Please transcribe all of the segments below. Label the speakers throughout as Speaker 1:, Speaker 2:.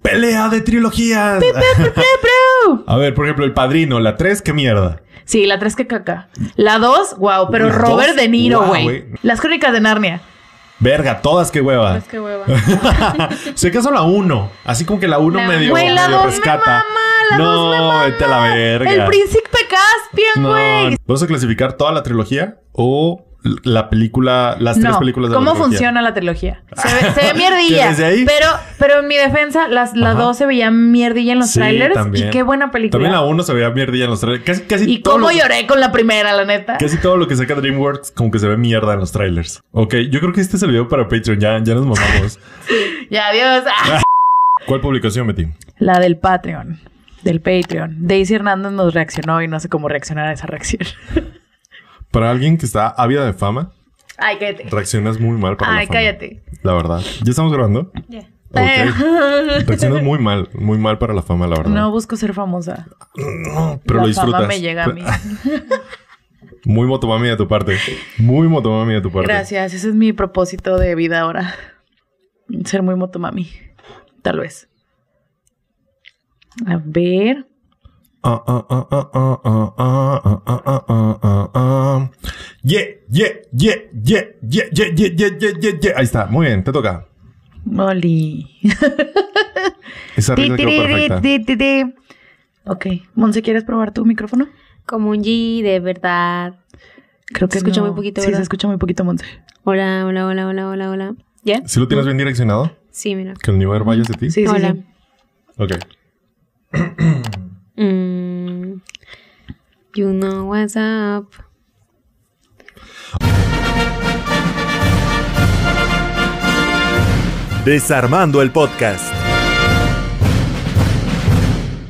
Speaker 1: Pelea de trilogías. A ver, por ejemplo, El Padrino, la 3, qué mierda.
Speaker 2: Sí, la 3 que caca. La 2, wow, pero
Speaker 1: La
Speaker 2: Robert
Speaker 1: dos,
Speaker 2: De Niro,
Speaker 1: guau,
Speaker 2: güey.
Speaker 1: güey.
Speaker 2: Las crónicas de Narnia.
Speaker 1: Verga, todas qué hueva.
Speaker 3: Es que Pues hueva.
Speaker 1: Se casó la 1, así como que la 1
Speaker 3: La-
Speaker 1: medio,
Speaker 2: Güey, la
Speaker 1: medio
Speaker 2: 2 me
Speaker 1: rescata.
Speaker 2: mama, la 2
Speaker 1: no,
Speaker 2: me mama.
Speaker 1: vete a la verga.
Speaker 2: El príncipe Caspian,
Speaker 1: No,
Speaker 2: güey.
Speaker 1: ¿Vamos a clasificar toda la trilogía o la película, las tres
Speaker 2: No,
Speaker 1: películas de la
Speaker 2: ¿cómo
Speaker 1: trilogía?
Speaker 2: funciona la trilogía? Se ve, se ve mierdilla.
Speaker 1: Que desde ahí-
Speaker 2: Pero, pero en mi defensa, las, las
Speaker 1: Ajá.
Speaker 2: dos se veían mierdilla en los
Speaker 1: Sí,
Speaker 2: trailers.
Speaker 1: también.
Speaker 2: Y qué buena película.
Speaker 1: También la 1 se veía mierdilla en los trailers. Casi, casi,
Speaker 2: y
Speaker 1: todo
Speaker 2: cómo
Speaker 1: lo-
Speaker 2: lloré con la primera, la neta.
Speaker 1: casi todo lo que saca DreamWorks como que se ve mierda en los trailers. Ok, yo creo que este es el video para Patreon. Ya, ya nos mamamos.
Speaker 2: Ya, adiós. Ah.
Speaker 1: ¿Cuál publicación metí?
Speaker 2: La del Patreon. Del Patreon. Daisy Hernández nos reaccionó y no sé cómo reaccionar a esa reacción.
Speaker 1: Para alguien que está ávida de fama,
Speaker 2: Ay, cállate.
Speaker 1: reaccionas muy mal para la
Speaker 2: Ay,
Speaker 1: fama.
Speaker 2: cállate.
Speaker 1: La verdad. ¿Ya estamos grabando?
Speaker 3: Ya.
Speaker 1: Ok. Reaccionas muy mal, muy mal para la fama, la verdad.
Speaker 2: No busco ser famosa.
Speaker 1: No, pero
Speaker 2: la
Speaker 1: lo disfrutas.
Speaker 2: fama me llega a mí.
Speaker 1: Muy motomami de tu parte. Muy motomami de tu parte.
Speaker 2: Gracias, ese es mi propósito de vida ahora. Ser muy motomami. Tal vez. A ver.
Speaker 1: Ah, ah, ah, ah, ah, ah, ah, ah, ah, ah, ah, ah. Yeah, yeah, yeah, yeah, yeah, yeah, yeah, yeah, yeah, yeah, yeah. Ahí está, muy bien, te toca.
Speaker 2: Oli.
Speaker 1: Esa risa quedó perfecta.
Speaker 2: Ti, ti, ti, ti. Ok. Monse, ¿quieres probar tu micrófono?
Speaker 3: Como un G de verdad.
Speaker 2: Creo que
Speaker 3: Se escucha
Speaker 2: no.
Speaker 3: muy poquito,
Speaker 2: Sí,
Speaker 3: ¿verdad?
Speaker 2: se escucha muy poquito, Monse.
Speaker 3: Hola, hola, hola, hola, hola, hola. ¿Ya?
Speaker 1: Si lo tienes bien direccionado,
Speaker 3: Sí, mira.
Speaker 1: que el nivel vaya hacia ti.
Speaker 2: Sí, sí,
Speaker 3: hola.
Speaker 2: sí.
Speaker 1: Ok.
Speaker 3: Mm. You know what's up.
Speaker 4: Desarmando el podcast.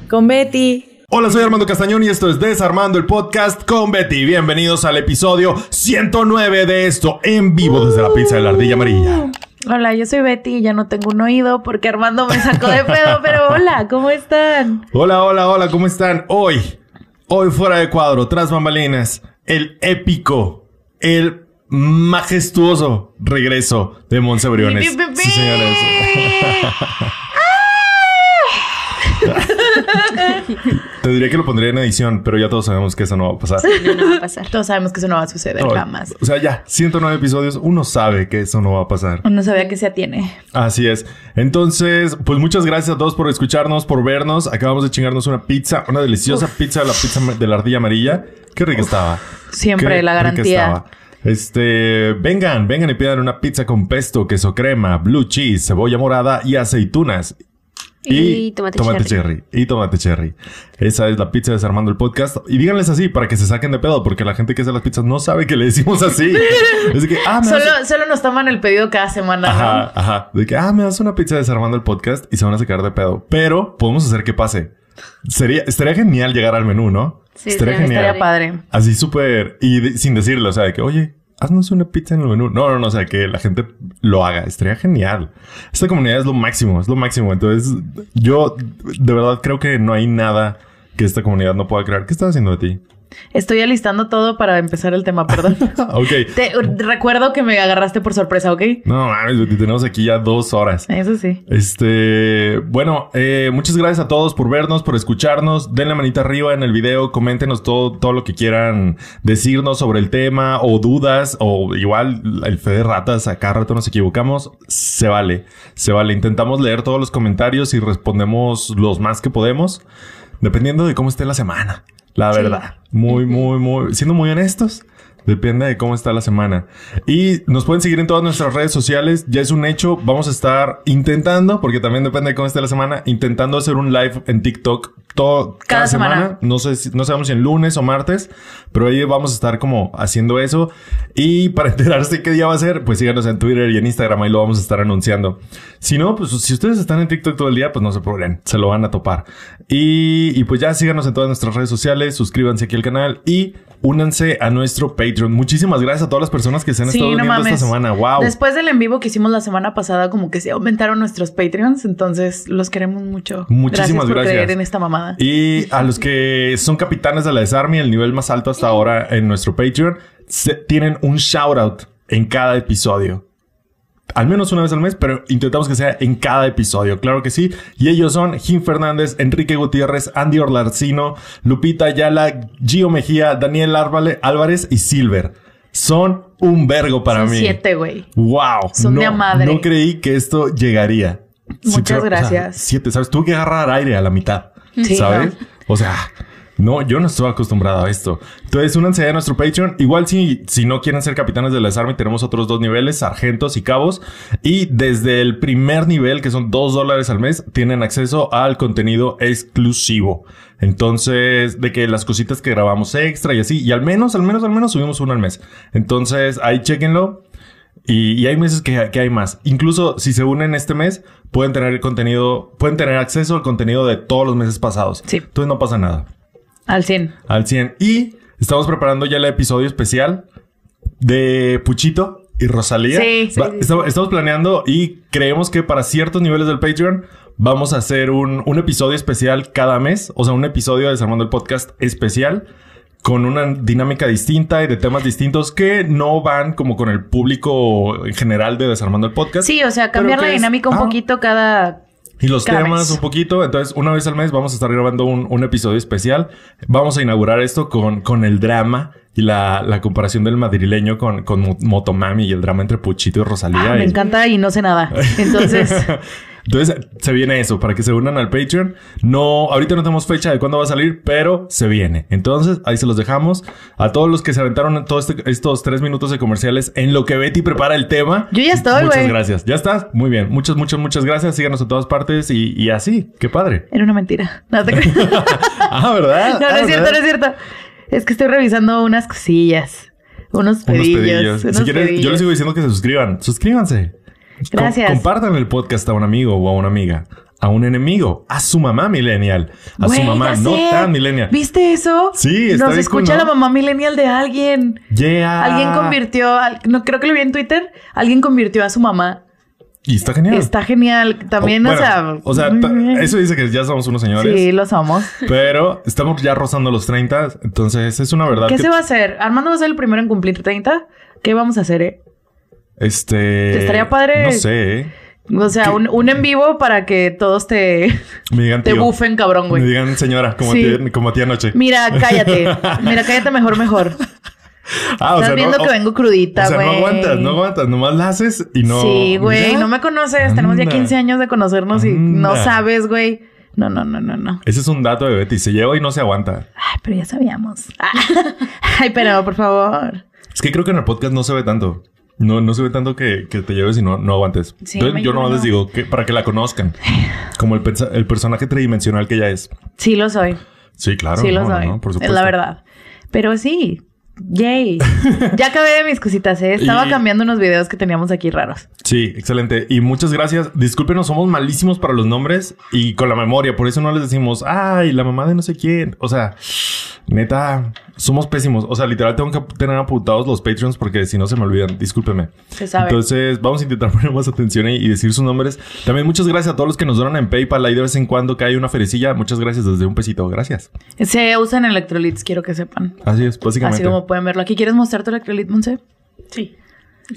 Speaker 2: Con Betty.
Speaker 1: Hola, soy Armando Castañón y esto es Desarmando el Podcast con Betty. Bienvenidos al episodio 109 de esto en vivo desde la pizza de la ardilla amarilla.
Speaker 2: Hola, yo soy Betty y ya no tengo un oído porque Armando me sacó de pedo, pero hola, ¿cómo están?
Speaker 1: Hola, hola, hola, ¿cómo están? Hoy, hoy fuera de cuadro, tras bambalinas, el épico, el majestuoso regreso de Monse Briones.
Speaker 2: Pi, pi, pi, pi.
Speaker 1: Sí, señores. Te diría que lo pondría en edición, pero ya todos sabemos que eso no va a pasar.
Speaker 3: No, no va a pasar.
Speaker 2: Todos sabemos que eso no va a suceder
Speaker 1: No,
Speaker 2: jamás.
Speaker 1: O sea, ya, 109 episodios, uno sabe que eso no va a pasar.
Speaker 2: No sabía que se atiene.
Speaker 1: Así es. Entonces, pues muchas gracias a todos por escucharnos, por vernos. Acabamos de chingarnos una pizza, una deliciosa pizza de la pizza ma- de la ardilla amarilla. Qué rica estaba.
Speaker 2: Siempre
Speaker 1: Qué
Speaker 2: la
Speaker 1: rica
Speaker 2: garantía.
Speaker 1: estaba. Este, vengan, vengan y pidan una pizza con pesto, queso crema, blue cheese, cebolla morada y aceitunas.
Speaker 3: Y tomate
Speaker 1: cherry. Y tomate cherry. Esa es la pizza de desarmando el podcast. Y díganles así para que se saquen de pedo, porque la gente que hace las pizzas no sabe que le decimos así. es de que, ah, me vas a-
Speaker 2: Solo, solo nos toman el pedido cada semana. ¿no?
Speaker 1: Ajá, ajá. De que, ah, me das una pizza desarmando el podcast y se van a sacar de pedo. Pero podemos hacer que pase. Sería, estaría genial llegar al menú, ¿no?
Speaker 3: Sí,
Speaker 1: estaría
Speaker 3: estaría-
Speaker 1: genial.
Speaker 2: Estaría padre.
Speaker 1: Así súper. Y de- sin decirlo, o sea, de que, oye, haznos una pizza en el menú. No, no, no, o sea, que la gente lo haga. Estaría genial. Esta comunidad es lo máximo, es lo máximo. Entonces, yo de verdad creo que no hay nada que esta comunidad no pueda crear. ¿Qué estás haciendo de ti?
Speaker 2: Estoy alistando todo para empezar el tema, perdón.
Speaker 1: ok.
Speaker 2: Te recuerdo que me agarraste por sorpresa, ¿ok?
Speaker 1: No, mames, Betty, tenemos aquí ya dos horas.
Speaker 2: Eso sí.
Speaker 1: Este, bueno, eh, muchas gracias a todos por vernos, por escucharnos. Den la manita arriba en el video, coméntenos todo, todo lo que quieran decirnos sobre el tema o dudas o igual el fe de ratas, acá cada rato nos equivocamos, se vale, se vale. Intentamos leer todos los comentarios y respondemos los más que podemos, dependiendo de cómo esté la semana, la verdad. Muy, muy, muy, siendo muy honestos. Depende de cómo está la semana. Y nos pueden seguir en todas nuestras redes sociales. Ya es un hecho. Vamos a estar intentando, porque también depende de cómo esté la semana, intentando hacer un live en TikTok todo, cada,
Speaker 2: Cada semana.
Speaker 1: semana. No sé, si- no sabemos si en lunes o martes, pero ahí vamos a estar como haciendo eso. Y para enterarse qué día va a ser, pues síganos en Twitter y en Instagram. Ahí lo vamos a estar anunciando. Si no, pues si ustedes están en TikTok todo el día, pues no se preocupen, se lo van a topar. Y, y pues ya síganos en todas nuestras redes sociales, suscríbanse aquí al canal y únanse a nuestro Patreon. Muchísimas gracias a todas las personas que se han
Speaker 2: Sí,
Speaker 1: estado
Speaker 2: no
Speaker 1: uniendo
Speaker 2: mames.
Speaker 1: esta semana. Wow.
Speaker 2: Después del en vivo que hicimos la semana pasada, como que se aumentaron nuestros Patreons, entonces los queremos mucho.
Speaker 1: Muchísimas
Speaker 2: gracias por
Speaker 1: gracias.
Speaker 2: creer en esta mamada.
Speaker 1: Y a los que son capitanes de la Desarme, el nivel más alto hasta ahora en nuestro Patreon, se- tienen un shout out en cada episodio. al menos una vez al mes, pero intentamos que sea en cada episodio, claro que sí. Y ellos son Jim Fernández, Enrique Gutiérrez, Andy Orlarcino, Lupita Ayala, Gio Mejía, Daniel Árvale- Álvarez y Silver. Son un vergo para
Speaker 2: Son
Speaker 1: mí.
Speaker 2: siete, güey.
Speaker 1: Wow.
Speaker 2: Son
Speaker 1: no,
Speaker 2: de a madre.
Speaker 1: No creí que esto llegaría.
Speaker 2: Muchas
Speaker 1: o sea,
Speaker 2: gracias.
Speaker 1: siete, ¿sabes? Tuve que agarrar aire a la mitad.
Speaker 2: Sí,
Speaker 1: ¿Sabes? O sea, no, yo no estoy acostumbrado a esto. Entonces, únanse a nuestro Patreon. Igual si, si no quieren ser capitanes de la Army, tenemos otros dos niveles, sargentos y cabos. Y desde el primer nivel, que son dos dólares al mes, tienen acceso al contenido exclusivo. Entonces, de que las cositas que grabamos extra y así, y al menos, al menos, al menos subimos uno al mes. Entonces, ahí chequenlo. Y, y hay meses que, que hay más. Incluso si se unen este mes, pueden tener el contenido, pueden tener acceso al contenido de todos los meses pasados.
Speaker 2: Sí.
Speaker 1: Entonces no pasa nada.
Speaker 2: Al 100.
Speaker 1: Al 100. Y estamos preparando ya el episodio especial de Puchito y Rosalía.
Speaker 2: Sí, sí,
Speaker 1: Va-
Speaker 3: sí.
Speaker 1: Estamos, estamos planeando y creemos que para ciertos niveles del Patreon vamos a hacer un, un episodio especial cada mes. O sea, un episodio de Desarmando el Podcast especial con una dinámica distinta y de temas distintos que no van como con el público en general de Desarmando el Podcast.
Speaker 2: Sí, o sea, cambiar
Speaker 1: Pero
Speaker 2: la
Speaker 1: que es-
Speaker 2: dinámica un
Speaker 1: ah.
Speaker 2: poquito cada.
Speaker 1: Y los
Speaker 2: Cada
Speaker 1: temas
Speaker 2: mes.
Speaker 1: un poquito. Entonces, una vez al mes vamos a estar grabando un, un episodio especial. Vamos a inaugurar esto con, con el drama y la, la comparación del madrileño con, con Mo- Motomami y el drama entre Puchito y Rosalía.
Speaker 2: Ah, me
Speaker 1: Y-
Speaker 2: encanta y no sé nada. Entonces,
Speaker 1: Entonces, se viene eso para que se unan al Patreon. No, ahorita no tenemos fecha de cuándo va a salir, pero se viene. Entonces, ahí se los dejamos. A todos los que se aventaron en todos estos tres minutos de comerciales en lo que Betty prepara el tema.
Speaker 2: Yo ya estoy,
Speaker 1: Muchas
Speaker 2: güey.
Speaker 1: gracias. Ya estás. Muy bien. Muchas, muchas, muchas gracias. Síganos en todas partes y, y así. Qué padre.
Speaker 2: era una mentira. No, te creas. no,
Speaker 1: Ah, ¿verdad?
Speaker 2: no
Speaker 1: Ah,
Speaker 2: es cierto, no
Speaker 1: ¿verdad?
Speaker 2: es cierto. Es que estoy revisando unas cosillas.
Speaker 1: Unos
Speaker 2: Unos pedillos.
Speaker 1: pedillos.
Speaker 2: unos
Speaker 1: si quieren, yo
Speaker 2: pedillos.
Speaker 1: les sigo diciendo que se suscriban. Suscríbanse. Com-
Speaker 2: Gracias.
Speaker 1: compartan el podcast a un amigo o a una amiga. A un enemigo. A su mamá millennial. A su
Speaker 2: Güey,
Speaker 1: mamá
Speaker 2: ya
Speaker 1: no
Speaker 2: sé.
Speaker 1: tan millennial.
Speaker 2: ¿Viste eso?
Speaker 1: Sí, está
Speaker 2: Nos
Speaker 1: bien cool,
Speaker 2: escucha
Speaker 1: ¿no? Ah.
Speaker 2: la mamá millennial de alguien.
Speaker 1: Yeah.
Speaker 2: Alguien convirtió, al- no creo que lo vi en Twitter, alguien convirtió a su mamá.
Speaker 1: Y está genial.
Speaker 2: Está genial. También, o,
Speaker 1: Ah. Oh, Bueno,
Speaker 2: sea.
Speaker 1: o sea,
Speaker 2: muy
Speaker 1: ta-
Speaker 2: bien.
Speaker 1: eso dice que ya somos unos señores.
Speaker 2: Sí, lo somos.
Speaker 1: Pero estamos ya rozando los 30. Entonces es una verdad
Speaker 2: ¿Qué
Speaker 1: que
Speaker 2: se va a hacer? Armando va a ser el primero en cumplir 30. ¿Qué vamos a hacer, eh?
Speaker 1: este
Speaker 2: Estaría padre.
Speaker 1: No sé. ¿eh?
Speaker 2: O sea, un, un en vivo para que todos te,
Speaker 1: Me digan
Speaker 2: te
Speaker 1: tío.
Speaker 2: bufen, cabrón,
Speaker 1: Me
Speaker 2: güey.
Speaker 1: digan señora como
Speaker 2: Sí.
Speaker 1: a ti como a ti anoche.
Speaker 2: Mira, cállate. Mira, cállate mejor, mejor.
Speaker 1: Ah,
Speaker 2: Estás viendo
Speaker 1: o-
Speaker 2: que vengo crudita,
Speaker 1: O sea,
Speaker 2: güey.
Speaker 1: no aguantas, no aguantas, nomás la haces y no.
Speaker 2: sí, güey,
Speaker 1: Mira,
Speaker 2: no me conoces. Tenemos ya
Speaker 1: Anda.
Speaker 2: 15 años de conocernos y no
Speaker 1: Anda.
Speaker 2: sabes, güey. No, no, no, no, no.
Speaker 1: Ese es un dato de Betty. Se lleva y no se aguanta.
Speaker 2: Ay, pero ya sabíamos. Ay, pero por favor.
Speaker 1: Es que creo que en el podcast no se ve tanto. No, no se ve tanto que, que te lleves y no, no aguantes.
Speaker 2: Sí, me
Speaker 1: Entonces, yo
Speaker 2: imagino.
Speaker 1: nomás les digo que para que la conozcan. Como el, pensa- el personaje tridimensional que ella es.
Speaker 2: Sí lo soy.
Speaker 1: Sí, claro.
Speaker 2: sí lo
Speaker 1: no, no,
Speaker 2: soy.
Speaker 1: no, por
Speaker 2: es
Speaker 1: supuesto.
Speaker 2: la verdad. Pero sí. Yay. ya acabé de mis cositas, ¿eh? Estaba
Speaker 1: Y-
Speaker 2: cambiando unos videos que teníamos aquí raros.
Speaker 1: Sí, excelente. Y muchas gracias. Discúlpenos, somos malísimos para los nombres y con la memoria. Por eso no les decimos, ay, la mamá de no sé quién. O sea, neta, somos pésimos. O sea, literal, tengo que tener apuntados los Patreons porque si no se me olvidan. Discúlpeme.
Speaker 2: Se sabe.
Speaker 1: Entonces, vamos a intentar poner más atención y, y decir sus nombres. También muchas gracias a todos los que nos donan en PayPal. Ahí de vez en cuando cae una ferecilla. Muchas gracias desde un pesito. Gracias.
Speaker 2: Se usan electrolits, quiero que sepan.
Speaker 1: Así es,
Speaker 2: Así
Speaker 1: básicamente.
Speaker 2: como pueden verlo. Aquí quieres mostrar tu electrolit, Monse.
Speaker 3: Sí.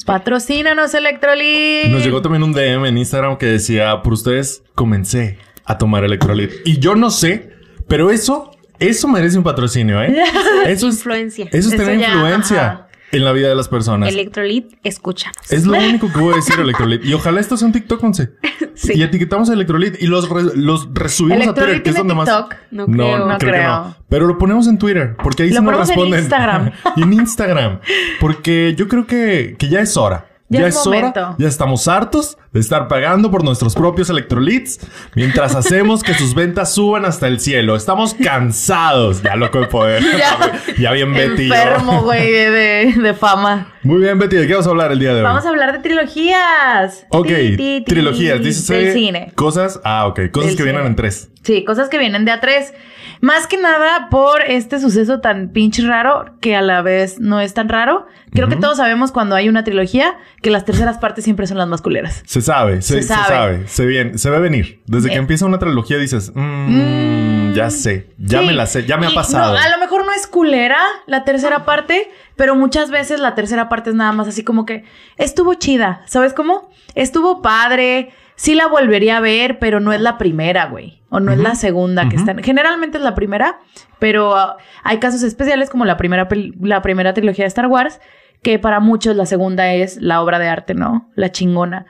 Speaker 2: Patrocínanos, electrolit.
Speaker 1: Nos llegó también un DM en Instagram que decía, por ustedes comencé a tomar electrolit. Y yo no sé, pero eso, eso merece un patrocinio, ¿eh? Eso es,
Speaker 3: Influencia.
Speaker 1: eso es
Speaker 2: Eso
Speaker 1: tener
Speaker 2: ya,
Speaker 1: influencia
Speaker 2: ajá.
Speaker 1: en la vida de las personas.
Speaker 3: Electrolit, escúchanos.
Speaker 1: es lo único que voy a decir, Electrolit. Y ojalá esto sea un TikTok, Once.
Speaker 3: Sí.
Speaker 1: Y etiquetamos a Electrolit y los, re- los resubimos a
Speaker 2: Electrolit
Speaker 1: Twitter, que es
Speaker 2: tiene
Speaker 1: donde más.
Speaker 2: TikTok.
Speaker 3: No creo.
Speaker 2: No
Speaker 1: que
Speaker 2: creo.
Speaker 1: Pero lo ponemos en Twitter, porque ahí sí
Speaker 2: Lo
Speaker 1: nos
Speaker 2: ponemos en
Speaker 1: responden.
Speaker 2: Instagram.
Speaker 1: y en Instagram. Porque yo creo que, que ya es hora.
Speaker 2: Ya
Speaker 1: Ya,
Speaker 2: es
Speaker 1: es,
Speaker 2: momento.
Speaker 1: hora. Ya estamos hartos de estar pagando por nuestros propios electrolits mientras hacemos que sus ventas suban hasta el cielo. Estamos cansados. Ya loco de poder.
Speaker 2: Ya.
Speaker 1: Ya, bien, Betty. yo.
Speaker 2: Enfermo, güey, de, de- de fama.
Speaker 1: Muy bien, Betty. ¿De qué vamos a hablar el día de hoy?
Speaker 2: Vamos a hablar de trilogías.
Speaker 1: Ok,
Speaker 2: Ti, ti, ti.
Speaker 1: trilogías, dices.
Speaker 2: Del
Speaker 1: eh,
Speaker 2: cine.
Speaker 1: Cosas, ah, ok, cosas
Speaker 2: Del
Speaker 1: que vienen
Speaker 2: cine.
Speaker 1: en tres.
Speaker 2: Sí, cosas que vienen de A3. Más que nada por este suceso tan pinche raro que a la vez no es tan raro. Creo que todos sabemos cuando hay una trilogía que las terceras partes siempre son las más culeras.
Speaker 1: Se sabe, se,
Speaker 2: Se
Speaker 1: se sabe.
Speaker 2: sabe.
Speaker 1: Se bien, se ve venir. Desde que
Speaker 2: Eh.
Speaker 1: empieza una trilogía dices, "Mm,
Speaker 2: Mm.
Speaker 1: ya sé, ya
Speaker 2: Sí.
Speaker 1: me la sé, ya me
Speaker 2: Y
Speaker 1: ha pasado.
Speaker 2: no, a lo mejor no es culera la tercera parte, pero muchas veces la tercera parte es nada más así como que estuvo chida, ¿sabes cómo? Estuvo padre, sí la volvería a ver, pero no es la primera, güey. O no es la segunda que
Speaker 1: Ujú.
Speaker 2: están. Generalmente es la primera, pero ah, hay casos especiales como la primera, pel- la primera trilogía de Star Wars, que para muchos la segunda es la obra de arte, ¿no? La chingona.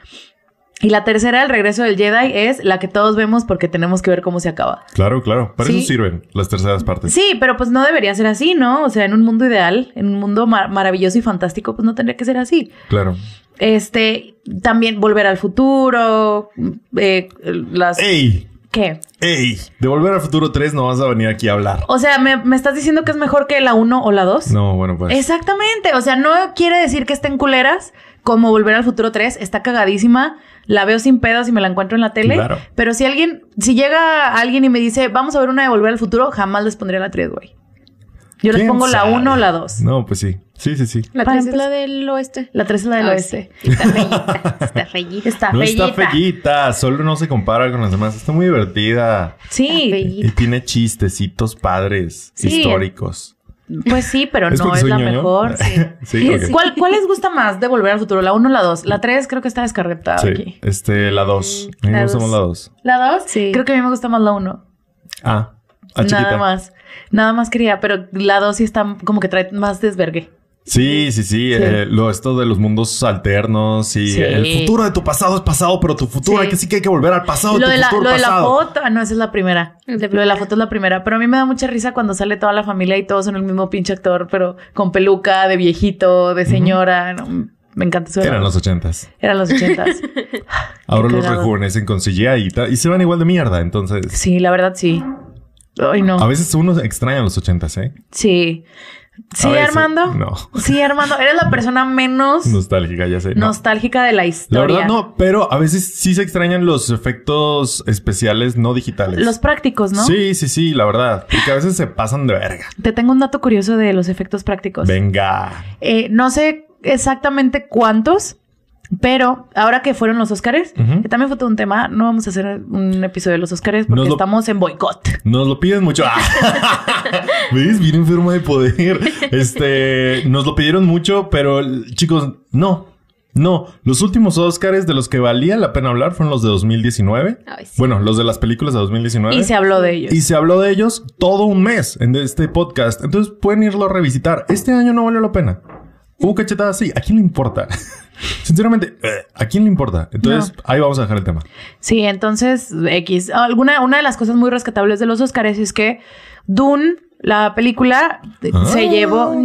Speaker 2: Y la tercera, el regreso del Jedi, es la que todos vemos porque tenemos que ver cómo se acaba.
Speaker 1: Claro, claro. Para
Speaker 2: Sí.
Speaker 1: eso sirven las terceras partes.
Speaker 2: Sí, pero pues no debería ser así, ¿no? O sea, en un mundo ideal, en un mundo mar- maravilloso y fantástico, pues no tendría que ser así.
Speaker 1: Claro.
Speaker 2: Este, también volver al futuro, eh, las...
Speaker 1: ¡Ey!
Speaker 2: ¿Qué?
Speaker 1: ¡Ey! De Volver al Futuro 3 no vas a venir aquí a hablar.
Speaker 2: O sea, ¿me, me estás diciendo que es mejor que la 1 o la 2?
Speaker 1: No, bueno, pues.
Speaker 2: Exactamente, o sea, no quiere decir que estén culeras, como Volver al Futuro 3, está cagadísima, la veo sin pedos y me la encuentro en la tele,
Speaker 1: Claro.
Speaker 2: pero si alguien, si llega alguien y me dice, vamos a ver una de Volver al Futuro, jamás les pondría la 3, güey. Yo les
Speaker 1: ¿Quién
Speaker 2: pongo
Speaker 1: sabe?
Speaker 2: la 1 o la 2.
Speaker 1: No, pues sí. Sí, sí, sí.
Speaker 3: La
Speaker 2: Para
Speaker 3: tres es
Speaker 2: empezar-
Speaker 3: la del oeste.
Speaker 2: La 3 es la del
Speaker 3: Ah,
Speaker 2: oeste.
Speaker 3: sí. Está fellita. Está fellita.
Speaker 2: Está
Speaker 1: no
Speaker 2: bellita.
Speaker 1: está fellita, solo no se compara con las demás. Está muy divertida.
Speaker 2: Sí,
Speaker 1: Y
Speaker 3: Fellita.
Speaker 1: tiene chistecitos padres
Speaker 2: Sí.
Speaker 1: históricos.
Speaker 2: pues sí, pero
Speaker 1: ¿Es
Speaker 2: no
Speaker 1: porque
Speaker 2: es
Speaker 1: soy
Speaker 2: la
Speaker 1: ñoño?
Speaker 2: mejor. sí.
Speaker 1: sí, ok.
Speaker 2: ¿Cuál, cuál les gusta más de Volver al Futuro? ¿La 1 o la 2? La 3 creo que está descarretada
Speaker 1: Sí,
Speaker 2: aquí.
Speaker 1: Este, la 2. A mí
Speaker 3: La
Speaker 1: me gusta más
Speaker 3: dos.
Speaker 1: la 2.
Speaker 2: ¿La 2?
Speaker 3: Sí.
Speaker 2: Creo que a mí me gusta más la 1.
Speaker 1: Ah, a
Speaker 2: Nada
Speaker 1: chiquita.
Speaker 2: más. Nada más quería, pero la 2 sí está como que trae más desvergue.
Speaker 1: Sí, sí, sí. eh, lo esto de los mundos alternos y
Speaker 2: Sí.
Speaker 1: el futuro de tu pasado es pasado, pero tu futuro
Speaker 2: Sí.
Speaker 1: hay que sí que hay que volver al pasado.
Speaker 2: Lo
Speaker 1: tu
Speaker 2: de, la,
Speaker 1: futuro
Speaker 2: lo de la
Speaker 1: pasado.
Speaker 2: foto, ah, no, esa es la primera.
Speaker 3: Es
Speaker 2: Lo de
Speaker 3: la
Speaker 2: la
Speaker 3: primera.
Speaker 2: foto es la primera, pero a mí me da mucha risa cuando sale toda la familia y todos son el mismo pinche actor, pero con peluca, de viejito, de señora. No, me encanta eso. de la
Speaker 1: Eran
Speaker 2: voz.
Speaker 1: los ochentas.
Speaker 2: Eran los ochentas.
Speaker 1: Ahora
Speaker 2: Qué
Speaker 1: los
Speaker 2: cagado.
Speaker 1: rejuvenecen con CGI y, tal, y se van igual de mierda. Entonces,
Speaker 2: Sí, la verdad sí. Ay, no.
Speaker 1: a veces uno extraña los ochentas, ¿eh?
Speaker 2: Sí. Sí,
Speaker 1: A veces-
Speaker 2: Armando.
Speaker 1: No,
Speaker 2: Sí, Armando. Eres la persona menos
Speaker 1: nostálgica, ya sé. no.
Speaker 2: nostálgica de la
Speaker 1: La
Speaker 2: historia.
Speaker 1: verdad no, pero a veces sí se extrañan los efectos especiales no digitales.
Speaker 2: Los prácticos, ¿no?
Speaker 1: Sí, sí, sí, la verdad. Porque a veces se pasan de verga.
Speaker 2: Te tengo un dato curioso de los efectos prácticos.
Speaker 1: Venga.
Speaker 2: Eh, no sé exactamente cuántos, pero ahora que fueron los Óscares,
Speaker 1: Ujú.
Speaker 2: que también fue todo un tema, no vamos a hacer un episodio de los Óscares porque
Speaker 1: Nos lo-
Speaker 2: estamos en boicot.
Speaker 1: Nos lo piden mucho. Ah. ¿Ves? Bien enferma de poder. Este, nos lo pidieron mucho, pero chicos, no. No, los últimos Óscares de los que valía la pena hablar fueron los de 2019.
Speaker 3: Ay, sí.
Speaker 1: Bueno, los de las películas de 2019.
Speaker 2: Y se habló de ellos.
Speaker 1: Y se habló de ellos todo un mes en este podcast. Entonces pueden irlo a revisitar. Este año no valió la pena. Hubo cachetadas así. ¿A quién le importa? Sinceramente, eh, ¿a quién le importa? Entonces ahí vamos a dejar el tema.
Speaker 2: Sí, entonces, X. Alguna, una de las cosas muy rescatables de los Oscars es que Dune, la película, eh,
Speaker 1: Ah.
Speaker 2: se llevó.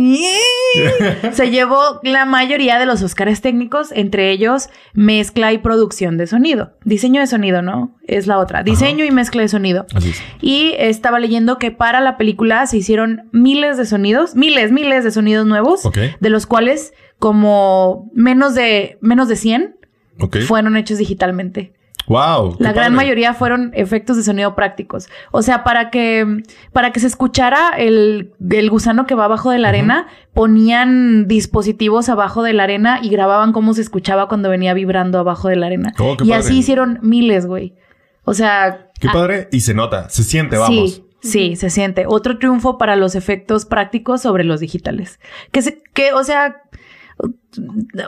Speaker 2: se llevó la mayoría de los Oscars técnicos, entre ellos mezcla y producción de sonido. Diseño de sonido, ¿no? Es la otra. Diseño y mezcla de sonido.
Speaker 1: Así es.
Speaker 2: Y estaba leyendo que para la película se hicieron miles de sonidos, miles, miles de sonidos nuevos,
Speaker 1: Ok.
Speaker 2: de los cuales como menos de menos de 100
Speaker 1: Ok.
Speaker 2: fueron hechos digitalmente.
Speaker 1: Wow.
Speaker 2: La
Speaker 1: qué
Speaker 2: gran
Speaker 1: padre.
Speaker 2: mayoría fueron efectos de sonido prácticos. O sea, para que, para que se escuchara el, el gusano que va abajo de la
Speaker 1: Ujú.
Speaker 2: arena, ponían dispositivos abajo de la arena y grababan cómo se escuchaba cuando venía vibrando abajo de la arena.
Speaker 1: Oh, qué
Speaker 2: y
Speaker 1: padre.
Speaker 2: así hicieron miles, güey. O sea,
Speaker 1: Qué padre. Y se nota, se siente, vamos.
Speaker 2: Ah. Sí, sí, se siente. Otro triunfo para los efectos prácticos sobre los digitales. Que, se- que, o sea,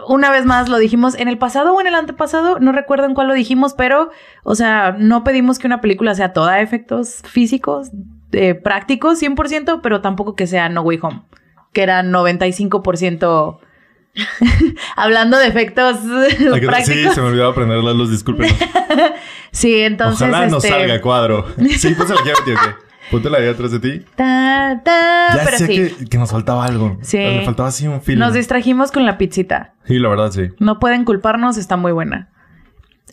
Speaker 2: una vez más lo dijimos en el pasado o en el antepasado, no recuerdo en cuál lo dijimos, pero, o sea, no pedimos que una película sea toda efectos físicos, eh, prácticos, 100%, pero tampoco que sea No Way Home, que era 95%. Hablando de efectos
Speaker 1: Hay que- Sí,
Speaker 2: prácticos.
Speaker 1: se me olvidó aprenderlas, los disculpen.
Speaker 2: Sí, entonces.
Speaker 1: Ojalá no
Speaker 2: este,
Speaker 1: salga cuadro. Sí, pues la llave, tío, que ponte la idea atrás de ti.
Speaker 2: ta, ta,
Speaker 1: Ya
Speaker 2: Ah, pero
Speaker 1: sé
Speaker 2: sí.
Speaker 1: que, que nos faltaba algo.
Speaker 2: Sí.
Speaker 1: Le faltaba así un film.
Speaker 2: Nos distrajimos con la pizzita.
Speaker 1: Sí, la verdad, sí.
Speaker 2: No pueden culparnos, está muy buena.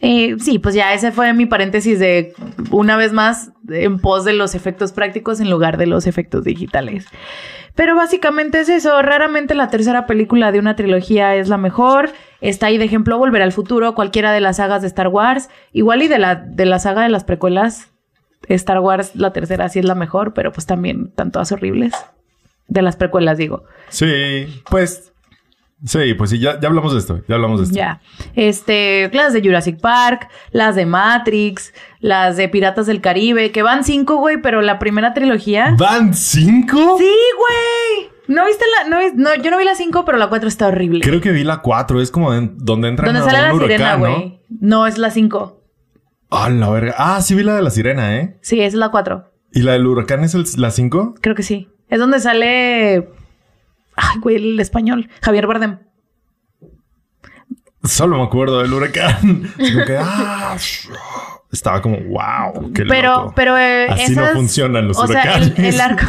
Speaker 2: Eh, sí, pues ya ese fue mi paréntesis de una vez más en pos de los efectos prácticos en lugar de los efectos digitales. Pero básicamente es eso. Raramente la tercera película de una trilogía es la mejor. Está ahí de ejemplo Volver al Futuro, cualquiera de las sagas de Star Wars, igual y de la, de la saga de las precuelas. Star Wars, la tercera sí es la mejor, pero pues también están todas horribles. De las precuelas, digo.
Speaker 1: Sí, pues Sí, pues sí, ya, ya hablamos de esto, pues, ya hablamos de esto.
Speaker 2: Ya. Este, las de Jurassic Park, las de Matrix, las de Piratas del Caribe, que van cinco, güey, pero la primera trilogía.
Speaker 1: ¿Van cinco?
Speaker 2: Sí, güey. ¿No viste la.? No, vi- no, yo no vi la cinco, pero la cuatro está horrible.
Speaker 1: Creo que vi la cuatro, es como en- donde entra
Speaker 2: Donde sale la sirena,
Speaker 1: ¿no?
Speaker 2: güey. ¿no? es la cinco.
Speaker 1: Ah, la verga. Ah, sí vi la de la sirena, ¿eh?
Speaker 2: Sí, es la cuatro.
Speaker 1: ¿Y la del huracán es el- la cinco?
Speaker 2: Creo que sí. Es donde sale. Ay, güey, el español. Javier Bardem.
Speaker 1: Solo me acuerdo del huracán. Como que, ah, estaba como, wow, qué
Speaker 2: pero,
Speaker 1: loco.
Speaker 2: pero eh,
Speaker 1: Así no
Speaker 2: esas-
Speaker 1: funcionan los
Speaker 2: o
Speaker 1: huracanes.
Speaker 2: Sea, el, el arco.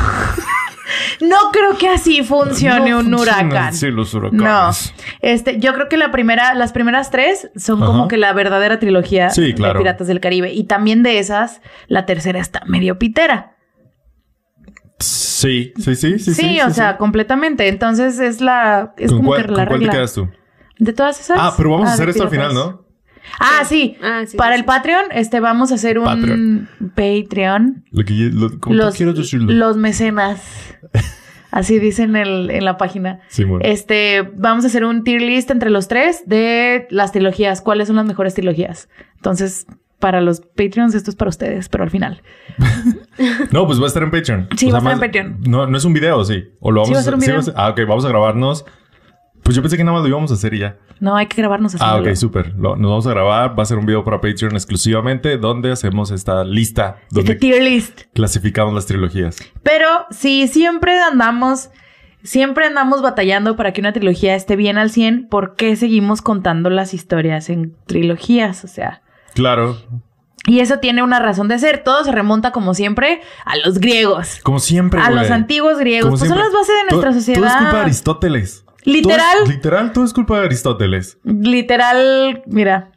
Speaker 2: no creo que así funcione
Speaker 1: No
Speaker 2: un
Speaker 1: funcionan,
Speaker 2: huracán.
Speaker 1: Sí, los
Speaker 2: No,
Speaker 1: huracanes.
Speaker 2: este, yo creo que la primera, las primeras tres son
Speaker 1: Ajá.
Speaker 2: como que la verdadera trilogía
Speaker 1: Sí, claro.
Speaker 2: de Piratas del Caribe. Y también de esas, la tercera está medio pitera.
Speaker 1: Sí, sí, sí, sí.
Speaker 2: Sí, o
Speaker 1: sí,
Speaker 2: sea,
Speaker 1: sí.
Speaker 2: completamente. Entonces es la, es
Speaker 1: ¿Con
Speaker 2: como
Speaker 1: cuál,
Speaker 2: que la
Speaker 1: con cuál te
Speaker 2: regla.
Speaker 1: quedas tú?
Speaker 2: De todas esas.
Speaker 1: Ah, pero vamos a hacer
Speaker 2: de
Speaker 1: esto al
Speaker 2: piratas.
Speaker 1: final, ¿no?
Speaker 2: Ah, sí.
Speaker 3: Ah, sí,
Speaker 2: Para el
Speaker 3: sí, sí.
Speaker 2: Patreon, este, vamos a hacer un
Speaker 1: Patreon.
Speaker 2: Patreon.
Speaker 1: Lo que yo- lo- como tú
Speaker 2: los,
Speaker 1: quieras decirlo.
Speaker 2: los mecenas. Así dicen el- en la página.
Speaker 1: Sí, bueno.
Speaker 2: Este, vamos a hacer un tier list entre los tres de las trilogías. ¿Cuáles son las mejores trilogías? Entonces, para los Patreons, esto es para ustedes, pero al final.
Speaker 1: No, pues va a estar en Patreon.
Speaker 2: Sí, va a
Speaker 1: más-
Speaker 2: estar en Patreon.
Speaker 1: No, no es un video, sí. O lo vamos
Speaker 2: Sí, va a ser un
Speaker 1: sí
Speaker 2: video.
Speaker 1: Ah, ok, vamos a grabarnos. Pues yo pensé que nada más lo íbamos a hacer y ya.
Speaker 2: No, hay que grabarnos así.
Speaker 1: Ah, ok, súper. Lo- Nos vamos a grabar. Va a ser un video para Patreon exclusivamente donde hacemos esta lista donde
Speaker 2: Este tier list.
Speaker 1: clasificamos las trilogías.
Speaker 2: Pero sí, siempre andamos, siempre andamos batallando para que una trilogía esté bien al 100. ¿Por qué seguimos contando las historias en trilogías? O sea,
Speaker 1: Claro.
Speaker 2: y eso tiene una razón de ser. Todo se remonta, como siempre, a los griegos.
Speaker 1: Como siempre.
Speaker 2: A
Speaker 1: güey.
Speaker 2: los antiguos griegos.
Speaker 1: Como
Speaker 2: Pues
Speaker 1: siempre.
Speaker 2: son las bases de nuestra
Speaker 1: Todo-
Speaker 2: sociedad.
Speaker 1: Todo es culpa de Aristóteles.
Speaker 2: Literal.
Speaker 1: Todo es- literal, todo es culpa de Aristóteles.
Speaker 2: Literal, mira,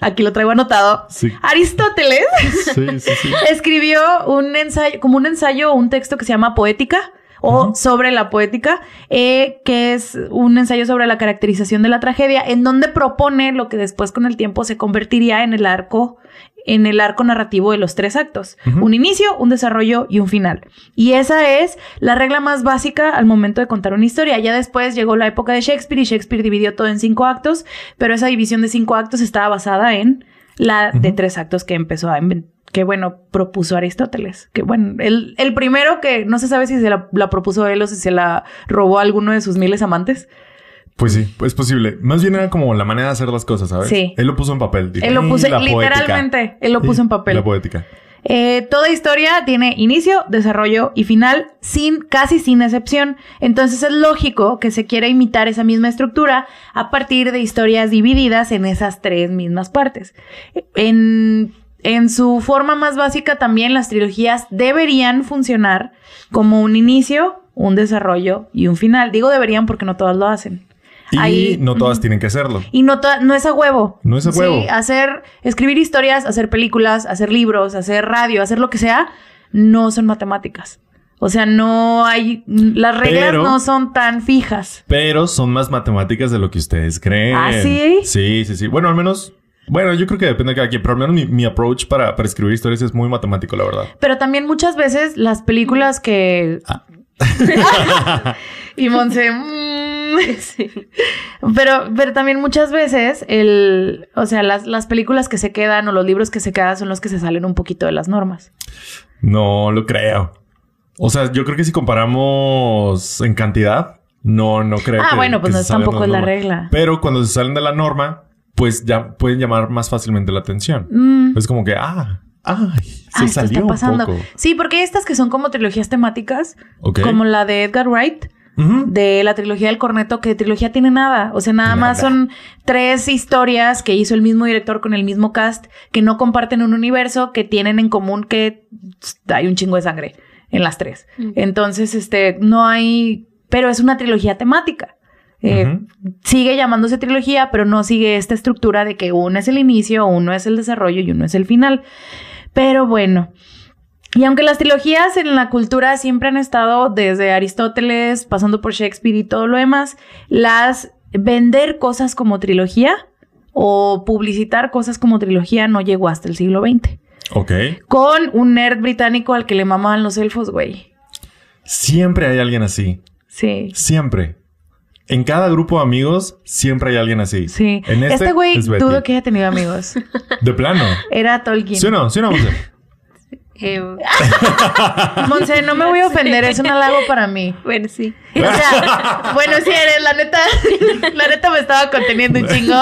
Speaker 2: aquí lo traigo anotado.
Speaker 1: Sí.
Speaker 2: Aristóteles
Speaker 1: Sí, sí, sí.
Speaker 2: escribió un ensayo, como un ensayo o un texto que se llama Poética o
Speaker 1: Ajá.
Speaker 2: sobre la poética, eh, que es un ensayo sobre la caracterización de la tragedia, en donde propone lo que después con el tiempo se convertiría en el arco, en el arco narrativo de los tres actos,
Speaker 1: Ujú.
Speaker 2: un inicio, un desarrollo y un final. Y esa es la regla más básica al momento de contar una historia. Ya después llegó la época de Shakespeare y Shakespeare dividió todo en cinco actos, pero esa división de cinco actos estaba basada en la de
Speaker 1: Ujú.
Speaker 2: tres actos que empezó a inven- que bueno, propuso Aristóteles. Que bueno, el, el primero que no se sabe si se la, la propuso él o si se la robó a alguno de sus miles amantes.
Speaker 1: Pues sí, es posible. Más bien era como la manera de hacer las cosas, ¿sabes?
Speaker 2: Sí.
Speaker 1: Él lo puso en papel. dijo,
Speaker 2: Él lo
Speaker 1: "Y
Speaker 2: puso,
Speaker 1: la poética".
Speaker 2: literalmente, él lo
Speaker 1: Y
Speaker 2: puso en papel.
Speaker 1: La poética.
Speaker 2: Eh, toda historia tiene inicio, desarrollo y final, sin, casi sin excepción. Entonces es lógico que se quiera imitar esa misma estructura a partir de historias divididas en esas tres mismas partes. En, en su forma más básica también las trilogías deberían funcionar como un inicio, un desarrollo y un final. Digo deberían porque no todas lo hacen.
Speaker 1: Y
Speaker 2: Ahí-
Speaker 1: no todas tienen que hacerlo.
Speaker 2: y no, to- no es a huevo.
Speaker 1: No es a huevo.
Speaker 2: Sí, hacer, escribir historias, hacer películas, hacer libros, hacer radio, hacer lo que sea, no son matemáticas. O sea, no hay. Las reglas
Speaker 1: Pero-
Speaker 2: no son tan fijas.
Speaker 1: Pero son más matemáticas de lo que ustedes creen.
Speaker 2: ¿Ah, sí?
Speaker 1: Sí, sí, sí. Bueno, al menos. Bueno, yo creo que depende de cada quien, pero al menos mi, mi approach para, para escribir historias es muy matemático, la verdad.
Speaker 2: Pero también muchas veces las películas que.
Speaker 1: Ah.
Speaker 2: y Monse. mm. Pero, pero también muchas veces el. O sea, las, las películas que se quedan o los libros que se quedan son los que se salen un poquito de las normas.
Speaker 1: No lo creo. O sea, yo creo que si comparamos en cantidad, no, no creo.
Speaker 2: Ah,
Speaker 1: que-
Speaker 2: bueno, pues
Speaker 1: que
Speaker 2: no,
Speaker 1: se salgan
Speaker 2: tampoco
Speaker 1: de
Speaker 2: es la
Speaker 1: norma.
Speaker 2: regla.
Speaker 1: Pero cuando se salen de la norma, pues ya pueden llamar más fácilmente la atención.
Speaker 2: Mm.
Speaker 1: Es como que, ah, ay, se
Speaker 2: Ah, esto
Speaker 1: salió
Speaker 2: está pasando.
Speaker 1: un poco.
Speaker 2: Sí, porque hay estas que son como trilogías temáticas,
Speaker 1: Ok.
Speaker 2: como la de Edgar Wright,
Speaker 1: Ujú.
Speaker 2: de la trilogía del corneto, que trilogía tiene nada. O sea, nada más
Speaker 1: Nada.
Speaker 2: son tres historias que hizo el mismo director con el mismo cast, que no comparten un universo, que tienen en común que hay un chingo de sangre en las tres.
Speaker 3: Mm.
Speaker 2: Entonces, este, no hay. Pero es una trilogía temática. Eh,
Speaker 1: Ujú.
Speaker 2: Sigue llamándose trilogía, pero no sigue esta estructura de que uno es el inicio, uno es el desarrollo y uno es el final. Pero bueno. Y aunque las trilogías en la cultura siempre han estado desde Aristóteles, pasando por Shakespeare y todo lo demás, las vender cosas como trilogía o publicitar cosas como trilogía no llegó hasta el siglo XX.
Speaker 1: Ok.
Speaker 2: Con un nerd británico al que le mamaban los elfos, güey.
Speaker 1: Siempre hay alguien así.
Speaker 2: Sí.
Speaker 1: Siempre. En cada grupo de amigos siempre hay alguien así.
Speaker 2: Sí.
Speaker 1: En este,
Speaker 2: este güey
Speaker 1: es Betty.
Speaker 2: dudo que haya tenido amigos.
Speaker 1: De plano.
Speaker 2: Era Tolkien.
Speaker 1: ¿Sí o no? ¿Sí o no, Monse?
Speaker 3: Eh,
Speaker 2: Monse, no me voy a ofender, es un halago para mí.
Speaker 3: bueno, sí.
Speaker 2: O sea, bueno, sí eres, la neta, la neta me estaba conteniendo un chingo.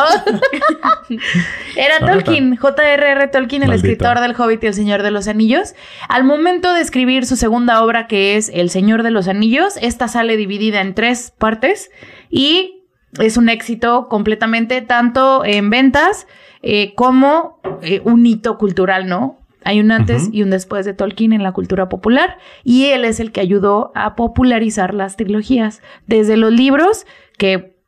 Speaker 2: Era
Speaker 1: La neta.
Speaker 2: Tolkien, J.R.R. Tolkien, el
Speaker 1: Maldito.
Speaker 2: escritor del Hobbit y el Señor de los Anillos. Al momento de escribir su segunda obra, que es El Señor de los Anillos, esta sale dividida en tres partes y es un éxito completamente, tanto en ventas eh, como eh, un hito cultural, ¿no? Hay un antes
Speaker 1: Ujú.
Speaker 2: y un después de Tolkien en la cultura popular y él es el que ayudó a popularizar las trilogías desde los libros que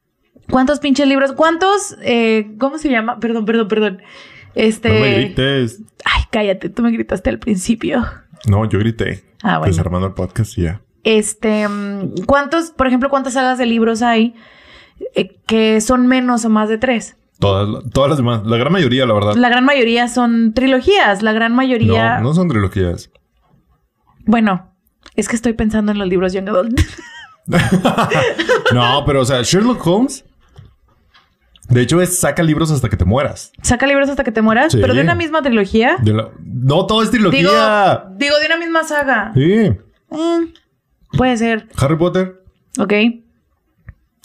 Speaker 2: ¿cuántos pinches libros? ¿Cuántos eh, cómo se llama? Perdón, perdón, perdón. Este
Speaker 1: No me grites.
Speaker 2: Ay, cállate, tú me gritaste al principio.
Speaker 1: No, yo grité.
Speaker 2: Ah, bueno.
Speaker 1: Desarmando Pues el podcast y ya.
Speaker 2: Este, mm, ¿cuántos, por ejemplo, cuántas sagas de libros hay eh, que son menos o más de tres?
Speaker 1: Todas, todas las demás. La gran mayoría, la verdad.
Speaker 2: La gran mayoría son trilogías, la gran mayoría.
Speaker 1: No, no son trilogías.
Speaker 2: Bueno, es que estoy pensando en los libros Young Adult.
Speaker 1: No, pero o sea, Sherlock Holmes. De hecho, es saca libros hasta que te mueras.
Speaker 2: Saca libros hasta que te mueras,
Speaker 1: Sí.
Speaker 2: pero de una misma trilogía.
Speaker 1: De la- No todo es
Speaker 2: Digo,
Speaker 1: trilogía.
Speaker 2: digo, de una misma saga.
Speaker 1: Sí.
Speaker 2: Mm, puede ser,
Speaker 1: Harry Potter.
Speaker 2: ok.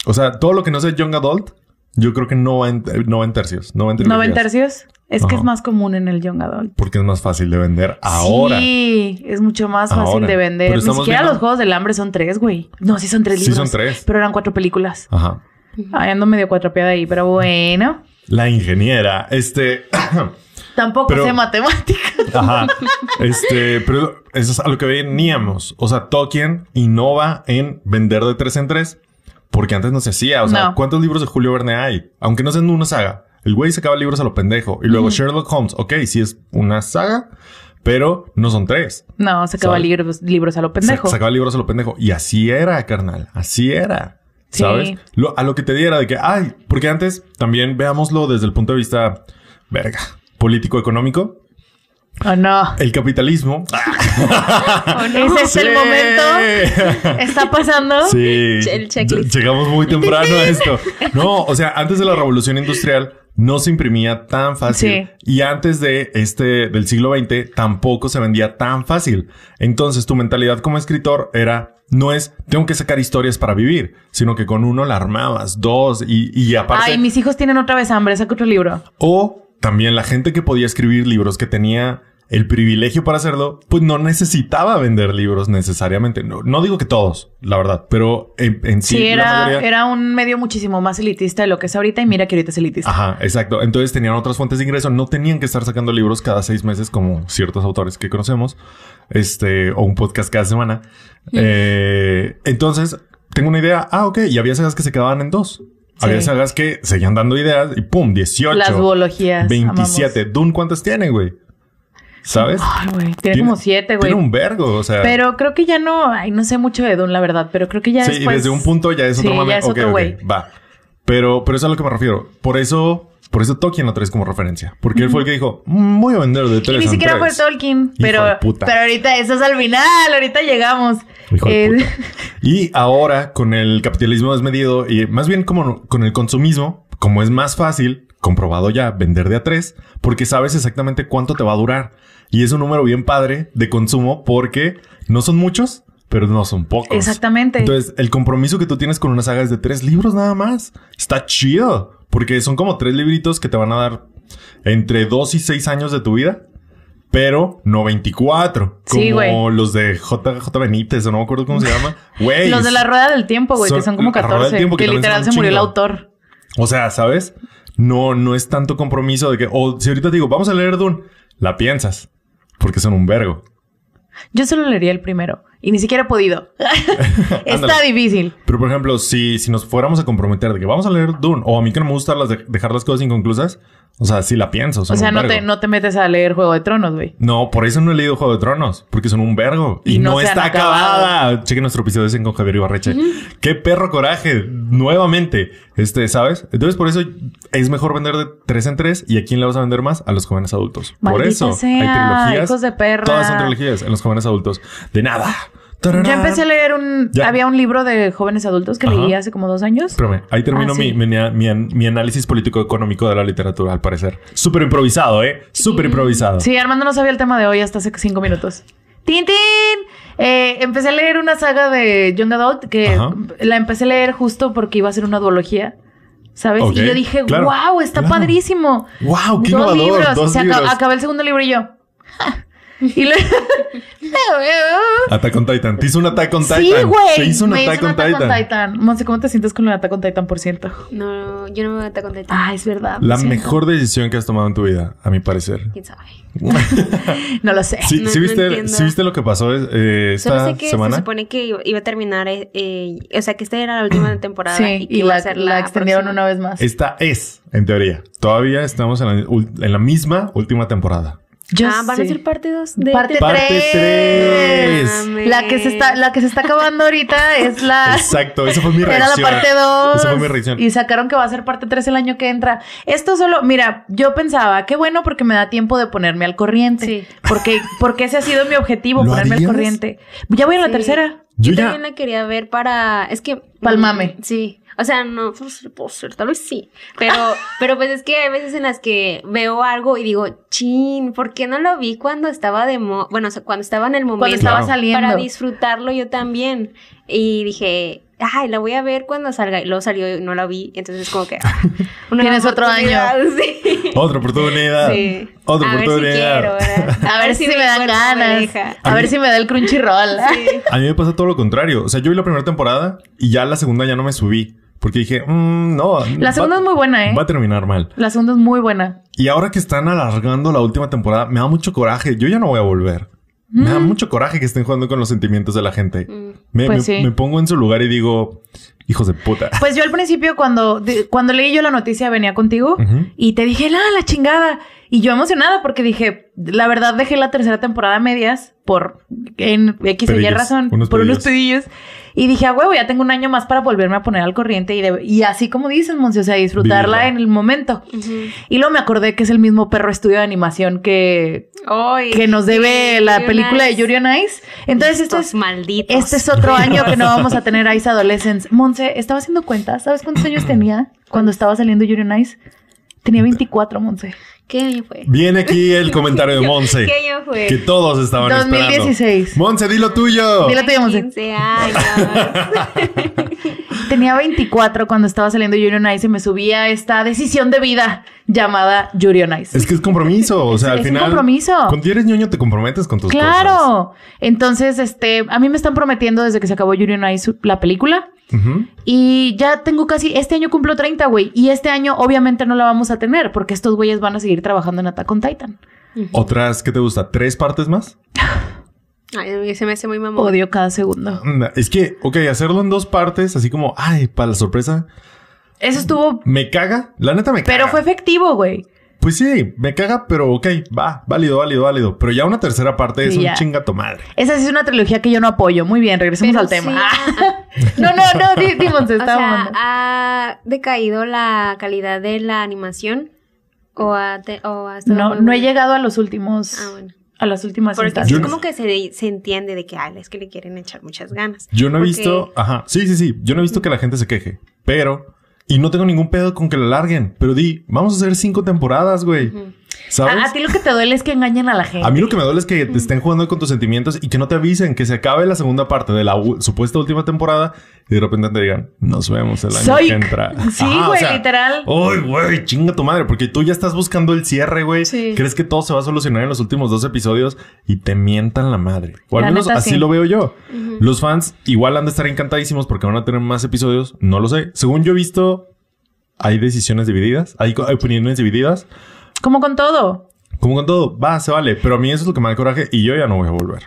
Speaker 1: O sea, todo lo que no sea Young Adult, yo creo que no va en, no va en tercios. No va en trilogías.
Speaker 2: 90 tercios. Es que
Speaker 1: Ajá.
Speaker 2: es más común en el Young Adult.
Speaker 1: Porque es más fácil de vender ahora.
Speaker 2: Sí, es mucho más fácil
Speaker 1: Ahora.
Speaker 2: de vender.
Speaker 1: Pero
Speaker 2: Ni
Speaker 1: estamos
Speaker 2: siquiera
Speaker 1: viendo-
Speaker 2: los Juegos del Hambre son tres, güey. No, sí son tres
Speaker 1: Sí
Speaker 2: libros.
Speaker 1: son tres.
Speaker 2: Pero eran cuatro películas.
Speaker 1: Ajá.
Speaker 2: Ay, ando medio cuatropeada ahí, pero bueno.
Speaker 1: La ingeniera. Este.
Speaker 2: Tampoco
Speaker 1: Pero-
Speaker 2: sé matemáticas.
Speaker 1: Ajá. Este, pero eso es a lo que veníamos. O sea, Tolkien innova en vender de tres en tres. Porque antes no se hacía. O sea,
Speaker 2: No.
Speaker 1: ¿cuántos libros de Julio Verne hay? Aunque no sean una saga. El güey sacaba libros a lo pendejo. Y luego Sherlock Holmes. Ok, sí es una saga, pero no son tres.
Speaker 2: No, sacaba
Speaker 1: Sabe.
Speaker 2: libros, pues, libros a lo
Speaker 1: Sa-
Speaker 2: pendejo.
Speaker 1: sacaba libros a lo pendejo. Y así era, carnal. Así era.
Speaker 2: Sí.
Speaker 1: ¿Sabes? Lo- a lo que te diera de que, ay, porque antes también veámoslo desde el punto de vista, verga, político-económico.
Speaker 2: ¿O Oh, no?
Speaker 1: El capitalismo.
Speaker 2: Ese es el momento.
Speaker 1: momento.
Speaker 2: Está pasando.
Speaker 1: Sí.
Speaker 3: El checklist.
Speaker 1: Lle- Llegamos muy temprano a esto. No, o sea, antes de la revolución industrial no se imprimía tan fácil. Y antes de este, del siglo XX, tampoco se vendía tan fácil. Entonces, tu mentalidad como escritor era, no es, tengo que sacar historias para vivir, sino que con uno la armabas, dos, y, y aparte.
Speaker 2: Ay, mis hijos tienen otra vez hambre. Saca otro libro.
Speaker 1: O también la gente que podía escribir libros, que tenía el privilegio para hacerlo, pues no necesitaba vender libros necesariamente. No, no digo que todos, la verdad, pero en, en sí,
Speaker 2: Sí,
Speaker 1: la
Speaker 2: era,
Speaker 1: mayoría-
Speaker 2: era un medio muchísimo más elitista de lo que es ahorita. Y mira que ahorita es elitista.
Speaker 1: Ajá, exacto. Entonces tenían otras fuentes de ingreso, no tenían que estar sacando libros cada seis meses como ciertos autores que conocemos, este, o un podcast cada semana.
Speaker 2: Mm.
Speaker 1: Eh, entonces, tengo una idea, ah, ok, y había sagas que se quedaban en dos.
Speaker 2: Sí.
Speaker 1: Había sagas que seguían dando ideas y pum, 18.
Speaker 2: Las zoologías.
Speaker 1: 27. Dun, ¿cuántas tiene, güey? ¿Sabes?
Speaker 2: Ay, güey. Tiene, como siete, güey.
Speaker 1: Tiene un vergo, o sea.
Speaker 2: Pero creo que ya no. Ay, no sé mucho de Dune, la verdad. Pero creo que ya
Speaker 1: sí,
Speaker 2: después.
Speaker 1: y desde un punto ya es otro
Speaker 2: Sí, ya
Speaker 1: mame.
Speaker 2: es
Speaker 1: Ok,
Speaker 2: otro
Speaker 1: ok,
Speaker 2: güey.
Speaker 1: va. Pero, pero eso es a lo que me refiero. Por eso, por eso Tolkien lo traes como referencia. Porque él fue el que dijo, "Mm, voy a vender de
Speaker 2: Y
Speaker 1: tres
Speaker 2: ni
Speaker 1: en
Speaker 2: siquiera fue
Speaker 1: tres".
Speaker 2: Tolkien.
Speaker 1: de
Speaker 2: Pero,
Speaker 1: puta.
Speaker 2: pero ahorita eso es al final. Ahorita llegamos.
Speaker 1: Hijo de
Speaker 2: Eh,
Speaker 1: puta. Y ahora, con el capitalismo desmedido y más bien como no- con el consumismo, como es más fácil, comprobado ya, vender de a tres, porque sabes exactamente cuánto te va a durar. Y es un número bien padre de consumo porque no son muchos, pero no son pocos.
Speaker 2: Exactamente.
Speaker 1: Entonces, el compromiso que tú tienes con una saga es de tres libros nada más. Está chido, porque son como tres libritos que te van a dar entre dos y seis años de tu vida. Pero no 24, como
Speaker 2: Sí, güey.
Speaker 1: los de JJ Benítez, o no me acuerdo cómo se llama. Güey.
Speaker 2: Los de la rueda del tiempo, güey, que
Speaker 1: Son-
Speaker 2: son como
Speaker 1: la rueda del
Speaker 2: 14.
Speaker 1: tiempo, que
Speaker 2: que
Speaker 1: también son
Speaker 2: literal
Speaker 1: un
Speaker 2: se murió el
Speaker 1: chingo.
Speaker 2: autor.
Speaker 1: O sea, ¿sabes? No, no es tanto compromiso de que, o si ahorita te digo, vamos a leer Dune, la piensas, porque son un vergo.
Speaker 2: Yo solo leería el primero y ni siquiera he podido. Está
Speaker 1: Ándale.
Speaker 2: difícil.
Speaker 1: Pero, por ejemplo, si, si nos fuéramos a comprometer de que vamos a leer Dune, o a mí que no me gusta las de- dejar las cosas inconclusas, o sea, sí la pienso. son
Speaker 2: O sea,
Speaker 1: un
Speaker 2: no te,
Speaker 1: vergo.
Speaker 2: no te metes a leer Juego de Tronos, güey.
Speaker 1: No, por eso no he leído Juego de Tronos, porque son un vergo. Y,
Speaker 2: Y no
Speaker 1: no,
Speaker 2: se han
Speaker 1: está
Speaker 2: acabado.
Speaker 1: acabada. Chequen nuestro episodio 100 con Javier Ibarreche. Qué perro coraje, nuevamente. Este, ¿sabes? Entonces, por eso es mejor vender de tres en tres. ¿Y a quién le vas a vender más? A los jóvenes adultos. por
Speaker 2: Maldita
Speaker 1: eso
Speaker 2: sea, hijos de perra.
Speaker 1: Todas son trilogías en los jóvenes adultos. De nada.
Speaker 2: Yo empecé a leer un...
Speaker 1: Ya.
Speaker 2: Había un libro de jóvenes adultos que
Speaker 1: Ajá.
Speaker 2: leí hace como dos años.
Speaker 1: Espérame, ahí termino
Speaker 2: Ah,
Speaker 1: mi-
Speaker 2: sí.
Speaker 1: mi, mi, mi análisis político-económico de la literatura, al parecer. Súper improvisado, ¿eh? Súper improvisado.
Speaker 2: Sí, Armando no sabía el tema de hoy hasta hace cinco minutos. ¡Tintín! Eh, empecé a leer una saga de Young Adult que
Speaker 1: Ajá.
Speaker 2: la empecé a leer justo porque iba a ser una duología, ¿sabes?
Speaker 1: Ok,
Speaker 2: Y yo dije,
Speaker 1: claro,
Speaker 2: wow, está
Speaker 1: claro.
Speaker 2: padrísimo.
Speaker 1: ¡Wow!
Speaker 2: Dos
Speaker 1: ¡Qué innovador!
Speaker 2: libros.
Speaker 1: Dos
Speaker 2: Se aca-
Speaker 1: libros.
Speaker 2: acabé el segundo libro y yo. "Ja". Y le...
Speaker 1: Attack on Titan. Te hizo un Attack on Titan.
Speaker 2: sí, güey.
Speaker 1: Te hizo un
Speaker 2: me hizo
Speaker 1: Attack on
Speaker 2: Attack on
Speaker 1: Titan.
Speaker 2: Titan. Monse, ¿cómo te sientes con el Attack on Titan por ciento?
Speaker 3: No, yo no me voy a estar contenta.
Speaker 2: Ah, es verdad.
Speaker 1: La
Speaker 2: lo siento.
Speaker 1: mejor decisión que has tomado en tu vida, a mi parecer.
Speaker 3: ¿Quién sabe?
Speaker 2: No lo sé.
Speaker 1: Sí,
Speaker 3: No-
Speaker 1: sí
Speaker 3: no
Speaker 1: viste,
Speaker 3: entiendo.
Speaker 1: sí viste lo que pasó eh, esta
Speaker 3: Solo sé que
Speaker 1: semana?
Speaker 3: se supone que iba- iba a terminar, eh, eh, o sea, que esta era la última temporada.
Speaker 2: Sí,
Speaker 3: que
Speaker 2: y
Speaker 3: iba a
Speaker 2: la,
Speaker 3: ser
Speaker 2: la extendieron
Speaker 3: próxima.
Speaker 2: una vez más.
Speaker 1: Esta es, en teoría. Todavía estamos en la, ul- en la misma última temporada.
Speaker 2: Yo
Speaker 3: Ah, van
Speaker 2: sé.
Speaker 3: a ser parte 2 de... este-
Speaker 2: Parte
Speaker 3: de-
Speaker 1: Parte
Speaker 2: tres.
Speaker 1: tres.
Speaker 3: Mames.
Speaker 2: La que se está, la que se está acabando ahorita es la.
Speaker 1: Exacto, esa fue mi
Speaker 2: Ah. Era la
Speaker 1: reacción.
Speaker 2: parte 2.
Speaker 1: Esa fue mi reacción.
Speaker 2: Y sacaron que va a ser parte 3 el año que entra. Esto solo, mira, yo pensaba, qué bueno porque me da tiempo de ponerme al corriente.
Speaker 3: Sí.
Speaker 2: Porque, porque ese ha sido mi objetivo,
Speaker 1: ¿Lo
Speaker 2: ponerme
Speaker 1: harías?
Speaker 2: al corriente. Ya voy a la
Speaker 3: Sí.
Speaker 2: tercera.
Speaker 1: Yo
Speaker 3: Yo
Speaker 1: ya-
Speaker 3: también la quería ver para... Es que...
Speaker 2: Pa'l mame.
Speaker 3: Sí. O sea, no puedo ser, puedo ser, tal vez sí. Pero, pero pues es que hay veces en las que veo algo y digo, chin, ¿por qué no lo vi cuando estaba de mo Bueno, o sea, cuando estaba en el momento.
Speaker 2: Cuando estaba
Speaker 1: Claro.
Speaker 2: saliendo.
Speaker 3: Para disfrutarlo yo también. Y dije, ay, la voy a ver cuando salga. Y luego salió y no la vi. Entonces como que... ah, una
Speaker 2: Tienes otro año.
Speaker 3: oportunidad, Sí.
Speaker 1: Otra oportunidad.
Speaker 3: Sí.
Speaker 1: Ah, Otra
Speaker 3: a ver si quiero,
Speaker 1: oportunidad.
Speaker 3: ¿verdad?
Speaker 2: A ver si
Speaker 3: mi
Speaker 2: me dan
Speaker 3: cuerpo me
Speaker 2: ganas.
Speaker 3: deja.
Speaker 2: A ver si me da el crunchyroll.
Speaker 3: Sí.
Speaker 1: a mí me pasa todo lo contrario. O sea, yo vi la primera temporada y ya la segunda ya no me subí. Porque dije, "Mm, no.
Speaker 2: La segunda es muy buena, ¿eh?
Speaker 1: Va a terminar mal.
Speaker 2: La segunda es muy buena.
Speaker 1: Y ahora que están alargando la última temporada, me da mucho coraje. Yo ya no voy a volver. Me
Speaker 2: Mm.
Speaker 1: da mucho coraje que estén jugando con los sentimientos de la gente.
Speaker 3: Mm.
Speaker 1: Me,
Speaker 2: Pues
Speaker 1: me-
Speaker 2: sí.
Speaker 1: me pongo en su lugar y digo, hijos de puta.
Speaker 2: Pues yo al principio, cuando, de- cuando leí yo la noticia, venía contigo
Speaker 1: Ujú.
Speaker 2: y te dije, la, la chingada. Y yo emocionada porque dije, la verdad, dejé la tercera temporada a medias por en X o Y
Speaker 1: Pedillos,
Speaker 2: razón,
Speaker 1: unos
Speaker 2: por unos
Speaker 1: pedillos.
Speaker 2: pedillos. Y dije, a huevo, ya tengo un año más para volverme a poner al corriente y, de- y así como dices, Monse, o sea, disfrutarla
Speaker 1: Vivirla.
Speaker 2: en el momento.
Speaker 3: Ujú.
Speaker 2: Y luego me acordé que es el mismo perro estudio de animación que,
Speaker 3: Ay,
Speaker 2: que nos debe
Speaker 3: sí,
Speaker 2: la
Speaker 3: Yuri on
Speaker 2: película de
Speaker 3: Ice.
Speaker 2: Yuri on Ice. Entonces, esto
Speaker 3: Estos
Speaker 2: es
Speaker 3: malditos.
Speaker 2: este es otro año que no vamos a tener Ice Adolescence. Monse, estaba haciendo cuentas. ¿Sabes cuántos años tenía cuando estaba saliendo Yuri on Ice? Tenía 24, Monse.
Speaker 3: ¿Qué año fue?
Speaker 1: Viene aquí el comentario de Monse.
Speaker 3: ¿Qué año fue?
Speaker 1: Que todos estaban
Speaker 2: 2016.
Speaker 1: esperando. Monse, di lo tuyo.
Speaker 2: Dilo tú, Monse.
Speaker 3: 15 años.
Speaker 2: Tenía 24 cuando estaba saliendo Yuri on Ice y me subía esta decisión de vida llamada Yuri on Ice.
Speaker 1: Es que es compromiso. O sea, al
Speaker 2: es un
Speaker 1: final.
Speaker 2: compromiso.
Speaker 1: Cuando eres ñoño, te comprometes con tus cosas.
Speaker 2: Claro. Entonces, este, a mí me están prometiendo desde que se acabó Yuri on Ice la película.
Speaker 1: Ujú.
Speaker 2: Y ya tengo casi, este año cumplo 30, güey. Y este año obviamente no la vamos a tener porque estos güeyes van a seguir trabajando en Attack on Titan.
Speaker 1: Otras, ¿qué te gusta? ¿Tres partes más?
Speaker 3: Ay, se me hace muy mamón.
Speaker 2: Odio cada segundo.
Speaker 1: Mm, Es que, ok, hacerlo en dos partes, así como, ay, para la sorpresa,
Speaker 2: Eso estuvo,
Speaker 1: me caga. La neta me caga.
Speaker 2: pero fue efectivo, güey.
Speaker 1: Pues sí, me caga, pero ok, va, válido, válido, válido. Pero ya una tercera parte es
Speaker 2: Sí,
Speaker 1: un
Speaker 2: ya.
Speaker 1: chinga tu madre.
Speaker 2: Esa sí es una trilogía que yo no apoyo. Muy bien, regresemos
Speaker 3: Pero
Speaker 2: al tema. Ah.
Speaker 3: sí,
Speaker 2: no, no, no, di, di, Monse,
Speaker 3: O
Speaker 2: estaba
Speaker 3: sea, ah,
Speaker 2: mamando.
Speaker 3: ¿ha decaído la calidad de la animación? ¿O ha, te- o ha estado
Speaker 2: No,
Speaker 3: muy
Speaker 2: no he
Speaker 3: buena?
Speaker 2: llegado a los últimos,
Speaker 3: Ah, bueno.
Speaker 2: a las últimas
Speaker 3: Porque
Speaker 2: instancias.
Speaker 3: sí,
Speaker 1: Yo no-
Speaker 3: como que se, se entiende de que, ay, es que le quieren echar muchas ganas.
Speaker 1: Yo no he
Speaker 3: Porque-
Speaker 1: visto, ajá, sí, sí, sí, yo no he visto que la gente se queje, pero, y no tengo ningún pedo con que la larguen, pero di, vamos a hacer cinco temporadas, güey.
Speaker 3: Ujú.
Speaker 1: ¿Sabes?
Speaker 2: A, a ti lo que te duele es que engañen a la gente.
Speaker 1: A mí lo que me duele es que
Speaker 2: Mm.
Speaker 1: te estén jugando con tus sentimientos y que no te avisen que se acabe la segunda parte de la u- supuesta última temporada y de repente te digan, nos vemos el año
Speaker 2: Soy-
Speaker 1: que entra.
Speaker 2: Sí,
Speaker 1: Ajá, o
Speaker 2: güey,
Speaker 1: sea,
Speaker 2: literal.
Speaker 1: Ay, güey, chinga tu madre, porque tú ya estás buscando el cierre, güey.
Speaker 2: Sí.
Speaker 1: Crees que todo se va a solucionar en los últimos dos episodios y te mientan la madre. O al
Speaker 2: La
Speaker 1: menos
Speaker 2: neta,
Speaker 1: así
Speaker 2: sí.
Speaker 1: lo veo yo. Los fans igual han de estar encantadísimos porque van a tener más episodios. No lo sé. Según yo he visto, hay decisiones divididas, hay co- hay opiniones divididas.
Speaker 2: Como con todo.
Speaker 1: Como con todo, va, se vale. Pero a mí eso es lo que me da coraje y yo ya no voy a volver.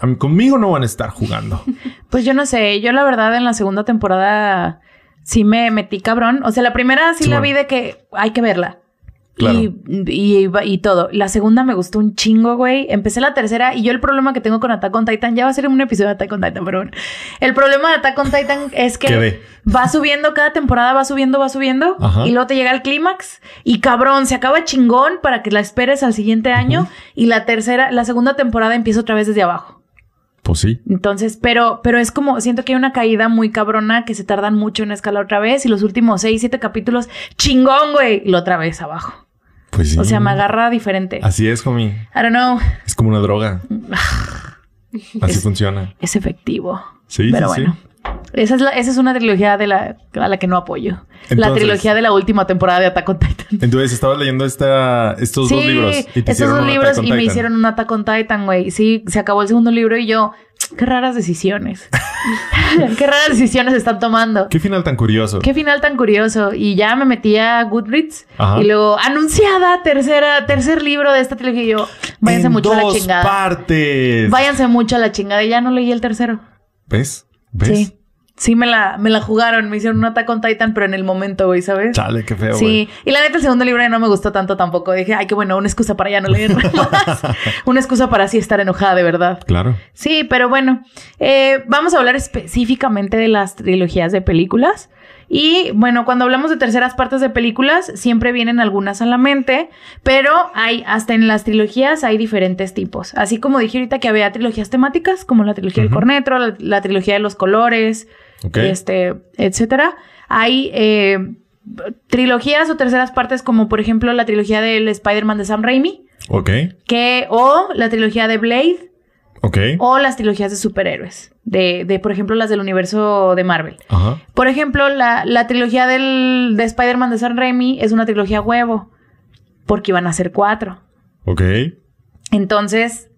Speaker 1: A mí- conmigo no van a estar jugando.
Speaker 2: Pues yo no sé, yo la verdad en la segunda temporada sí me metí cabrón. O sea, la primera sí la
Speaker 1: Simón.
Speaker 2: vi de que hay que verla.
Speaker 1: Claro.
Speaker 2: Y, y, y todo. La segunda me gustó un chingo, güey. Empecé la tercera y yo el problema que tengo con Attack on Titan, ya va a ser un episodio de Attack on Titan, pero bueno. El problema de Attack on Titan es que
Speaker 1: Quedé.
Speaker 2: va subiendo cada temporada, va subiendo, va subiendo.
Speaker 1: Ajá.
Speaker 2: Y luego te llega el clímax y cabrón, se acaba chingón para que la esperes al siguiente año. Y la tercera, la segunda temporada empieza otra vez desde abajo.
Speaker 1: Pues sí.
Speaker 2: Entonces, pero, pero es como, siento que hay una caída muy cabrona que se tardan mucho en escalar otra vez y los últimos seis, siete capítulos, chingón, güey, y lo otra vez abajo.
Speaker 1: Pues sí.
Speaker 2: O sea, me agarra diferente.
Speaker 1: Así es, homie.
Speaker 2: I don't know.
Speaker 1: Es como una droga. Así funciona.
Speaker 2: Es efectivo.
Speaker 1: Sí,
Speaker 2: pero
Speaker 1: sí,
Speaker 2: bueno. Esa es, la, esa es una trilogía de la, a la que no apoyo. la
Speaker 1: Entonces-
Speaker 2: trilogía de la última temporada de Attack on Titan.
Speaker 1: sí. Entonces estabas leyendo esta, estos dos libros. y te
Speaker 2: estos
Speaker 1: hicieron
Speaker 2: dos
Speaker 1: un
Speaker 2: libros
Speaker 1: Attack on
Speaker 2: y me
Speaker 1: Titan.
Speaker 2: hicieron un Attack on Titan, güey. Sí, se acabó el segundo libro y yo, qué raras decisiones. qué raras decisiones están tomando.
Speaker 1: Qué final tan curioso.
Speaker 2: Qué final tan curioso. Y ya me metí a Goodreads
Speaker 1: Ajá.
Speaker 2: y luego anunciada tercera, tercer libro de esta trilogía. Y yo, váyanse
Speaker 1: En
Speaker 2: mucho a la
Speaker 1: dos
Speaker 2: chingada.
Speaker 1: partes.
Speaker 2: Váyanse mucho a la chingada. Y ya no leí el tercero.
Speaker 1: ¿Ves? ¿Ves?
Speaker 2: Sí. Sí, me la, me la jugaron. Me hicieron un Attack on Titan, pero en el momento, güey, ¿sabes?
Speaker 1: Chale, qué feo,
Speaker 2: Sí,
Speaker 1: güey.
Speaker 2: y la neta el segundo libro ya no me gustó tanto tampoco. Dije, ay, qué bueno, una excusa para ya no leer más. una excusa para sí estar enojada de verdad.
Speaker 1: Claro.
Speaker 2: Sí, pero bueno, eh, vamos a hablar específicamente de las trilogías de películas. Y bueno, cuando hablamos de terceras partes de películas, siempre vienen algunas a la mente, pero hay, hasta en las trilogías hay diferentes tipos. Así como dije ahorita que había trilogías temáticas, como la trilogía del
Speaker 1: Ujú.
Speaker 2: cornetro, la, la trilogía de los colores,
Speaker 1: Ok.
Speaker 2: este, etcétera. Hay eh, trilogías o terceras partes, como por ejemplo la trilogía del Spider-Man de Sam Raimi,
Speaker 1: Ok.
Speaker 2: que, o la trilogía de Blade,
Speaker 1: Ok.
Speaker 2: o las trilogías de superhéroes, de, de, por ejemplo las del universo de Marvel.
Speaker 1: Ajá.
Speaker 2: Por ejemplo, la, la trilogía del, de Spider-Man de Sam Raimi es una trilogía huevo, porque iban a ser cuatro.
Speaker 1: Ok.
Speaker 2: Entonces,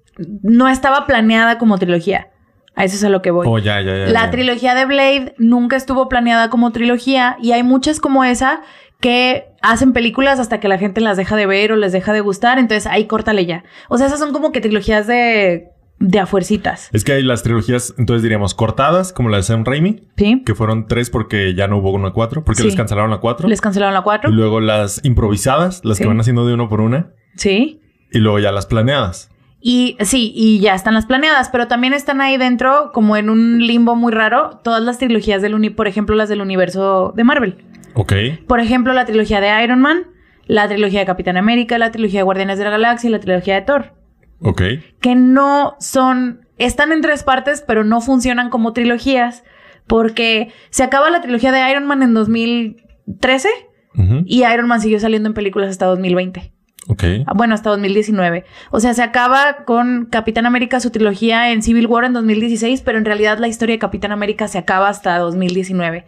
Speaker 2: no estaba planeada como trilogía. A eso es a lo que voy.
Speaker 1: Oh, ya, ya, ya.
Speaker 2: La
Speaker 1: ya.
Speaker 2: trilogía de Blade nunca estuvo planeada como trilogía y hay muchas como esa que hacen películas hasta que la gente las deja de ver o les deja de gustar, entonces ahí córtale ya. O sea, esas son como que trilogías de, de a fuercitas.
Speaker 1: Es que hay las trilogías, entonces diríamos cortadas, como la de Sam Raimi,
Speaker 2: ¿Sí?
Speaker 1: que fueron tres porque ya no hubo una cuatro, porque
Speaker 2: Sí.
Speaker 1: les cancelaron la cuatro.
Speaker 2: Les cancelaron la 4.
Speaker 1: Y luego las improvisadas, las
Speaker 2: Sí.
Speaker 1: que van haciendo de uno por una.
Speaker 2: Sí.
Speaker 1: Y luego ya las planeadas.
Speaker 2: Y sí, y ya están las planeadas, pero también están ahí dentro, como en un limbo muy raro, todas las trilogías del uni, por ejemplo, las del universo de Marvel.
Speaker 1: Ok.
Speaker 2: Por ejemplo, la trilogía de Iron Man, la trilogía de Capitán América, la trilogía de Guardianes de la Galaxia y la trilogía de Thor.
Speaker 1: Ok.
Speaker 2: que no son, están en tres partes, pero no funcionan como trilogías, porque se acaba la trilogía de Iron Man en 2013
Speaker 1: Ujú.
Speaker 2: y Iron Man siguió saliendo en películas hasta 2020.
Speaker 1: Ok.
Speaker 2: Ah, Bueno, hasta 2019. O sea, se acaba con Capitán América su trilogía en Civil War en 2016, pero en realidad la historia de Capitán América se acaba hasta 2019.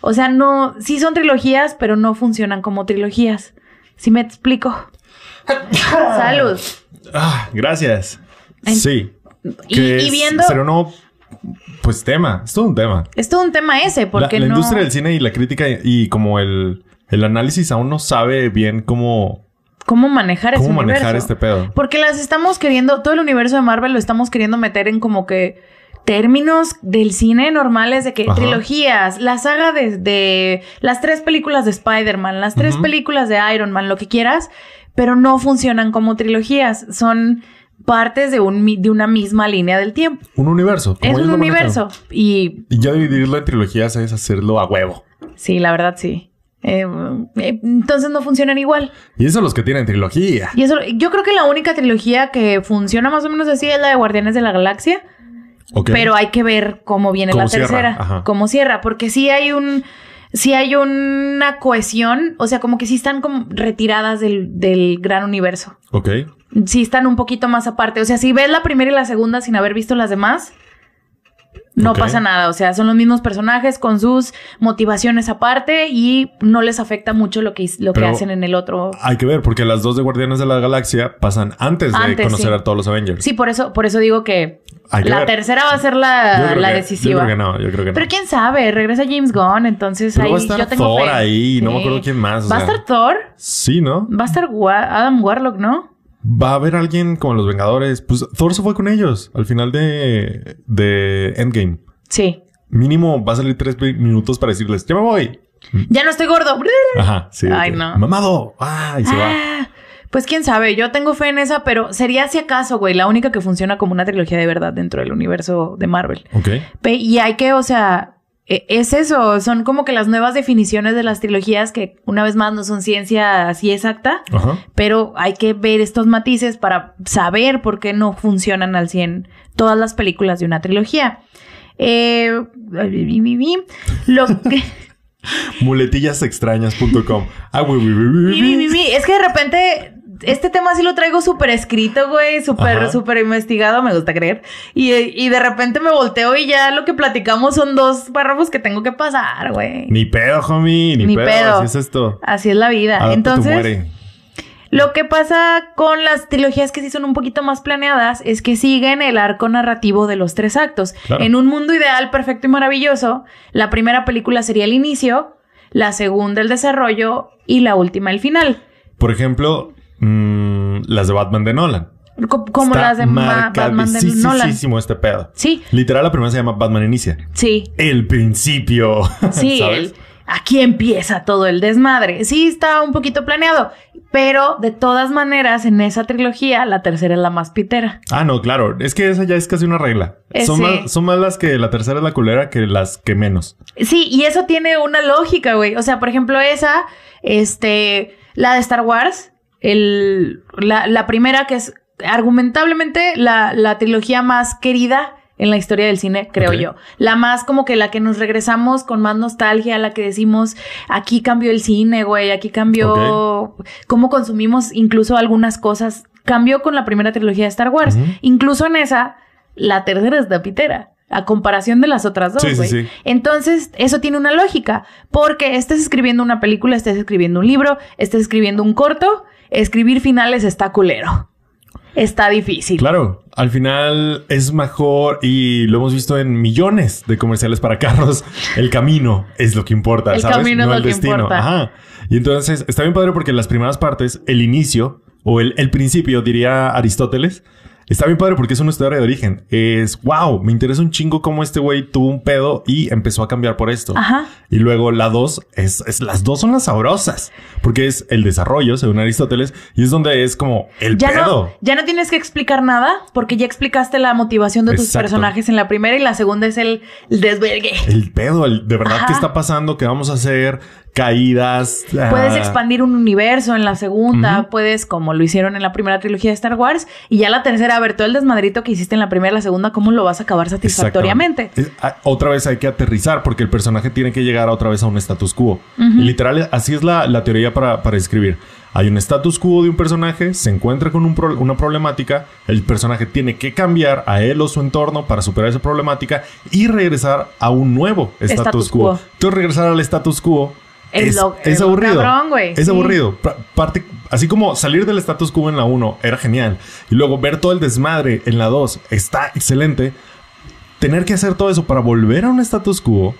Speaker 2: O sea, no, sí son trilogías, pero no funcionan como trilogías. Si me explico. Salud.
Speaker 1: Ah, gracias.
Speaker 2: En-
Speaker 1: Sí.
Speaker 2: Y,
Speaker 1: que
Speaker 2: y
Speaker 1: es-
Speaker 2: viendo.
Speaker 1: Será no. Pues tema. Es todo un tema.
Speaker 2: Es todo un tema ese, porque
Speaker 1: la, la
Speaker 2: no.
Speaker 1: industria del cine y la crítica y, y como el, el análisis aún no sabe bien cómo,
Speaker 2: ¿Cómo manejar
Speaker 1: cómo
Speaker 2: ese
Speaker 1: manejar
Speaker 2: universo? Pues,
Speaker 1: este pedo.
Speaker 2: Porque las estamos queriendo, todo el universo de Marvel lo estamos queriendo meter en como que términos del cine normales de que
Speaker 1: Ajá.
Speaker 2: trilogías, la saga de, de las tres películas de Spider-Man, las tres
Speaker 1: Ujú.
Speaker 2: películas de Iron Man, lo que quieras, pero no funcionan como trilogías, son partes de, un, mi- de una misma línea del tiempo.
Speaker 1: Un universo. como
Speaker 2: Es
Speaker 1: ellos
Speaker 2: un
Speaker 1: lo manejan.
Speaker 2: universo y
Speaker 1: Y ya dividirlo en trilogías es hacerlo a huevo.
Speaker 2: sí, la verdad sí. Eh, eh, entonces no funcionan igual.
Speaker 1: Y eso los que tienen trilogía.
Speaker 2: Y eso, yo creo que la única trilogía que funciona más o menos así es la de Guardianes de la Galaxia,
Speaker 1: Ok.
Speaker 2: pero hay que ver cómo viene
Speaker 1: Cómo
Speaker 2: la
Speaker 1: cierra,
Speaker 2: tercera,
Speaker 1: ajá.
Speaker 2: cómo cierra, porque sí hay un, sí hay una cohesión, o sea, como que sí están como retiradas del, del gran universo.
Speaker 1: Ok.
Speaker 2: Sí están un poquito más aparte. O sea, si ves la primera y la segunda sin haber visto las demás, no
Speaker 1: Ok.
Speaker 2: pasa nada. O sea, son los mismos personajes con sus motivaciones aparte y no les afecta mucho lo que, lo que
Speaker 1: Pero-
Speaker 2: hacen en el otro.
Speaker 1: Hay que ver, porque las dos de Guardianes de la Galaxia pasan antes de
Speaker 2: Antes,
Speaker 1: conocer
Speaker 2: sí.
Speaker 1: a todos los Avengers.
Speaker 2: Sí, por eso, por eso digo que
Speaker 1: Hay que
Speaker 2: la
Speaker 1: ver.
Speaker 2: tercera va a ser
Speaker 1: Yo
Speaker 2: la,
Speaker 1: creo
Speaker 2: la
Speaker 1: que-
Speaker 2: decisiva.
Speaker 1: Yo creo que no, yo creo que no.
Speaker 2: Pero quién sabe, regresa James Gunn, entonces
Speaker 1: Pero
Speaker 2: ahí
Speaker 1: va a estar
Speaker 2: yo tengo
Speaker 1: Thor
Speaker 2: fe.
Speaker 1: ahí, no me
Speaker 2: Sí.
Speaker 1: acuerdo quién más, o
Speaker 2: Va a
Speaker 1: sea.
Speaker 2: estar Thor,
Speaker 1: Sí, ¿no?
Speaker 2: va a estar Wa- Adam Warlock, ¿no?
Speaker 1: Va a haber alguien como los Vengadores. Pues Thor se fue con ellos al final de, de Endgame.
Speaker 2: Sí.
Speaker 1: Mínimo va a salir tres pe- minutos para decirles, ya me voy.
Speaker 2: Ya no estoy gordo.
Speaker 1: Ajá, Mm. sí. de
Speaker 2: Ay,
Speaker 1: que,
Speaker 2: no.
Speaker 1: Mamado. Ah, y se va.
Speaker 2: Ah, Pues quién sabe, yo tengo fe en esa, pero sería si acaso, güey, la única que funciona como una trilogía de verdad dentro del universo de Marvel.
Speaker 1: Ok.
Speaker 2: Pe- Y hay que, o sea, eh, es eso, son como que las nuevas definiciones de las trilogías que una vez más no son ciencia así exacta,
Speaker 1: Ajá.
Speaker 2: pero hay que ver estos matices para saber por qué no funcionan al 100 todas las películas de una trilogía. Eh, lo que...
Speaker 1: Muletillasextrañas.com. Ah, güey, güey, güey,
Speaker 2: Mi,
Speaker 1: güey,
Speaker 2: mi,
Speaker 1: güey.
Speaker 2: mi, mi. Es que de repente este tema sí lo traigo súper escrito, güey, súper,
Speaker 1: Ajá.
Speaker 2: súper investigado, me gusta creer. Y, y de repente me volteo y ya lo que platicamos son dos párrafos que tengo que pasar, güey.
Speaker 1: Ni pedo, homie, ni,
Speaker 2: Ni
Speaker 1: pedo.
Speaker 2: pedo.
Speaker 1: Así es esto.
Speaker 2: Así es la vida.
Speaker 1: Adapta tu
Speaker 2: Entonces,
Speaker 1: muere.
Speaker 2: lo que pasa con las trilogías que sí son un poquito más planeadas es que siguen el arco narrativo de los tres actos.
Speaker 1: Claro.
Speaker 2: En un mundo ideal, perfecto y maravilloso, la primera película sería el inicio, la segunda el desarrollo y la última el final.
Speaker 1: Por ejemplo, mm, las de Batman de Nolan.
Speaker 2: Co- Como
Speaker 1: Está
Speaker 2: las de Ma- Batman de Nolan.
Speaker 1: marcadísimo este pedo.
Speaker 2: Sí,
Speaker 1: Literal, la primera se llama Batman Inicia.
Speaker 2: sí,
Speaker 1: El principio.
Speaker 2: sí.
Speaker 1: ¿Sabes?
Speaker 2: el- aquí empieza todo el desmadre. Sí, está un poquito planeado, pero de todas maneras, en esa trilogía, la tercera es la más pitera.
Speaker 1: Ah, no, claro. Es que esa ya es casi una regla.
Speaker 2: Eh,
Speaker 1: Son,
Speaker 2: sí.
Speaker 1: más, son más las que la tercera es la culera que las que menos.
Speaker 2: Sí, y eso tiene una lógica, güey. O sea, por ejemplo, esa, este, la de Star Wars, el, la, la primera que es argumentablemente la, la trilogía más querida en la historia del cine, creo
Speaker 1: Ok.
Speaker 2: yo. La más como que la que nos regresamos con más nostalgia, la que decimos, aquí cambió el cine, güey, aquí cambió cómo consumimos incluso algunas cosas. Cambió con la primera trilogía de Star Wars.
Speaker 1: Ujú.
Speaker 2: Incluso en esa, la tercera es la pitera, a comparación de las otras dos,
Speaker 1: Sí, sí,
Speaker 2: güey.
Speaker 1: sí.
Speaker 2: Entonces, eso tiene una lógica, porque estás escribiendo una película, estás escribiendo un libro, estás escribiendo un corto, escribir finales está culero. Está difícil.
Speaker 1: Claro, al final es mejor y lo hemos visto en millones de comerciales para carros. El camino es lo que importa,
Speaker 2: El
Speaker 1: ¿sabes?
Speaker 2: camino es
Speaker 1: no
Speaker 2: lo
Speaker 1: el
Speaker 2: que
Speaker 1: destino.
Speaker 2: importa.
Speaker 1: Ajá. Y entonces está bien padre porque en las primeras partes, el inicio o el, el principio, diría Aristóteles, está bien padre porque es una historia de origen. Es wow, me interesa un chingo cómo este güey tuvo un pedo y empezó a cambiar por esto.
Speaker 2: Ajá.
Speaker 1: Y luego la dos es, es las dos son las sabrosas porque es el desarrollo, según Aristóteles, y es donde es como el
Speaker 2: Ya
Speaker 1: pedo.
Speaker 2: no, ya no tienes que explicar nada, porque ya explicaste la motivación de tus
Speaker 1: Exacto.
Speaker 2: personajes en la primera y la segunda es el, el desvergue.
Speaker 1: el pedo, el de verdad
Speaker 2: Ajá.
Speaker 1: qué está pasando, qué vamos a hacer, caídas. ah,
Speaker 2: Puedes expandir un universo en la segunda,
Speaker 1: Ujú.
Speaker 2: puedes, como lo hicieron en la primera trilogía de Star Wars, y ya la tercera, a ver, todo el desmadrito que hiciste en la primera y la segunda, ¿cómo lo vas a acabar satisfactoriamente?
Speaker 1: Exactamente. Es- ah, Otra vez hay que aterrizar porque el personaje tiene que llegar otra vez a un status quo. Literal, así es la, la teoría para, para escribir. Hay un status quo de un personaje, se encuentra con un pro- una problemática, el personaje tiene que cambiar a él o su entorno para superar esa problemática y regresar a un nuevo status,
Speaker 2: Status
Speaker 1: quo.
Speaker 2: quo.
Speaker 1: Entonces regresar al status quo
Speaker 2: Es
Speaker 1: es,
Speaker 2: lo-
Speaker 1: es
Speaker 2: es lo
Speaker 1: aburrido.
Speaker 2: cabrón, güey.
Speaker 1: Es
Speaker 2: Sí.
Speaker 1: aburrido. Pa- parte- así como salir del status quo en la 1 era genial. Y luego ver todo el desmadre en la 2 está excelente. Tener que hacer todo eso para volver a un status quo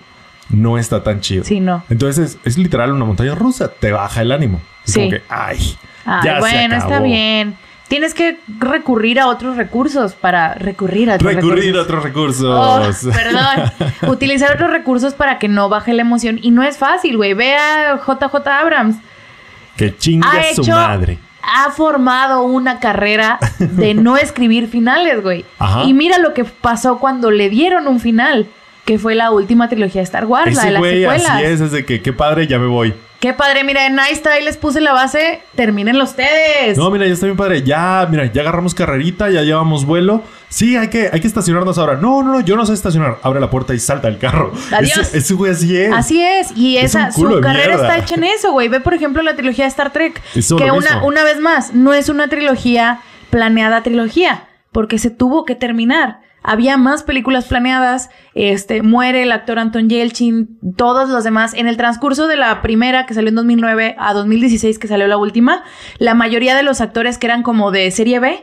Speaker 1: no está tan chido.
Speaker 2: Sí, no.
Speaker 1: Entonces es, es literal una montaña rusa. Te baja el ánimo. Es
Speaker 2: Sí.
Speaker 1: como que, ay,
Speaker 2: Ay,
Speaker 1: ya se
Speaker 2: bueno, está
Speaker 1: acabó".
Speaker 2: bien. Tienes que recurrir a otros recursos para recurrir a otros
Speaker 1: Recurrir a
Speaker 2: recursos.
Speaker 1: otros
Speaker 2: Oh,
Speaker 1: recursos.
Speaker 2: perdón. Utilizar otros recursos para que no baje la emoción. Y no es fácil, güey. Ve a JJ Abrams.
Speaker 1: que chingue
Speaker 2: Ha
Speaker 1: su
Speaker 2: hecho.
Speaker 1: madre.
Speaker 2: Ha formado una carrera de no escribir finales, güey.
Speaker 1: Ajá.
Speaker 2: Y mira lo que pasó cuando le dieron un final, que fue la última trilogía de Star Wars, la de
Speaker 1: Ese
Speaker 2: las
Speaker 1: güey
Speaker 2: secuelas.
Speaker 1: así es, es de que qué padre, ya me voy.
Speaker 2: Qué padre, mira, en Nice Try les puse la base. Termínenlo ustedes.
Speaker 1: No, mira, ya está bien padre. Ya, mira, ya agarramos carrerita, ya llevamos vuelo. Sí, hay que, hay que estacionarnos ahora. No, no, no, yo no sé estacionar. Abre la puerta y salta el carro.
Speaker 2: Adiós.
Speaker 1: Ese, ese güey así es.
Speaker 2: Así es, y
Speaker 1: Es
Speaker 2: esa
Speaker 1: un culo
Speaker 2: su
Speaker 1: de
Speaker 2: carrera
Speaker 1: mierda.
Speaker 2: está hecha en eso, güey. Ve por ejemplo la trilogía de Star Trek,
Speaker 1: Hizo
Speaker 2: que
Speaker 1: lo
Speaker 2: una
Speaker 1: mismo.
Speaker 2: una vez más no es una trilogía planeada trilogía, porque se tuvo que terminar. Había más películas planeadas, este muere el actor Anton Yelchin, todos los demás en el transcurso de la primera que salió en 2009 a 2016 que salió la última, la mayoría de los actores que eran como de serie B,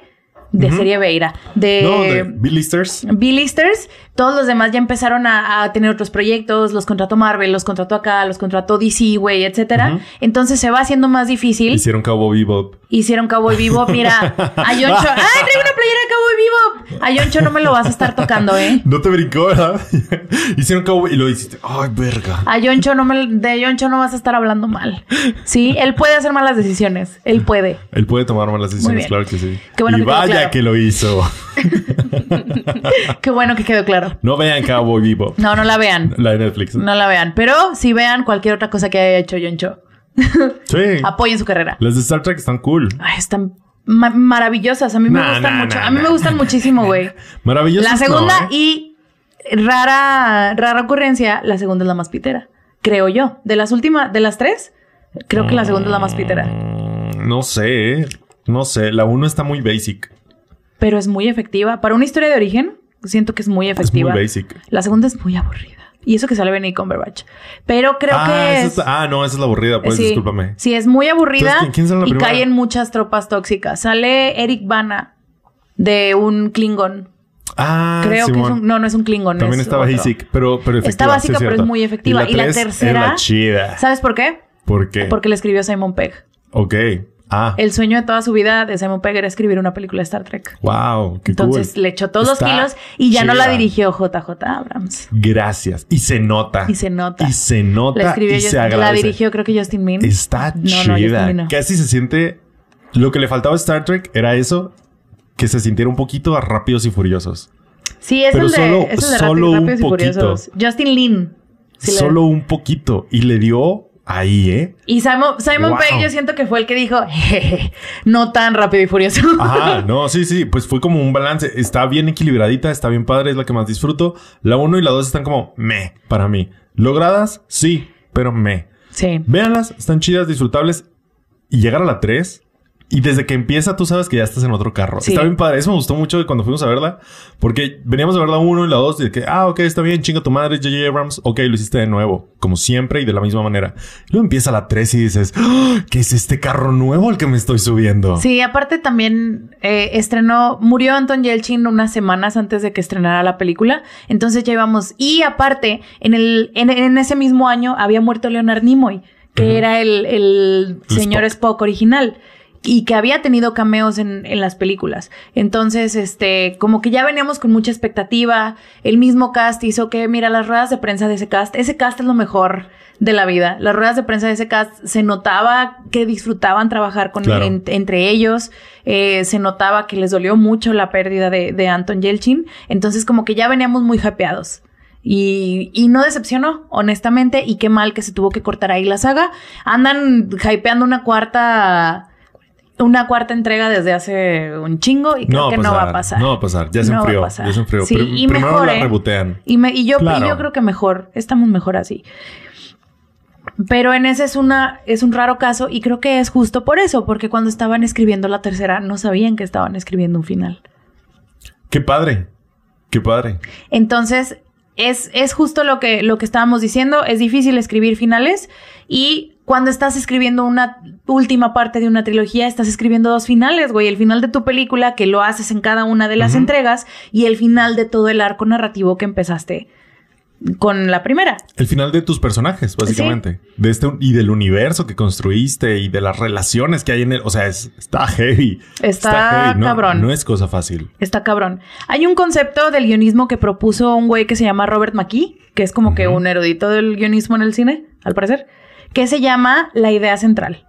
Speaker 2: de
Speaker 1: Ujú.
Speaker 2: serie B era,
Speaker 1: No,
Speaker 2: eh,
Speaker 1: de Bill Listers.
Speaker 2: B-listers, todos los demás ya empezaron a, a tener otros proyectos, los contrató Marvel, los contrató acá, los contrató DC, güey, etcétera.
Speaker 1: Ujú.
Speaker 2: Entonces se va haciendo más difícil.
Speaker 1: Hicieron Cowboy Bebop.
Speaker 2: Hicieron Cowboy Vivo, mira, a Yoncho, ¡ay, traigo una playera de Cowboy Vivo! A Yoncho no me lo vas a estar tocando, ¿eh?
Speaker 1: No te brincó, ¿verdad? Hicieron Cowboy y lo hiciste. Ay, verga.
Speaker 2: A Yoncho no me, de Yoncho no vas a estar hablando mal. Sí, él puede hacer malas decisiones, él puede.
Speaker 1: Él puede tomar malas
Speaker 2: Muy
Speaker 1: decisiones,
Speaker 2: bien.
Speaker 1: claro que sí.
Speaker 2: Qué bueno
Speaker 1: y
Speaker 2: que quedó
Speaker 1: vaya Vaya que lo hizo.
Speaker 2: Qué bueno que quedó claro.
Speaker 1: No vean Cowboy Vivo.
Speaker 2: No, no la vean.
Speaker 1: La de Netflix.
Speaker 2: No la vean. Pero si vean cualquier otra cosa que haya hecho John Cho.
Speaker 1: Sí.
Speaker 2: Apoyen su carrera.
Speaker 1: Las de Star Trek están cool.
Speaker 2: Ay, están ma- maravillosas. A mí me
Speaker 1: Nah,
Speaker 2: gustan
Speaker 1: nah,
Speaker 2: mucho.
Speaker 1: nah,
Speaker 2: a mí
Speaker 1: nah.
Speaker 2: me gustan muchísimo, güey.
Speaker 1: Maravillosas.
Speaker 2: La segunda
Speaker 1: no, ¿eh?
Speaker 2: y rara, rara ocurrencia, la segunda es la más pitera. Creo yo. De las últimas, de las tres, creo que la segunda es la más pitera.
Speaker 1: Mm, No sé. ¿eh? No sé. La uno está muy basic.
Speaker 2: Pero es muy efectiva. Para una historia de origen, siento que es muy efectiva.
Speaker 1: Es muy basic.
Speaker 2: la segunda es muy aburrida. Y eso que sale Benny Cumberbatch. Pero creo
Speaker 1: ah,
Speaker 2: que
Speaker 1: esa
Speaker 2: es...
Speaker 1: está- ah, no, esa es la aburrida, pues
Speaker 2: sí,
Speaker 1: discúlpame.
Speaker 2: sí, es muy aburrida
Speaker 1: Entonces, ¿quién- quién sale en la
Speaker 2: y
Speaker 1: primera?
Speaker 2: caen muchas tropas tóxicas. Sale Eric Bana de un Klingon.
Speaker 1: Ah,
Speaker 2: Creo que
Speaker 1: Simón.
Speaker 2: es un... No, no es un Klingon.
Speaker 1: También
Speaker 2: es
Speaker 1: está
Speaker 2: otro.
Speaker 1: basic, pero, pero efectiva.
Speaker 2: Está básica,
Speaker 1: sí es
Speaker 2: pero
Speaker 1: cierto.
Speaker 2: es muy efectiva. Y la
Speaker 1: tres
Speaker 2: tercera-
Speaker 1: Es la chida.
Speaker 2: ¿Sabes por Eh, qué?
Speaker 1: ¿Por qué?
Speaker 2: Porque le escribió Simon Pegg.
Speaker 1: Ok. Ah.
Speaker 2: El sueño de toda su vida de Simon Pegg era escribir una película de Star Trek.
Speaker 1: Wow. Qué
Speaker 2: Entonces
Speaker 1: cool.
Speaker 2: le echó todos
Speaker 1: Está
Speaker 2: los kilos y ya no la
Speaker 1: chida.
Speaker 2: dirigió JJ Abrams.
Speaker 1: Gracias. Y se nota.
Speaker 2: Y se nota.
Speaker 1: Y se nota.
Speaker 2: La escribió
Speaker 1: y
Speaker 2: Justin-
Speaker 1: se agradece.
Speaker 2: La dirigió creo que Justin Min.
Speaker 1: Está chida.
Speaker 2: Justin Min no.
Speaker 1: Casi se siente. Lo que le faltaba a Star Trek era eso. Que se sintiera un poquito a rápidos y furiosos.
Speaker 2: Sí, es
Speaker 1: Pero
Speaker 2: el de,
Speaker 1: solo-
Speaker 2: es el de
Speaker 1: solo
Speaker 2: Rápidos
Speaker 1: un
Speaker 2: Rápidos y
Speaker 1: poquito.
Speaker 2: Furiosos. Justin Lin. Sí, la-
Speaker 1: Solo un poquito. Y le dio ahí, ¿eh?
Speaker 2: Y Simon, Simon
Speaker 1: Wow.
Speaker 2: Pegg yo siento que fue el que dijo, "Jeje, no tan rápido y furioso.
Speaker 1: Ajá, no, sí, sí, pues fue como un balance. Está bien equilibradita, está bien padre, es la que más disfruto. La 1 y la 2 están como me para mí. ¿Logradas? Sí, pero me.
Speaker 2: Sí.
Speaker 1: Véanlas, están chidas, disfrutables. Y llegar a la 3 y desde que empieza tú sabes que ya estás en otro carro.
Speaker 2: Sí.
Speaker 1: Está bien padre, eso me gustó mucho de cuando fuimos a verla, porque veníamos a ver la 1 y la 2 y de que, ah, ok, está bien, chinga tu madre, JJ Abrams, ok, lo hiciste de nuevo, como siempre y de la misma manera. Luego empieza la 3 y dices, "Ah, ¿qué es este carro nuevo al que me estoy subiendo?
Speaker 2: Sí, aparte también eh, estrenó, murió Anton Yelchin unas semanas antes de que estrenara la película, entonces ya íbamos, y aparte, en, el, en, en ese mismo año había muerto Leonard Nimoy, que
Speaker 1: Ujú.
Speaker 2: era el, el
Speaker 1: El
Speaker 2: señor Spock. original. Y que había tenido cameos en, en las películas. Entonces, este, como que ya veníamos con mucha expectativa. El mismo cast hizo que, mira, las ruedas de prensa de ese cast, ese cast es lo mejor de la vida. Las ruedas de prensa de ese cast se notaba que disfrutaban trabajar con
Speaker 1: Claro.
Speaker 2: en- entre ellos. eh, se notaba que les dolió mucho la pérdida de, de Anton Yelchin. Entonces, como que ya veníamos muy hypeados. Y, y no decepcionó, honestamente. Y qué mal que se tuvo que cortar ahí la saga. Andan hypeando una cuarta. Una cuarta entrega desde hace un chingo y creo que no va a pasar.
Speaker 1: No va a pasar. Ya se
Speaker 2: No va a
Speaker 1: enfrió.
Speaker 2: pasar.
Speaker 1: Ya se enfrió.
Speaker 2: Sí,
Speaker 1: Prim-
Speaker 2: y
Speaker 1: primero
Speaker 2: mejor,
Speaker 1: la
Speaker 2: ¿eh?
Speaker 1: rebotean.
Speaker 2: Y, me- y yo, y
Speaker 1: Claro.
Speaker 2: yo creo que mejor, estamos mejor así. Pero en ese es, una, es un raro caso y creo que es justo por eso, porque cuando estaban escribiendo la tercera no sabían que estaban escribiendo un final.
Speaker 1: Qué padre. Qué padre.
Speaker 2: Entonces, es, es justo lo que, lo que estábamos diciendo, es difícil escribir finales y cuando estás escribiendo una última parte de una trilogía, estás escribiendo dos finales, güey, el final de tu película que lo haces en cada una de las
Speaker 1: Ujú.
Speaker 2: entregas y el final de todo el arco narrativo que empezaste con la primera.
Speaker 1: El final de tus personajes, básicamente. De este y del universo que construiste y de las relaciones que hay en él. O sea, es- está heavy.
Speaker 2: Está
Speaker 1: No,
Speaker 2: cabrón.
Speaker 1: No es cosa fácil.
Speaker 2: Está cabrón. Hay un concepto del guionismo que propuso un güey que se llama Robert McKee, que es como que
Speaker 1: Ujú.
Speaker 2: un erudito del guionismo en el cine, al parecer, que se llama la idea central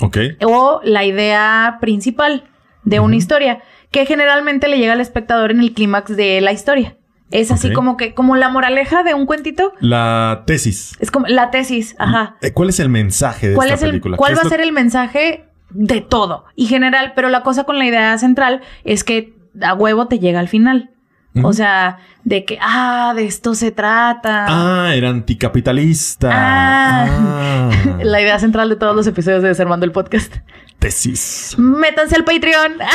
Speaker 1: Ok.
Speaker 2: o la idea principal de una
Speaker 1: Ujú.
Speaker 2: historia, que generalmente le llega al espectador en el clímax de la historia. Es así
Speaker 1: Ok.
Speaker 2: como que, como la moraleja de un cuentito,
Speaker 1: La tesis.
Speaker 2: es como la tesis, ajá.
Speaker 1: Eh, ¿Cuál es el mensaje de
Speaker 2: ¿Cuál,
Speaker 1: esta
Speaker 2: es el,
Speaker 1: película?
Speaker 2: ¿cuál
Speaker 1: ¿Qué
Speaker 2: va a
Speaker 1: es lo-
Speaker 2: ser el mensaje de todo y general? Pero la cosa con la idea central es que a huevo te llega al final.
Speaker 1: Ujú.
Speaker 2: O sea, de que, ah, de esto se trata.
Speaker 1: Ah, era anticapitalista.
Speaker 2: Ah.
Speaker 1: Ah.
Speaker 2: La idea central de todos los episodios de Desarmando el Podcast.
Speaker 1: tesis.
Speaker 2: Métanse al Patreon.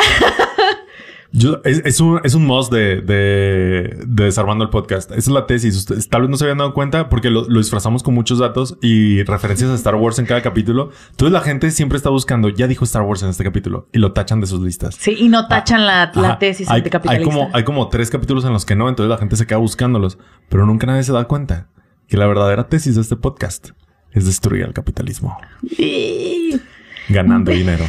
Speaker 1: Yo- es, es un, es un must de, de- de Desarmando el Podcast. Esa es la tesis. Ustedes tal vez no se habían dado cuenta porque lo, lo disfrazamos con muchos datos y referencias a Star Wars en cada capítulo. Entonces la gente siempre está buscando, ya dijo Star Wars en este capítulo, y lo tachan de sus listas.
Speaker 2: Sí, y no tachan la, la
Speaker 1: Ah, Ajá.
Speaker 2: tesis
Speaker 1: hay, hay
Speaker 2: anticapitalista.
Speaker 1: como, hay como tres capítulos en los que no, entonces la gente se queda buscándolos, pero nunca nadie se da cuenta que la verdadera tesis de este podcast es destruir al capitalismo.
Speaker 2: Sí.
Speaker 1: ganando dinero.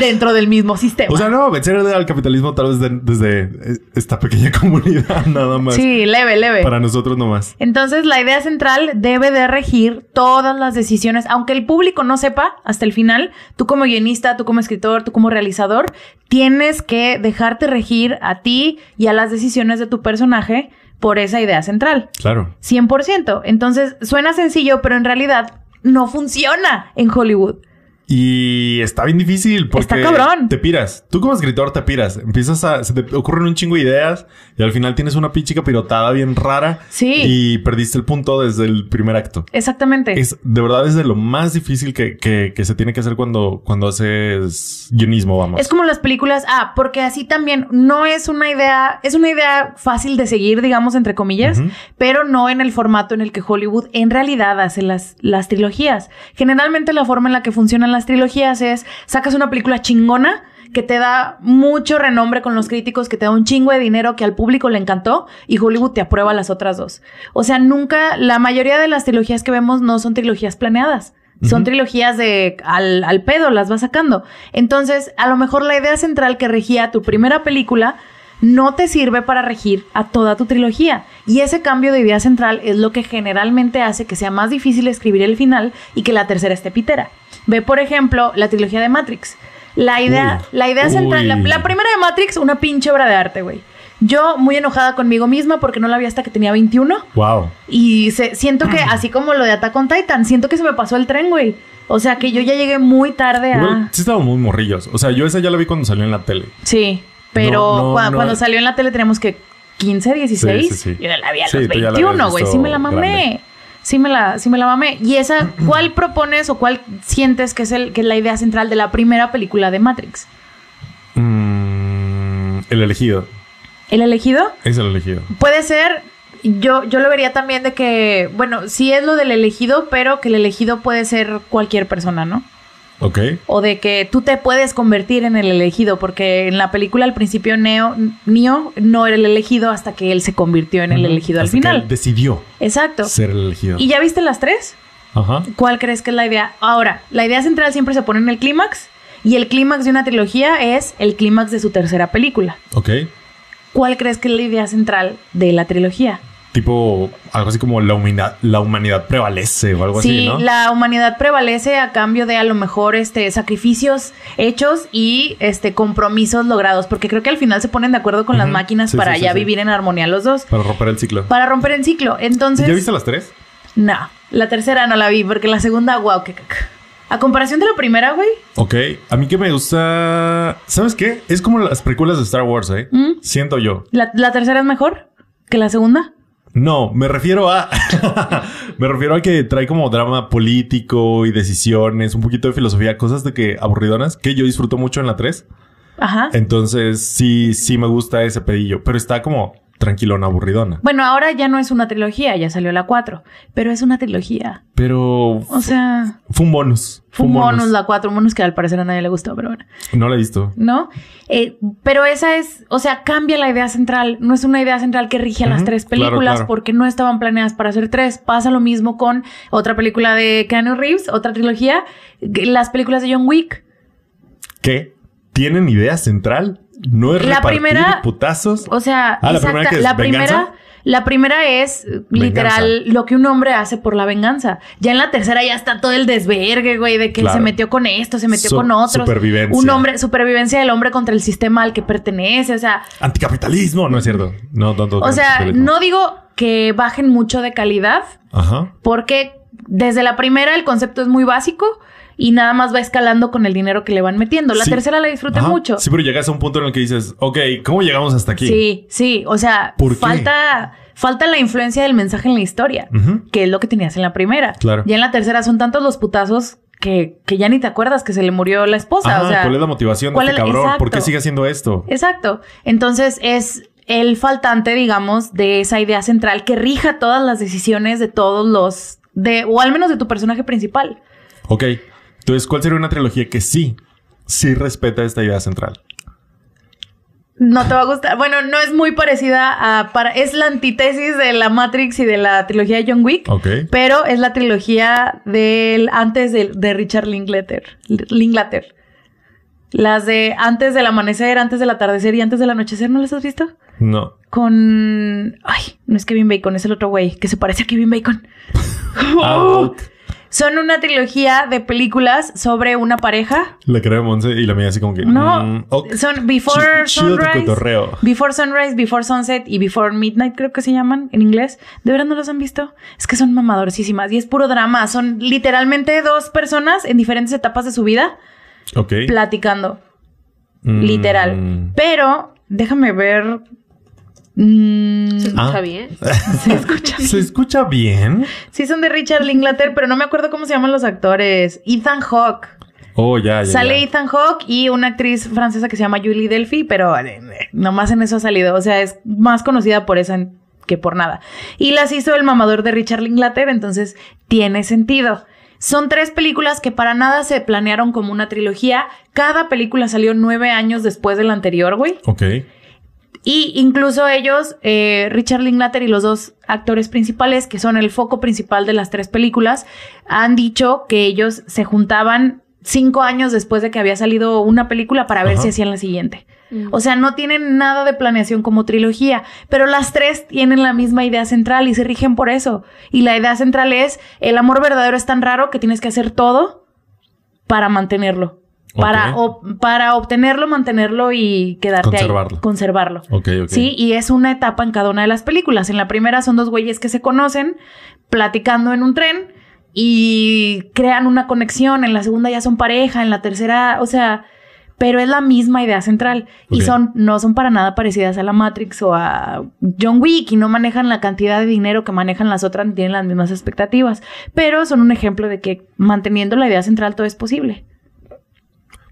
Speaker 2: dentro del mismo sistema.
Speaker 1: O sea, no, vencer al capitalismo tal vez de- desde eh, esta pequeña comunidad nada más.
Speaker 2: sí, leve, leve.
Speaker 1: Para nosotros nomás.
Speaker 2: Entonces, la idea central debe de regir todas las decisiones, aunque el público no sepa hasta el final, tú como guionista, tú como escritor, tú como realizador, tienes que dejarte regir a ti y a las decisiones de tu personaje por esa idea central.
Speaker 1: Claro.
Speaker 2: 100%. Entonces, suena sencillo, pero en realidad no funciona en Hollywood.
Speaker 1: Y está bien difícil porque
Speaker 2: Está cabrón.
Speaker 1: te piras. Tú como escritor te piras. Empiezas a... Se te ocurren un chingo de ideas y al final tienes una pinche capirotada bien rara.
Speaker 2: Sí.
Speaker 1: Y perdiste el punto desde el primer acto.
Speaker 2: Exactamente.
Speaker 1: Es, de verdad es de lo más difícil que, que- que se tiene que hacer cuando, cuando haces guionismo, vamos.
Speaker 2: Es como las películas, ah, porque así también no es una idea, es una idea fácil de seguir, digamos, entre comillas,
Speaker 1: Ujú.
Speaker 2: pero no en el formato en el que Hollywood en realidad hace las, las trilogías. Generalmente la forma en la que funcionan las trilogías es, sacas una película chingona que te da mucho renombre con los críticos, que te da un chingo de dinero que al público le encantó y Hollywood te aprueba las otras dos. O sea, nunca, la mayoría de las trilogías que vemos no son trilogías planeadas. Son
Speaker 1: Ujú.
Speaker 2: trilogías de al, al pedo, las vas sacando. Entonces, a lo mejor la idea central que regía tu primera película no te sirve para regir a toda tu trilogía. Y ese cambio de idea central es lo que generalmente hace que sea más difícil escribir el final y que la tercera esté pitera. Ve, por ejemplo, la trilogía de Matrix. La idea,
Speaker 1: Uy.
Speaker 2: la idea central, la,
Speaker 1: Uy.
Speaker 2: la primera de Matrix, una pinche obra de arte, güey. Yo muy enojada conmigo misma porque no la vi hasta que tenía 21.
Speaker 1: Wow.
Speaker 2: Y se- siento
Speaker 1: Ah.
Speaker 2: que, así como lo de Attack on Titan, siento que se me pasó el tren, güey. O sea, que yo ya llegué muy tarde
Speaker 1: Igual,
Speaker 2: a...
Speaker 1: sí estábamos muy morrillos. O sea, yo esa ya la vi cuando salió en la tele.
Speaker 2: Sí, pero
Speaker 1: No, no,
Speaker 2: cua-
Speaker 1: no.
Speaker 2: cuando salió en la tele tenemos que 15, 16.
Speaker 1: Sí, sí, sí.
Speaker 2: Yo la vi a
Speaker 1: Sí,
Speaker 2: los
Speaker 1: tú ya la habías
Speaker 2: 21, güey. Sí me la
Speaker 1: visto
Speaker 2: mamé.
Speaker 1: grande.
Speaker 2: Sí me la, sí me la mamé. Y esa, ¿cuál propones o cuál sientes que es, el, que es la idea central de la primera película de Matrix?
Speaker 1: Mm, el elegido.
Speaker 2: ¿El elegido?
Speaker 1: Es el elegido.
Speaker 2: Puede ser. Yo, yo lo vería también de que, bueno, sí es lo del elegido, pero que el elegido puede ser cualquier persona, ¿no?
Speaker 1: Ok.
Speaker 2: O de que tú te puedes convertir en el elegido, porque en la película al principio Neo, Neo no era el elegido hasta que él se convirtió en el elegido al
Speaker 1: Hasta que
Speaker 2: final.
Speaker 1: él decidió
Speaker 2: Exacto.
Speaker 1: ser el elegido.
Speaker 2: ¿Y ya viste las tres?
Speaker 1: Ajá.
Speaker 2: ¿Cuál crees que es la idea? Ahora, la idea central siempre se pone en el clímax y el clímax de una trilogía es el clímax de su tercera película.
Speaker 1: Ok.
Speaker 2: ¿Cuál crees que es la idea central de la trilogía?
Speaker 1: Tipo, algo así como la humanidad, la humanidad prevalece o algo así,
Speaker 2: Sí,
Speaker 1: ¿no?
Speaker 2: la humanidad prevalece a cambio de a lo mejor este sacrificios hechos y este compromisos logrados, porque creo que al final se ponen de acuerdo con las
Speaker 1: Ujú.
Speaker 2: máquinas
Speaker 1: Sí,
Speaker 2: para
Speaker 1: sí, sí,
Speaker 2: ya
Speaker 1: sí.
Speaker 2: vivir en armonía los dos,
Speaker 1: Para romper el ciclo.
Speaker 2: para romper el ciclo. Entonces,
Speaker 1: ¿Ya viste las tres?
Speaker 2: no, la tercera no la vi porque la segunda wow, qué caca. A comparación de la primera, güey,
Speaker 1: Ok. A mí que me gusta. ¿Sabes qué? Es como las precuelas de Star Wars, ¿eh?
Speaker 2: ¿Mm?
Speaker 1: Siento yo.
Speaker 2: la, la tercera es mejor que la segunda.
Speaker 1: No, me refiero a. me refiero a que trae como drama político y decisiones, un poquito de filosofía, cosas de que aburridonas que yo disfruto mucho en la 3.
Speaker 2: Ajá.
Speaker 1: Eh. Entonces, sí, sí me gusta ese pedillo, pero está como tranquilona, aburridona.
Speaker 2: Bueno, ahora ya no es una trilogía, ya salió la 4, pero es una trilogía.
Speaker 1: Pero
Speaker 2: O sea,
Speaker 1: fue un bonus.
Speaker 2: fue un bonus la 4, un bonus que al parecer a nadie le gustó, pero bueno.
Speaker 1: No la he visto.
Speaker 2: ¿no? Eh, pero esa es, o sea, cambia la idea central. No es una idea central que rige a las
Speaker 1: Ujú,
Speaker 2: tres
Speaker 1: claro,
Speaker 2: películas
Speaker 1: claro.
Speaker 2: porque no estaban planeadas para hacer tres. Pasa lo mismo con otra película de Keanu Reeves, otra trilogía, g- las películas de John Wick.
Speaker 1: ¿Qué? ¿Tienen idea central? No es
Speaker 2: La
Speaker 1: repartir
Speaker 2: primera-
Speaker 1: putazos.
Speaker 2: O sea,
Speaker 1: Ah, la primera que es
Speaker 2: la
Speaker 1: venganza.
Speaker 2: primera, la primera es eh, literal
Speaker 1: Venganza.
Speaker 2: lo que un hombre hace por la venganza. Ya en la tercera ya está todo el desvergue, güey, de que
Speaker 1: Claro.
Speaker 2: se metió con esto, se metió
Speaker 1: Su-
Speaker 2: con otros.
Speaker 1: supervivencia.
Speaker 2: Un hombre, supervivencia del hombre contra el sistema al que pertenece. O sea,
Speaker 1: Anticapitalismo, no es cierto. No, no, no,
Speaker 2: O sea,
Speaker 1: anticapitalismo.
Speaker 2: no digo que bajen mucho de calidad,
Speaker 1: Ajá.
Speaker 2: porque desde la primera el concepto es muy básico y nada más va escalando con el dinero que le van metiendo. La
Speaker 1: Sí.
Speaker 2: tercera la disfruté
Speaker 1: Ajá.
Speaker 2: mucho.
Speaker 1: Sí, pero llegas a un punto en el que dices, ok, ¿cómo llegamos hasta aquí?
Speaker 2: Sí, sí, o sea,
Speaker 1: ¿Por qué?
Speaker 2: falta falta la influencia del mensaje en la historia,
Speaker 1: Ujú.
Speaker 2: que es lo que tenías en la primera.
Speaker 1: Claro.
Speaker 2: Ya en la tercera son tantos los putazos que, que ya ni te acuerdas que se le murió la esposa,
Speaker 1: Ajá,
Speaker 2: o sea,
Speaker 1: ¿Cuál es la motivación de
Speaker 2: ¿cuál
Speaker 1: este
Speaker 2: es la-
Speaker 1: cabrón? ¿Por qué
Speaker 2: Exacto.
Speaker 1: sigue haciendo esto?
Speaker 2: Exacto. Entonces es el faltante, digamos, de esa idea central que rija todas las decisiones de todos los de o al menos de tu personaje principal.
Speaker 1: Ok. Entonces, ¿cuál sería una trilogía que sí, sí respeta esta idea central?
Speaker 2: No te va a gustar. Bueno, no es muy parecida a. Para, es la antítesis de la Matrix y de la trilogía de John Wick.
Speaker 1: Ok.
Speaker 2: Pero es la trilogía del antes del- de, Richard Linklater. Linklater. Las de antes del amanecer, antes del atardecer y antes del anochecer, ¿no las has visto?
Speaker 1: No.
Speaker 2: Con. Ay, no es Kevin Bacon, es el otro güey que se parece a Kevin Bacon. Oh.
Speaker 1: Out.
Speaker 2: Son una trilogía de películas sobre una pareja.
Speaker 1: La cara de Monse y la mía así como que.
Speaker 2: No,
Speaker 1: mm, ok.
Speaker 2: son Before
Speaker 1: Chi- chido tu
Speaker 2: Sunrise.
Speaker 1: cotorreo.
Speaker 2: Before Sunrise, Before Sunset y Before Midnight, creo que se llaman en inglés. ¿De verdad no los han visto? Es que son mamadorcísimas y es puro drama. Son literalmente dos personas en diferentes etapas de su vida
Speaker 1: Ok.
Speaker 2: platicando,
Speaker 1: Mm.
Speaker 2: literal. Pero déjame ver. Mm,
Speaker 3: Se escucha
Speaker 1: Ah.
Speaker 3: bien.
Speaker 2: se escucha.
Speaker 1: ¿Se escucha bien?
Speaker 2: Sí, son de Richard Linklater, pero no me acuerdo cómo se llaman los actores. Ethan Hawke.
Speaker 1: Oh, ya, ya.
Speaker 2: Sale
Speaker 1: ya.
Speaker 2: Ethan Hawke y una actriz francesa que se llama Julie Delphi, pero eh, eh, nomás en eso ha salido. O sea, es más conocida por esa en- que por nada. Y las hizo el mamador de Richard Linklater, entonces tiene sentido. Son tres películas que para nada se planearon como una trilogía. Cada película salió nueve años después de la anterior, güey.
Speaker 1: Ok.
Speaker 2: Y incluso ellos, eh, Richard Linklater y los dos actores principales, que son el foco principal de las tres películas, han dicho que ellos se juntaban cinco años después de que había salido una película para ver
Speaker 1: Ajá.
Speaker 2: si hacían la siguiente.
Speaker 3: Mm.
Speaker 2: O sea, no tienen nada de planeación como trilogía, pero las tres tienen la misma idea central y se rigen por eso. Y la idea central es, el amor verdadero es tan raro que tienes que hacer todo para mantenerlo. Para,
Speaker 1: Ok.
Speaker 2: ob- para obtenerlo, mantenerlo y quedarte
Speaker 1: Conservarlo.
Speaker 2: ahí. Conservarlo.
Speaker 1: Ok, ok.
Speaker 2: Sí, y es una etapa en cada una de las películas. En la primera son dos güeyes que se conocen platicando en un tren y crean una conexión. En la segunda ya son pareja, en la tercera, o sea, pero es la misma idea central y
Speaker 1: Ok.
Speaker 2: son no son para nada parecidas a la Matrix o a John Wick y no manejan la cantidad de dinero que manejan las otras ni tienen las mismas expectativas, pero son un ejemplo de que manteniendo la idea central todo es posible.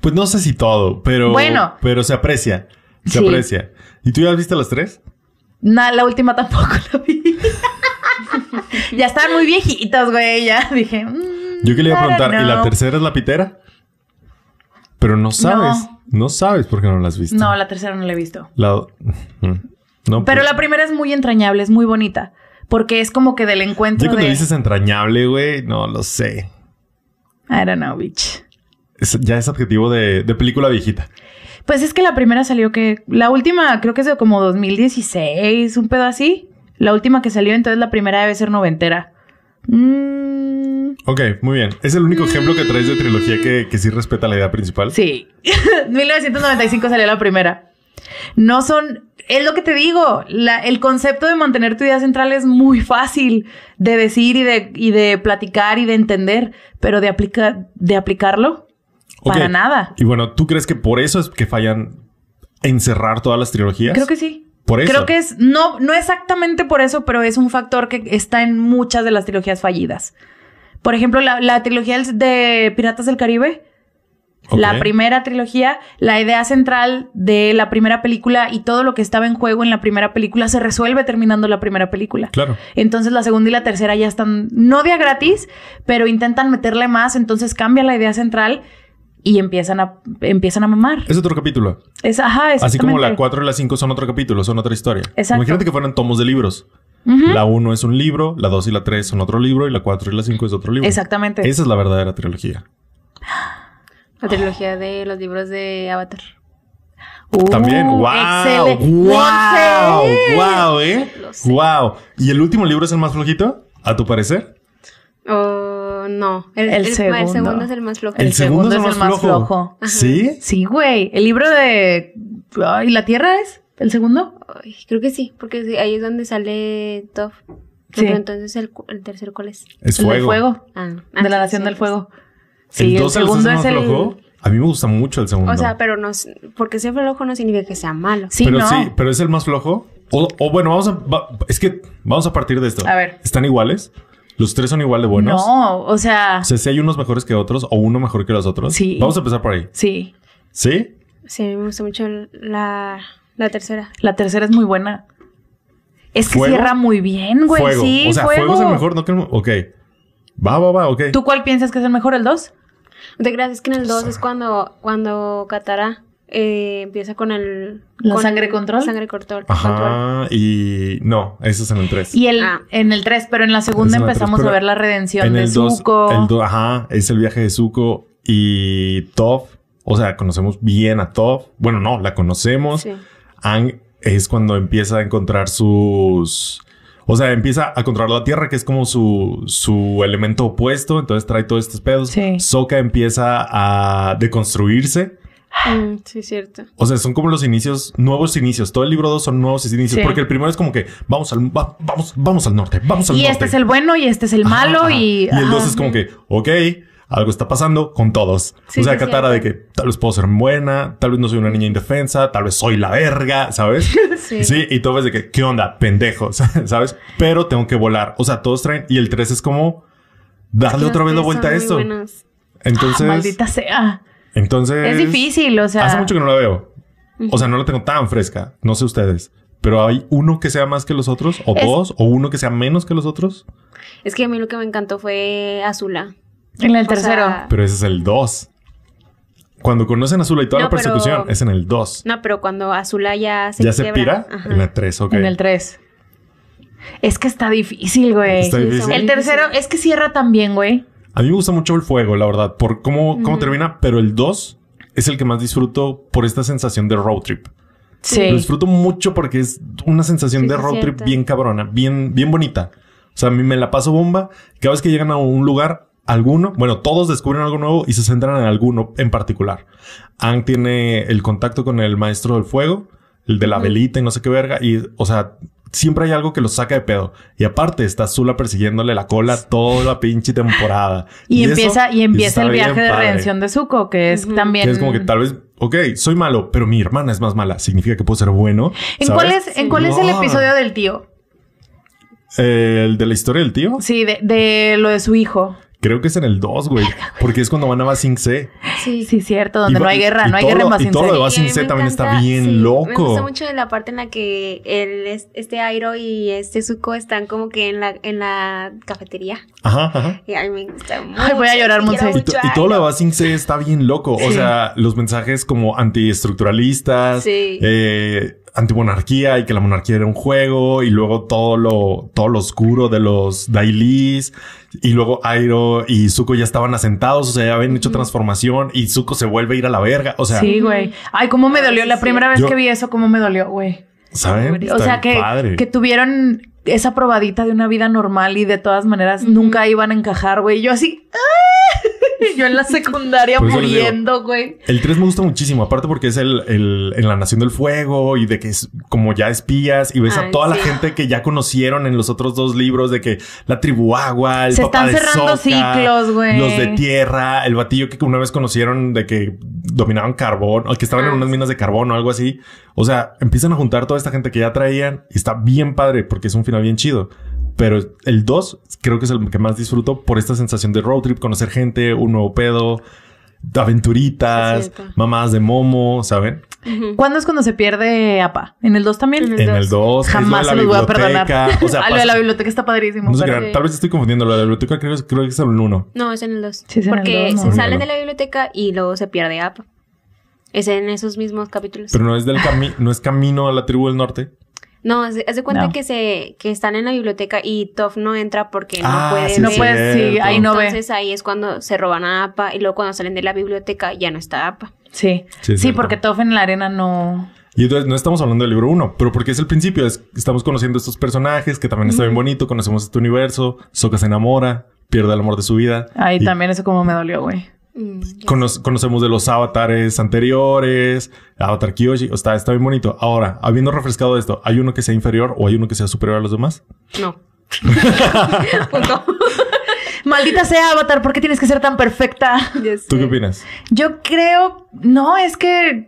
Speaker 1: Pues no sé si todo, pero.
Speaker 2: Bueno.
Speaker 1: Pero se aprecia. Se
Speaker 2: Sí.
Speaker 1: aprecia. ¿Y tú ya viste las tres?
Speaker 2: Na- la última tampoco la vi. ya estaban muy viejitos, güey. Ya dije. mm,
Speaker 1: Yo que le iba a
Speaker 2: I don't
Speaker 1: preguntar, ¿y la
Speaker 2: know.
Speaker 1: tercera es la pitera? Pero no sabes. No, sabes por qué no las viste.
Speaker 2: No, la tercera no la he visto.
Speaker 1: La- Mm. No,
Speaker 2: Pero
Speaker 1: pues,
Speaker 2: la primera es muy entrañable, es muy bonita. Porque es como que del
Speaker 1: Ya
Speaker 2: encuentro
Speaker 1: cuando
Speaker 2: de.
Speaker 1: le dices entrañable, güey, no lo sé.
Speaker 2: I don't know, bitch.
Speaker 1: Es- ya es adjetivo de, de película viejita.
Speaker 2: Pues es que la primera salió que. La última creo que es de como 2016, un pedo así. La última que salió, entonces la primera debe ser noventera. Mm,
Speaker 1: Ok, muy bien. Es el único ejemplo que traes de trilogía que, que sí respeta la idea principal.
Speaker 2: Sí. 1995 salió la primera. No son. Es lo que te digo. la- el concepto de mantener tu idea central es muy fácil de decir y de, y de platicar y de entender, pero de, aplica, de aplicarlo,
Speaker 1: Ok.
Speaker 2: para nada.
Speaker 1: Y bueno, ¿tú crees que por eso es que fallan encerrar todas las trilogías?
Speaker 2: Creo que sí.
Speaker 1: Por eso.
Speaker 2: Creo que es. No, no exactamente por eso, pero es un factor que está en muchas de las trilogías fallidas. Por ejemplo, la, la trilogía del- de Piratas del Caribe.
Speaker 1: Ok.
Speaker 2: La primera trilogía, la idea central de la primera película y todo lo que estaba en juego en la primera película se resuelve terminando la primera película.
Speaker 1: Claro.
Speaker 2: Entonces la segunda y la tercera ya están, no de a gratis, pero intentan meterle más, entonces cambia la idea central y empiezan a, empiezan a mamar.
Speaker 1: Es otro capítulo.
Speaker 2: Es, ajá,
Speaker 1: Así como la
Speaker 2: exactamente.
Speaker 1: 4 y la 5 son otro capítulo, son otra historia.
Speaker 2: Exacto.
Speaker 1: Imagínate que fueran tomos de libros.
Speaker 2: Ujú.
Speaker 1: La 1 es un libro, la 2 y la 3 son otro libro y la 4 y la 5 es otro libro.
Speaker 2: Exactamente.
Speaker 1: Esa es la verdadera trilogía.
Speaker 3: La trilogía de los libros de Avatar.
Speaker 2: Uh,
Speaker 1: También, wow,
Speaker 2: excelente.
Speaker 1: wow,
Speaker 2: Monse.
Speaker 1: wow, eh,
Speaker 3: Lo sé.
Speaker 1: wow. ¿Y el último libro es el más flojito? A tu parecer,
Speaker 3: Oh, no. El,
Speaker 2: El
Speaker 3: el- el segundo.
Speaker 2: segundo.
Speaker 3: es el más flojo.
Speaker 2: El segundo es el más flojo.
Speaker 1: ¿Sí?
Speaker 2: Sí, güey. El libro de... ¿Y la Tierra es? ¿El segundo?
Speaker 3: Ay, creo que sí, porque sí, ahí es donde sale Top.
Speaker 2: Sí.
Speaker 3: Pero entonces el, cu- el tercer cuál es.
Speaker 1: Es
Speaker 2: El de
Speaker 1: fuego.
Speaker 2: fuego.
Speaker 3: Ah,
Speaker 2: de la
Speaker 3: ah,
Speaker 2: Nación
Speaker 3: sí,
Speaker 2: del
Speaker 3: sí.
Speaker 2: Fuego.
Speaker 1: el
Speaker 2: Sí, el,
Speaker 1: dos se los
Speaker 2: segundo
Speaker 1: hace
Speaker 2: es
Speaker 1: más
Speaker 2: el.
Speaker 1: flojo. A mí me gusta mucho el segundo.
Speaker 3: O sea, pero no, s- porque sea flojo no significa que sea malo.
Speaker 2: Sí,
Speaker 1: pero
Speaker 2: no.
Speaker 1: sí, pero es el más flojo. O, o bueno, vamos a va- es que vamos a partir de esto.
Speaker 2: A ver.
Speaker 1: ¿Están iguales? Los tres son igual de buenos.
Speaker 2: No, o sea,
Speaker 1: O sea, si hay unos mejores que otros o uno mejor que los otros.
Speaker 2: Sí.
Speaker 1: Vamos a empezar por ahí.
Speaker 2: sí.
Speaker 1: ¿Sí?
Speaker 3: Sí, a mí me gusta mucho el- la, la tercera.
Speaker 2: La tercera es muy buena. Es que
Speaker 1: ¿Fuego?
Speaker 2: cierra muy bien, güey.
Speaker 1: fuego.
Speaker 2: Sí,
Speaker 1: o sea, fuego.
Speaker 2: fuego.
Speaker 1: es el mejor, no que el mo- Ok. Va, va, va, ok.
Speaker 2: ¿Tú cuál piensas que es el mejor? ¿El 2?
Speaker 3: No te creas, es que en el 2 es cuando, cuando Katara eh, empieza con el...
Speaker 2: ¿La
Speaker 3: con-
Speaker 2: sangre control?
Speaker 3: Sangre control. control.
Speaker 1: Ajá, y no, eso es en el 3.
Speaker 2: Y el,
Speaker 3: Ah.
Speaker 2: en el 3, pero en la segunda
Speaker 1: Es en la tres,
Speaker 2: empezamos
Speaker 1: pero
Speaker 2: a ver la redención
Speaker 1: en
Speaker 2: de
Speaker 1: el 2,
Speaker 2: Zuko.
Speaker 1: el do- ajá, es el viaje de Zuko y Toph. O sea, conocemos bien a Toph. Bueno, no, la conocemos.
Speaker 3: Sí.
Speaker 1: Aang es cuando empieza a encontrar sus. O sea, empieza a controlar la tierra, que es como su, su elemento opuesto. Entonces trae todos estos pedos.
Speaker 2: Sí.
Speaker 1: Sokka empieza a deconstruirse.
Speaker 3: Mm, sí, cierto.
Speaker 1: O sea, son como los inicios, nuevos inicios. Todo el libro 2 son nuevos inicios.
Speaker 2: Sí.
Speaker 1: Porque el primero es como que vamos al, va- vamos, vamos al norte, vamos al
Speaker 2: y
Speaker 1: norte.
Speaker 2: este es el bueno y este es el
Speaker 1: Ajá,
Speaker 2: malo
Speaker 1: ajá.
Speaker 2: y... ah,
Speaker 1: el
Speaker 2: ajá.
Speaker 1: 2 es como que, ok, algo está pasando con todos.
Speaker 3: Sí,
Speaker 1: o sea,
Speaker 3: sí,
Speaker 1: Katara de
Speaker 3: cierto.
Speaker 1: que tal vez puedo ser buena, tal vez no soy una niña indefensa, tal vez soy la verga, ¿sabes?
Speaker 3: Sí.
Speaker 1: Sí, y todo es de que, ¿qué onda? Pendejos, ¿sabes? Pero tengo que volar. O sea, todos traen. Y el 3 es como darle
Speaker 3: Los
Speaker 1: otra vez la
Speaker 3: tres
Speaker 1: vuelta a
Speaker 3: son muy
Speaker 1: esto.
Speaker 3: buenos.
Speaker 1: Entonces,
Speaker 2: Ah, Maldita sea.
Speaker 1: entonces.
Speaker 2: Es difícil, o sea...
Speaker 1: Hace mucho que no la veo. O sea, no la tengo tan fresca. No sé ustedes. Pero hay uno que sea más que los otros, o
Speaker 2: Es-
Speaker 1: dos, o uno que sea menos que los otros.
Speaker 3: Es que a mí lo que me encantó fue Azula.
Speaker 2: En el
Speaker 3: O
Speaker 2: tercero.
Speaker 3: sea,
Speaker 1: Pero ese es el 2. Cuando conocen a Zula y toda
Speaker 3: No,
Speaker 1: la persecución,
Speaker 3: pero-
Speaker 1: es en el 2.
Speaker 3: no, pero cuando Azula ya se
Speaker 1: ya se pira
Speaker 3: quiebra. Ajá.
Speaker 1: en la 3, ok.
Speaker 2: En el 3. Es que está difícil, güey.
Speaker 1: Está
Speaker 3: Sí,
Speaker 1: difícil.
Speaker 3: son-
Speaker 2: El tercero es que cierra también, güey.
Speaker 1: A mí me gusta mucho el fuego, la verdad, por cómo, cómo
Speaker 3: Ujú.
Speaker 1: termina, pero el 2 es el que más disfruto por esta sensación de road trip. Lo
Speaker 2: Sí.
Speaker 1: disfruto mucho porque es una sensación
Speaker 3: Sí,
Speaker 1: de
Speaker 3: sí,
Speaker 1: road trip
Speaker 3: cierto.
Speaker 1: bien cabrona, bien, bien bonita. O sea, a mí me la paso bomba. Cada vez que llegan a un lugar, alguno, bueno, todos descubren algo nuevo y se centran en alguno en particular. Ang tiene el contacto con el maestro del fuego, el de la
Speaker 3: Ujú.
Speaker 1: velita y no sé qué verga. Y, o sea, siempre hay algo que los saca de pedo. Y aparte está Zula persiguiéndole la cola toda la pinche temporada.
Speaker 2: Y,
Speaker 1: eso
Speaker 2: empieza, y empieza
Speaker 1: está
Speaker 2: el viaje
Speaker 1: bien
Speaker 2: de
Speaker 1: padre.
Speaker 2: redención de Zuko, que es
Speaker 3: Ujú.
Speaker 2: también.
Speaker 1: Que es como que tal vez, ok, soy malo, pero mi hermana es más mala. Significa que puedo ser bueno.
Speaker 2: ¿En
Speaker 1: ¿sabes?
Speaker 2: cuál es, en cuál es el
Speaker 1: No.
Speaker 2: episodio del tío?
Speaker 1: Eh, El de la historia del tío.
Speaker 2: Sí, de, de lo de su hijo.
Speaker 1: Creo que es en el 2, güey. Porque es cuando van a Basing C.
Speaker 3: Sí.
Speaker 2: Sí, cierto, donde
Speaker 1: Y va-
Speaker 2: no hay guerra,
Speaker 1: y
Speaker 2: no hay
Speaker 1: todo
Speaker 2: guerra
Speaker 1: lo-
Speaker 2: más
Speaker 1: y todo lo
Speaker 2: sincera.
Speaker 1: de Basing
Speaker 3: Y a mí
Speaker 1: C
Speaker 3: me
Speaker 1: también está
Speaker 3: encanta-
Speaker 1: bien
Speaker 3: sí, Me gusta
Speaker 1: loco.
Speaker 3: mucho de la parte en la que el, es- este Airo y este Zuko están como que en la, en la cafetería.
Speaker 1: Ajá, ajá.
Speaker 3: Y a mí me gusta mucho.
Speaker 2: Ay, voy a llorar,
Speaker 3: quiero
Speaker 2: Monse.
Speaker 1: Y, to-
Speaker 3: mucho
Speaker 1: y todo lo de
Speaker 3: Airo.
Speaker 1: Basing C está bien loco. O
Speaker 2: ¿eh? Sí.
Speaker 1: sea, los mensajes como antiestructuralistas,
Speaker 3: Sí.
Speaker 1: eh, antimonarquía y que la monarquía era un juego. Y luego todo lo, todo lo oscuro de los Dailis. Y luego Airo y Zuko ya estaban asentados. O sea, ya habían hecho transformación y Zuko se vuelve a ir a la verga. O sea,
Speaker 2: Sí, güey. Ay, cómo me dolió. La
Speaker 3: Sí.
Speaker 2: primera vez
Speaker 1: Yo-
Speaker 2: que vi eso, cómo me dolió, güey.
Speaker 1: ¿saben?
Speaker 2: O
Speaker 1: Está
Speaker 2: sea, que,
Speaker 1: padre.
Speaker 2: que tuvieron esa probadita de una vida normal y de todas maneras
Speaker 3: Ujú.
Speaker 2: nunca iban a encajar, güey. Yo así. ¡ah! Yo en la secundaria
Speaker 1: Por eso les digo.
Speaker 2: muriendo, güey.
Speaker 1: El 3 me gusta muchísimo, aparte porque es el, el- en la Nación del Fuego y de que es como ya espías y ves a
Speaker 3: Ay,
Speaker 1: toda la
Speaker 3: sí.
Speaker 1: gente que ya conocieron en los otros dos libros de que la tribu agua, el
Speaker 2: Se
Speaker 1: papá
Speaker 2: están
Speaker 1: de
Speaker 2: cerrando
Speaker 1: Sokka,
Speaker 2: ciclos, güey.
Speaker 1: Los de tierra, el batillo que una vez conocieron de que dominaban carbón o que estaban en
Speaker 3: Ah,
Speaker 1: unas
Speaker 3: sí.
Speaker 1: minas de carbón o algo así. O sea, empiezan a juntar toda esta gente que ya traían y está bien padre porque es un final bien chido. Pero el 2 creo que es el que más disfruto por esta sensación de road trip, conocer gente, un nuevo pedo, aventuritas,
Speaker 3: Es cierto.
Speaker 1: mamadas de momo, ¿saben?
Speaker 3: Ujú.
Speaker 2: ¿Cuándo es cuando se pierde APA? ¿En el 2 también?
Speaker 3: En El
Speaker 1: en el
Speaker 3: dos.
Speaker 1: 2.
Speaker 2: Jamás se los voy a perdonar.
Speaker 1: O sea,
Speaker 2: Ah, lo de la
Speaker 1: pasa-
Speaker 2: biblioteca está padrísimo.
Speaker 1: no se
Speaker 2: pero-
Speaker 1: crean, tal vez estoy confundiendo. Lo de la biblioteca creo, creo que es el 1.
Speaker 3: No, es en el 2.
Speaker 2: Sí, es en el
Speaker 3: Porque
Speaker 2: dos, ¿no?
Speaker 3: se salen
Speaker 1: Míralo.
Speaker 3: de la biblioteca y luego se pierde Apa. Es en esos mismos capítulos.
Speaker 1: Pero no es, del cami- no es camino a la tribu del norte.
Speaker 3: no, haz de haz de cuenta
Speaker 2: No.
Speaker 3: que se que están en la biblioteca y Toph no entra porque
Speaker 1: Ah,
Speaker 3: no puede.
Speaker 1: sí,
Speaker 2: No
Speaker 3: ver.
Speaker 1: puede
Speaker 2: puedes, sí,
Speaker 1: cierto.
Speaker 2: ahí no ve.
Speaker 3: Entonces ahí es cuando se roban a Apa y luego cuando salen de la biblioteca ya no está Apa.
Speaker 2: Sí.
Speaker 1: Sí,
Speaker 2: Sí,
Speaker 1: es cierto.
Speaker 2: porque Toff en la arena no.
Speaker 1: Y entonces no estamos hablando del libro 1, pero porque es el principio. es- estamos conociendo estos personajes que también está bien bonito. Conocemos este universo. Sokka se enamora, pierde el amor de su vida.
Speaker 2: Ahí
Speaker 1: y
Speaker 2: también eso como me dolió, güey.
Speaker 3: Mm, ya.
Speaker 1: cono- conocemos de los avatares anteriores, Avatar Kyoshi. o Está, está bien bonito. Ahora, habiendo refrescado esto, ¿hay uno que sea inferior o hay uno que sea superior a los demás?
Speaker 3: No. Punto.
Speaker 2: Maldita sea, Avatar, ¿por qué tienes que ser tan perfecta?
Speaker 3: Ya
Speaker 1: ¿Tú qué
Speaker 3: sé.
Speaker 1: opinas?
Speaker 2: Yo creo. No, es que.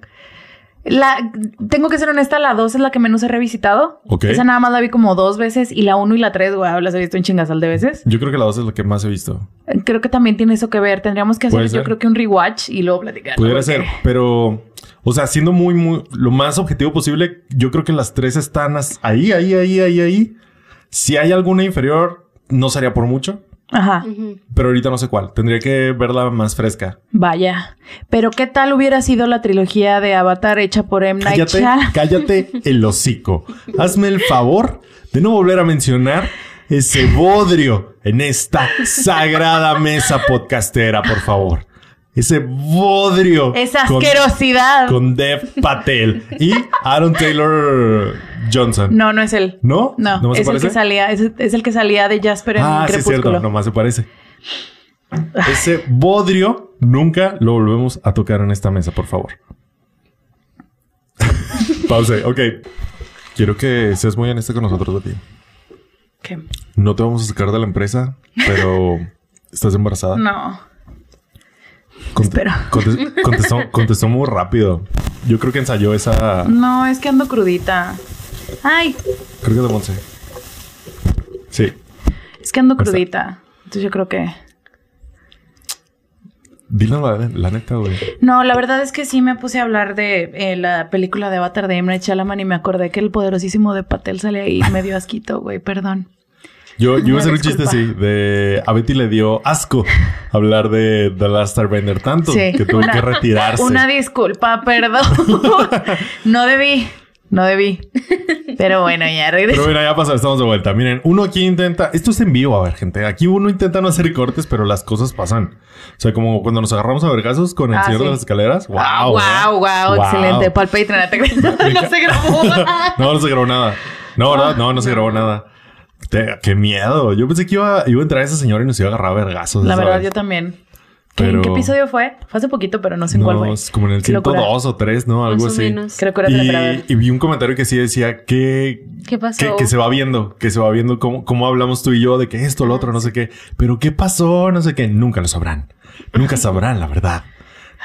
Speaker 2: La, tengo que ser honesta, la 2 es la que menos he revisitado.
Speaker 1: Ok.
Speaker 2: Esa nada más la vi como dos veces y la 1 y la 3, güey, las he visto un chingasal de veces.
Speaker 1: Yo creo que la 2 es la que más he visto.
Speaker 2: Creo que también tiene eso que ver. Tendríamos que
Speaker 1: Puede
Speaker 2: hacer, yo
Speaker 1: ser.
Speaker 2: creo que un rewatch y luego platicar.
Speaker 1: Pudiera
Speaker 2: porque-
Speaker 1: ser, pero, o sea, siendo muy, muy, lo más objetivo posible, yo creo que las tres están as- ahí, ahí, ahí, ahí, ahí. Si hay alguna inferior, no sería por mucho.
Speaker 2: Ajá.
Speaker 3: Ujú.
Speaker 1: Pero ahorita no sé cuál. Tendría que verla más fresca.
Speaker 2: Vaya. Pero ¿qué tal hubiera sido la trilogía de Avatar hecha por M. Night
Speaker 1: Cállate,
Speaker 2: Shyamalan?
Speaker 1: cállate el hocico. Hazme el favor de no volver a mencionar ese bodrio en esta sagrada mesa podcastera, por favor. Ese bodrio.
Speaker 2: Esa
Speaker 1: con-
Speaker 2: asquerosidad.
Speaker 1: Con Dev Patel y Aaron Taylor Johnson.
Speaker 2: No, no es él.
Speaker 1: ¿No?
Speaker 2: No,
Speaker 1: ¿Nomás se
Speaker 2: es el que
Speaker 1: parece?
Speaker 2: salía, es, es el que salía de Jasper en
Speaker 1: Ah, sí, es
Speaker 2: Crepúsculo. Ah,
Speaker 1: cierto. Nomás se parece. Ese bodrio nunca lo volvemos a tocar en esta mesa, por favor. Pause. Ok. Quiero que seas muy honesta con nosotros, Betty.
Speaker 2: ¿Qué?
Speaker 1: No te vamos a sacar de la empresa, pero estás embarazada.
Speaker 2: No.
Speaker 1: Conte-
Speaker 2: espero.
Speaker 1: conte- contestó, contestó muy rápido. Yo creo que ensayó esa.
Speaker 2: No, es que ando crudita. Ay,
Speaker 1: Creo que es de Monse. Sí.
Speaker 2: es que ando
Speaker 1: Pues,
Speaker 2: crudita. Entonces yo creo que.
Speaker 1: Dilo la, la neta, güey.
Speaker 2: No, la verdad es que sí me puse a hablar de eh, la película de Avatar de M. Night Shyamalan y me acordé que el poderosísimo de Patel sale ahí y me dio asquito, güey, perdón.
Speaker 1: Yo, yo iba a hacer un chiste
Speaker 2: Disculpa.
Speaker 1: así de a Betty le dio asco hablar de The Last Airbender tanto
Speaker 2: Sí,
Speaker 1: que tuvo
Speaker 2: una-
Speaker 1: que retirarse.
Speaker 2: Una disculpa, perdón. no debí, no debí. Pero bueno, ya
Speaker 1: Pero
Speaker 2: regresé.
Speaker 1: mira, ya pasó, estamos de vuelta. Miren, uno aquí intenta, esto es en vivo, a ver, gente. Aquí uno intenta no hacer cortes, pero las cosas pasan. O sea, como cuando nos agarramos a vergazos con el
Speaker 2: Ah,
Speaker 1: señor
Speaker 2: sí.
Speaker 1: de las escaleras. Wow, ¿eh?
Speaker 2: wow, wow, excelente. Para el Patreon, te- no se grabó.
Speaker 1: no, no se grabó nada. No, no, no, no se grabó nada. Te- qué miedo. Yo pensé que iba, iba a entrar ese señor y nos iba a agarrar a vergazos.
Speaker 2: La
Speaker 1: esa
Speaker 2: verdad,
Speaker 1: vez.
Speaker 2: yo también. ¿Qué,
Speaker 1: Pero-
Speaker 2: ¿En qué episodio fue? Fue hace poquito, pero no sé en cuál
Speaker 1: No,
Speaker 2: fue.
Speaker 1: es como en el
Speaker 2: Qué locura.
Speaker 1: 102 o 3, ¿no? Algo
Speaker 3: Más o
Speaker 1: así.
Speaker 3: menos.
Speaker 2: Creo que era de la
Speaker 1: Y,
Speaker 2: primera
Speaker 1: y vi un comentario que sí decía que,
Speaker 3: ¿Qué pasó?
Speaker 1: que, que se va viendo, que se va viendo cómo, cómo hablamos tú y yo de que esto, lo otro, no sé qué. Pero qué pasó, no sé qué. Nunca lo sabrán. Nunca sabrán la verdad.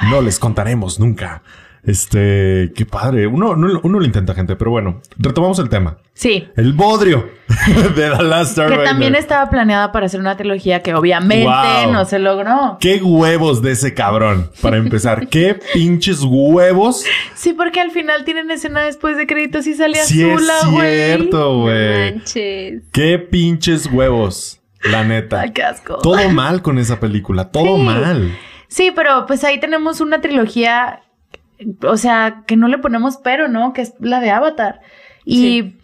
Speaker 1: No les contaremos nunca. Este, qué padre. Uno, uno, uno lo intenta, gente, pero bueno, retomamos el tema.
Speaker 2: Sí.
Speaker 1: El bodrio de The Last
Speaker 2: Que
Speaker 1: Airbender.
Speaker 2: también estaba planeada para hacer una trilogía que obviamente
Speaker 1: Wow.
Speaker 2: no se logró.
Speaker 1: Qué huevos de ese cabrón, para empezar. Qué pinches huevos.
Speaker 2: Sí, porque al final tienen escena después de créditos y sale
Speaker 1: Sí es
Speaker 2: Azula, güey.
Speaker 1: cierto,
Speaker 3: No
Speaker 1: güey.
Speaker 3: manches.
Speaker 1: Qué pinches huevos, la neta.
Speaker 2: Ay, qué asco.
Speaker 1: Todo mal con esa película, todo
Speaker 2: Sí.
Speaker 1: mal.
Speaker 2: Sí, pero pues ahí tenemos una trilogía, o sea, que no le ponemos pero, ¿no? Que es la de Avatar. Y
Speaker 3: Sí.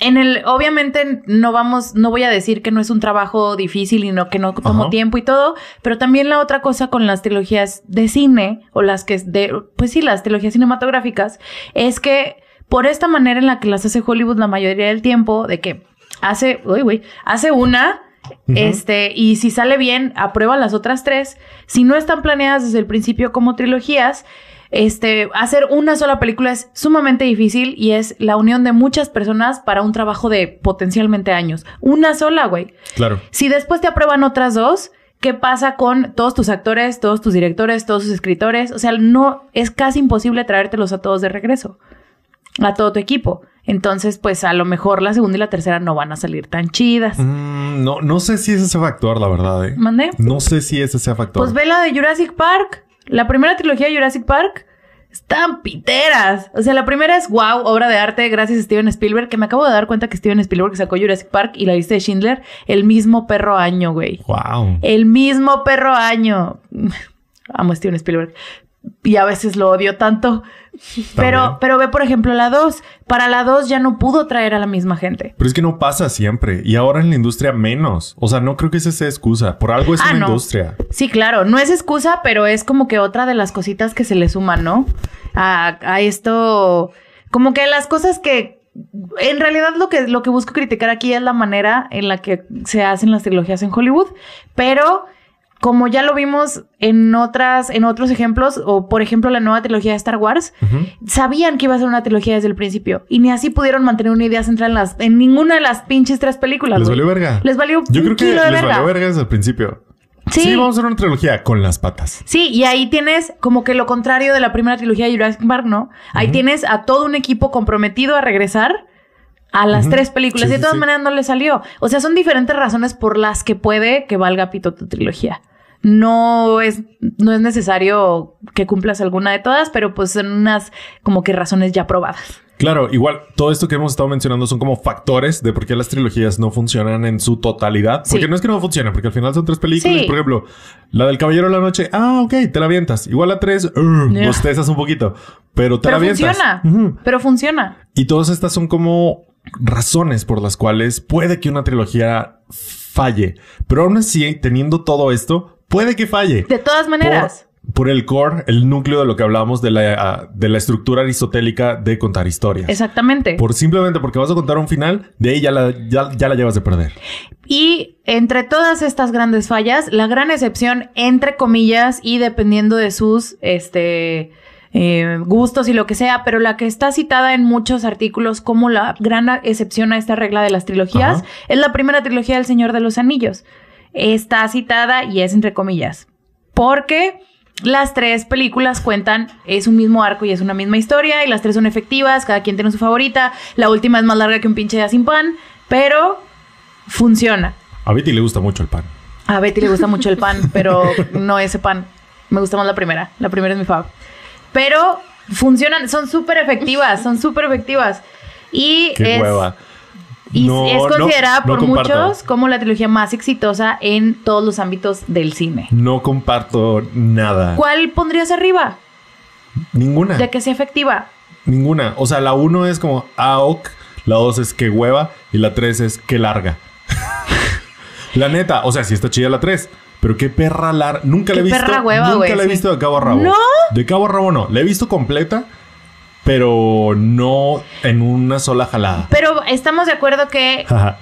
Speaker 2: en el, obviamente no vamos, no voy a decir que no es un trabajo difícil y no que no tomó
Speaker 1: Ajá.
Speaker 2: tiempo y todo, pero también la otra cosa con las trilogías de cine o las que es de, pues sí, las trilogías cinematográficas, es que por esta manera en la que las hace Hollywood la mayoría del tiempo, de que hace, uy, güey, hace una,
Speaker 1: Ujú.
Speaker 2: este, y si sale bien, aprueba las otras tres. Si no están planeadas desde el principio como trilogías, este, hacer una sola película es sumamente difícil y es la unión de muchas personas para un trabajo de potencialmente años. Una sola, güey.
Speaker 1: Claro.
Speaker 2: Si después te aprueban otras dos, ¿qué pasa con todos tus actores, todos tus directores, todos tus escritores? O sea, no es casi imposible traértelos a todos de regreso, a todo tu equipo. Entonces, pues a lo mejor la segunda y la tercera no van a salir tan chidas.
Speaker 1: Mm, no, no sé si ese sea factor, la verdad, eh.
Speaker 2: ¿Mandé?
Speaker 1: No sé si ese sea factor.
Speaker 2: Pues ve la de Jurassic Park. La primera trilogía de Jurassic Park están piteras. O sea, la primera es wow, obra de arte, gracias a Steven Spielberg, que me acabo de dar cuenta que Steven Spielberg sacó Jurassic Park y la lista de Schindler el mismo perro año, güey.
Speaker 1: Wow.
Speaker 2: El mismo perro año. Amo a Steven Spielberg. Y a veces lo odio tanto.
Speaker 1: bien.
Speaker 2: Pero, pero ve, por ejemplo, la 2. Para la 2 ya no pudo traer a la misma gente.
Speaker 1: Pero es que no pasa siempre. Y ahora en la industria menos. O sea, no creo que esa sea excusa. Por algo es
Speaker 2: Ah,
Speaker 1: una
Speaker 2: no.
Speaker 1: industria.
Speaker 2: Sí, claro, no es excusa, pero es como que otra de las cositas que se le suman, ¿no? A, a esto, como que las cosas que, en realidad lo que, lo que busco criticar aquí es la manera en la que se hacen las trilogías en Hollywood, pero como ya lo vimos en otras, en otros ejemplos, o por ejemplo la nueva trilogía de Star Wars,
Speaker 1: Ujú.
Speaker 2: sabían que iba a ser una trilogía desde el principio y ni así pudieron mantener una idea central en, las, en ninguna de las pinches tres películas.
Speaker 1: Les
Speaker 2: güey.
Speaker 1: valió verga.
Speaker 2: Les valió
Speaker 1: Yo
Speaker 2: un
Speaker 1: creo que
Speaker 2: kilo de
Speaker 1: les
Speaker 2: verga.
Speaker 1: valió verga desde el principio.
Speaker 2: Sí.
Speaker 1: vamos a hacer una trilogía con las patas.
Speaker 2: Sí, y ahí tienes como que lo contrario de la primera trilogía de Jurassic Park, ¿no? Ahí tienes a todo un equipo comprometido a regresar a las
Speaker 1: Ujú.
Speaker 2: tres
Speaker 1: Sí,
Speaker 2: películas. y de
Speaker 1: sí,
Speaker 2: todas
Speaker 1: sí.
Speaker 2: maneras no le salió. O sea, son diferentes razones por las que puede que valga pito tu trilogía. No es, no es necesario que cumplas alguna de todas, pero pues son unas como que razones ya probadas.
Speaker 1: Claro, igual todo esto que hemos estado mencionando son como factores de por qué las trilogías no funcionan en su totalidad.
Speaker 2: Sí.
Speaker 1: Porque no es que no funcionen, porque al final son tres películas.
Speaker 2: Sí.
Speaker 1: Por ejemplo, la del Caballero de la Noche, ah, ok, te la avientas. Igual a tres, uh,
Speaker 2: Ya.
Speaker 1: bostezas un poquito, pero te la
Speaker 2: Pero
Speaker 1: avientas.
Speaker 2: funciona.
Speaker 1: Ujú.
Speaker 2: Pero funciona.
Speaker 1: Y todas estas son como razones por las cuales puede que una trilogía falle. Pero aún así, teniendo todo esto, puede que falle.
Speaker 2: De todas maneras.
Speaker 1: Por, por el core, el núcleo de lo que hablábamos de la, ah, de la estructura aristotélica de contar historias.
Speaker 2: Exactamente.
Speaker 1: Por simplemente porque vas a contar un final, de ahí ya la, ya, ya la llevas de perder.
Speaker 2: Y entre todas estas grandes fallas, la gran excepción, entre comillas, y dependiendo de sus este, eh, gustos y lo que sea, pero la que está citada en muchos artículos como la gran excepción a esta regla de las trilogías,
Speaker 1: Ajá.
Speaker 2: es la primera trilogía del Señor de los Anillos. Está citada y es entre comillas. Porque las tres películas cuentan, es un mismo arco y es una misma historia, y las tres son efectivas, cada quien tiene su favorita, la última es más larga que un pinche día sin pan, pero funciona.
Speaker 1: A Betty le gusta mucho el pan.
Speaker 2: A Betty le gusta mucho el pan, pero no ese pan. Me gusta más la primera. La primera es mi fav. Pero funcionan, son súper efectivas, son súper efectivas. Y
Speaker 1: Qué
Speaker 2: es,
Speaker 1: hueva.
Speaker 2: y
Speaker 1: No,
Speaker 2: es
Speaker 1: no,
Speaker 2: considerada
Speaker 1: no
Speaker 2: por
Speaker 1: comparto.
Speaker 2: muchos como la trilogía más exitosa en todos los ámbitos del cine.
Speaker 1: No comparto nada.
Speaker 2: ¿Cuál pondrías arriba?
Speaker 1: Ninguna.
Speaker 2: De que sea efectiva.
Speaker 1: Ninguna. O sea, la uno es como AOC, la dos es que hueva y la tres es que larga. la neta, o sea, sí está chida la tres, pero qué perra larga. Nunca la he
Speaker 2: Qué
Speaker 1: visto.
Speaker 2: perra hueva,
Speaker 1: nunca
Speaker 2: güey,
Speaker 1: la he
Speaker 2: sí.
Speaker 1: visto de cabo a rabo.
Speaker 2: ¿No?
Speaker 1: De cabo a rabo no. La he visto completa, pero no en una sola jalada.
Speaker 2: Pero estamos de acuerdo que.
Speaker 1: Ajá.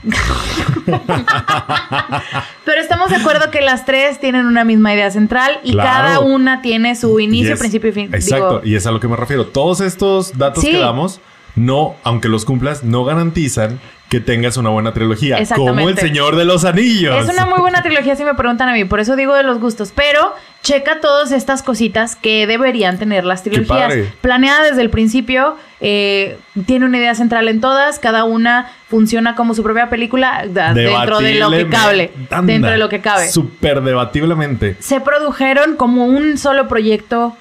Speaker 2: Pero estamos de acuerdo que las tres tienen una misma idea central y
Speaker 1: Claro.
Speaker 2: cada una tiene su inicio,
Speaker 1: es-
Speaker 2: principio y fin.
Speaker 1: Exacto,
Speaker 2: Digo,
Speaker 1: y es a lo que me refiero. Todos estos datos
Speaker 2: Sí.
Speaker 1: que damos, no, aunque los cumplas, no garantizan que tengas una buena trilogía. Como el
Speaker 2: Exactamente.
Speaker 1: Señor de los Anillos.
Speaker 2: Es una muy buena trilogía si me preguntan a mí, por eso digo de los gustos, pero checa todas estas cositas que deberían tener las trilogías.
Speaker 1: padre.
Speaker 2: Planeada desde el principio, eh, tiene una idea central en todas, cada una funciona como su propia película da- dentro de lo que
Speaker 1: Debatiblemente.
Speaker 2: cabe.
Speaker 1: Anda,
Speaker 2: Dentro de lo que cabe.
Speaker 1: Súper debatiblemente.
Speaker 2: Se produjeron como un solo proyecto.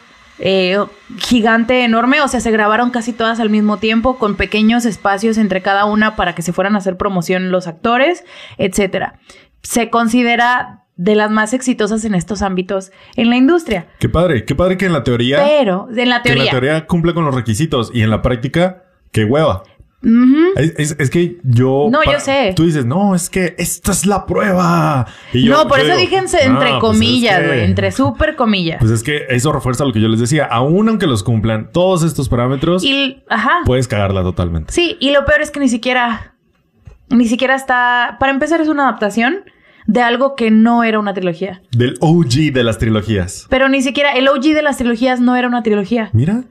Speaker 2: eh, gigante, enorme, o sea, se grabaron casi todas al mismo tiempo, con pequeños espacios entre cada una para que se fueran a hacer promoción los actores, etcétera. Se considera de las más exitosas en estos ámbitos en la industria.
Speaker 1: Qué padre, qué padre que en la teoría,
Speaker 2: Pero, en la
Speaker 1: que en
Speaker 2: teoría.
Speaker 1: la teoría cumple con los requisitos y en la práctica, qué hueva.
Speaker 2: Ujú.
Speaker 1: Es, es- es que yo.
Speaker 2: No, yo sé.
Speaker 1: Tú dices, no, es que esta es la prueba. Y yo-
Speaker 2: no, por
Speaker 1: yo
Speaker 2: eso
Speaker 1: digo,
Speaker 2: díjense
Speaker 1: "Ah,
Speaker 2: entre
Speaker 1: pues es
Speaker 2: comillas,
Speaker 1: que-
Speaker 2: güey, entre super comillas.
Speaker 1: Pues es que eso refuerza lo que yo les decía. Aún aunque los cumplan todos estos parámetros,
Speaker 2: y, ajá.
Speaker 1: puedes cagarla totalmente.
Speaker 2: Sí, y lo peor es que ni siquiera, ni siquiera está, para empezar es una adaptación de algo que no era una trilogía.
Speaker 1: Del OG de las trilogías.
Speaker 2: Pero ni siquiera el OG de las trilogías no era una trilogía.
Speaker 1: Mira,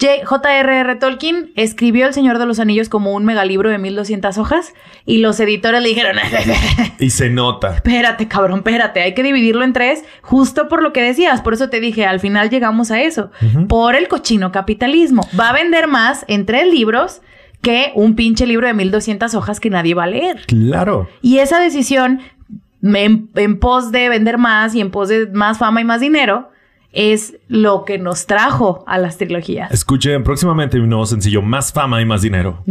Speaker 2: J- J.R.R. Tolkien escribió El Señor de los Anillos como un megalibro de 1200 hojas y los editores le dijeron,
Speaker 1: y se nota.
Speaker 2: espérate cabrón, espérate, hay que dividirlo en tres justo por lo que decías, por eso te dije, al final llegamos a eso,
Speaker 1: Ujú.
Speaker 2: por el cochino capitalismo. Va a vender más en tres libros que un pinche libro de 1200 hojas que nadie va a leer.
Speaker 1: Claro.
Speaker 2: Y esa decisión, me- en, en pos de vender más y en pos de más fama y más dinero, es lo que nos trajo a las trilogías.
Speaker 1: Escuchen próximamente mi nuevo sencillo, Más fama y más dinero.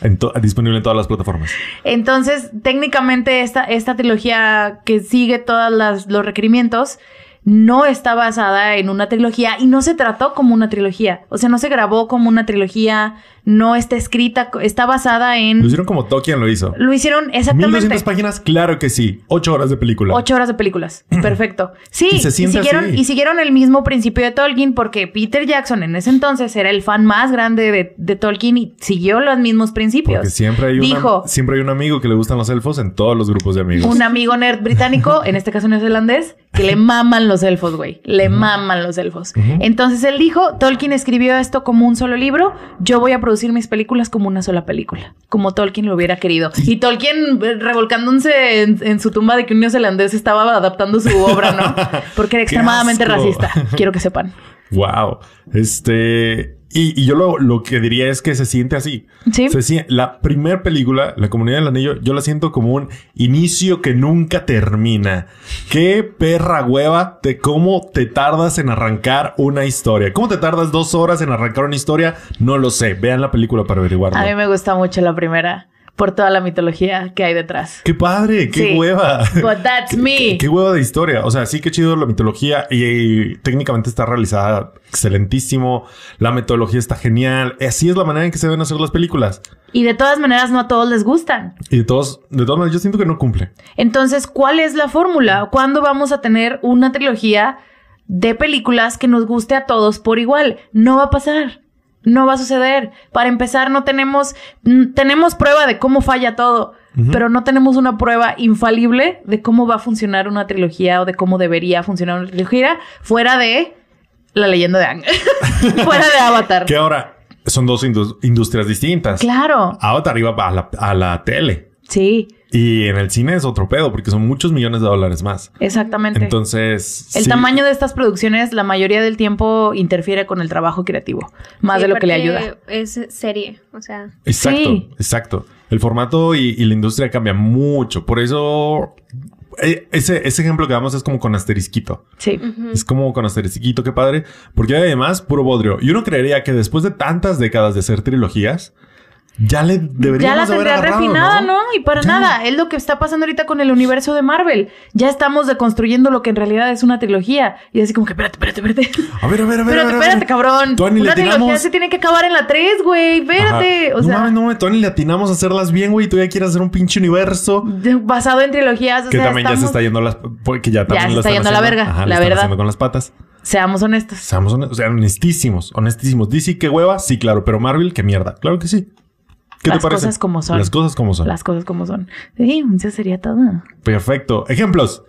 Speaker 1: En to- disponible en todas las plataformas.
Speaker 2: Entonces, técnicamente, esta, esta trilogía que sigue todos los requerimientos no está basada en una trilogía y no se trató como una trilogía. O sea, no se grabó como una trilogía, no está escrita, co- está basada
Speaker 1: Lo
Speaker 2: en.
Speaker 1: hicieron como Tolkien lo hizo.
Speaker 2: Lo hicieron
Speaker 1: 1200
Speaker 2: exactamente.
Speaker 1: páginas, claro que sí. 8 horas de película.
Speaker 2: Ocho horas de películas. Perfecto. Sí,
Speaker 1: Y se
Speaker 2: y
Speaker 1: siente
Speaker 2: siguieron,
Speaker 1: así.
Speaker 2: y siguieron el mismo principio de Tolkien porque Peter Jackson en ese entonces era el fan más grande de, de Tolkien y siguió los mismos principios.
Speaker 1: Porque siempre hay, una-
Speaker 2: Dijo,
Speaker 1: siempre hay un amigo que le gustan los elfos en todos los grupos de amigos.
Speaker 2: un amigo nerd británico, en este caso neozelandés, que le maman los elfos, güey. Le maman los elfos.
Speaker 1: Ujú.
Speaker 2: Entonces él dijo, Tolkien escribió esto como un solo libro, yo voy a producir mis películas como una sola película, como Tolkien lo hubiera querido. Y Tolkien eh, revolcándose en, en su tumba de que un neozelandés estaba adaptando su obra, ¿no? Porque era
Speaker 1: ¡Qué
Speaker 2: extremadamente
Speaker 1: asco!
Speaker 2: racista, quiero que sepan.
Speaker 1: Wow. Este. Y, y yo lo, lo que diría es que se siente así.
Speaker 2: Sí.
Speaker 1: Se sien- la primera película, La Comunidad del Anillo, yo la siento como un inicio que nunca termina. Qué perra hueva de cómo te tardas en arrancar una historia. ¿Cómo te tardas dos horas en arrancar una historia? No lo sé. Vean la película para averiguarlo.
Speaker 2: A mí me gusta mucho la primera por toda la mitología que hay detrás.
Speaker 1: Qué padre, qué
Speaker 2: Sí. Pues,
Speaker 1: hueva.
Speaker 2: But that's me.
Speaker 1: Qué, qué hueva de historia. O sea, sí, qué chido la mitología y, y técnicamente está realizada excelentísimo. La metodología está genial. Así es la manera en que se deben hacer las películas.
Speaker 2: Y de todas maneras no a todos les gustan.
Speaker 1: Y de todos, de todas maneras, yo siento que no cumple.
Speaker 2: Entonces, ¿cuál es la fórmula? ¿Cuándo vamos a tener una trilogía de películas que nos guste a todos por igual? No va a pasar. No va a suceder. Para empezar, no tenemos, mm, tenemos prueba de cómo falla todo,
Speaker 1: Ujú.
Speaker 2: pero no tenemos una prueba infalible de cómo va a funcionar una trilogía o de cómo debería funcionar una trilogía fuera de la leyenda de Ang. fuera de Avatar.
Speaker 1: Que ahora son dos indus- industrias distintas.
Speaker 2: Claro.
Speaker 1: Avatar iba a la, a la tele
Speaker 2: Sí,
Speaker 1: y en el cine es otro pedo porque son muchos millones de dólares más.
Speaker 2: exactamente.
Speaker 1: Entonces,
Speaker 2: El
Speaker 1: sí,
Speaker 2: tamaño de estas producciones la mayoría del tiempo interfiere con el trabajo creativo, más
Speaker 3: Sí,
Speaker 2: de lo que le
Speaker 3: aparte
Speaker 2: ayuda.
Speaker 3: Es serie, o sea.
Speaker 1: Exacto,
Speaker 2: Sí.
Speaker 1: exacto. El formato y, y la industria cambia mucho. Por eso, eh, ese, ese ejemplo que damos es como con asterisquito.
Speaker 2: Sí.
Speaker 3: ujú.
Speaker 1: Es como con asterisquito, qué padre. Porque además, puro bodrio. Y uno creería que después de tantas décadas de hacer trilogías, ya le
Speaker 2: Ya la
Speaker 1: deberíamos haber
Speaker 2: tendría
Speaker 1: agarrado,
Speaker 2: refinada, ¿no? Y para
Speaker 1: Ya.
Speaker 2: nada, es lo que está pasando ahorita con el universo de Marvel. Ya estamos deconstruyendo lo que en realidad es una trilogía. Y así como que, espérate, espérate, espérate.
Speaker 1: A ver, a ver, a ver. a ver, a
Speaker 2: Espérate,
Speaker 1: ver.
Speaker 2: espérate, cabrón.
Speaker 1: Todavía ni le
Speaker 2: Una trilogía
Speaker 1: tiramos.
Speaker 2: se tiene que acabar en la 3, güey. Espérate.
Speaker 1: Ajá.
Speaker 2: O
Speaker 1: no mames,
Speaker 2: sea,
Speaker 1: no mames, Tony, le atinamos a hacerlas bien, güey. y Tú ya quieres hacer un pinche universo.
Speaker 2: de- basado en trilogías. o
Speaker 1: Que
Speaker 2: sea,
Speaker 1: también ya se
Speaker 2: estamos-
Speaker 1: está yendo las... Porque ya también
Speaker 2: se
Speaker 1: lo
Speaker 2: está
Speaker 1: están
Speaker 2: yendo a la
Speaker 1: haciendo.
Speaker 2: verga,
Speaker 1: Ajá, lo
Speaker 2: la
Speaker 1: están
Speaker 2: verdad.
Speaker 1: haciendo con las patas.
Speaker 2: Seamos honestos.
Speaker 1: Seamos honestos, o sea, honestísimos, honestísimos. DC, qué hueva, sí, claro, pero Marvel, qué mierda, claro que sí. ¿Qué
Speaker 2: Las
Speaker 1: te parece?
Speaker 2: cosas como son.
Speaker 1: Las cosas como son.
Speaker 2: Las cosas como son. Sí, eso sería todo.
Speaker 1: Perfecto. Ejemplos.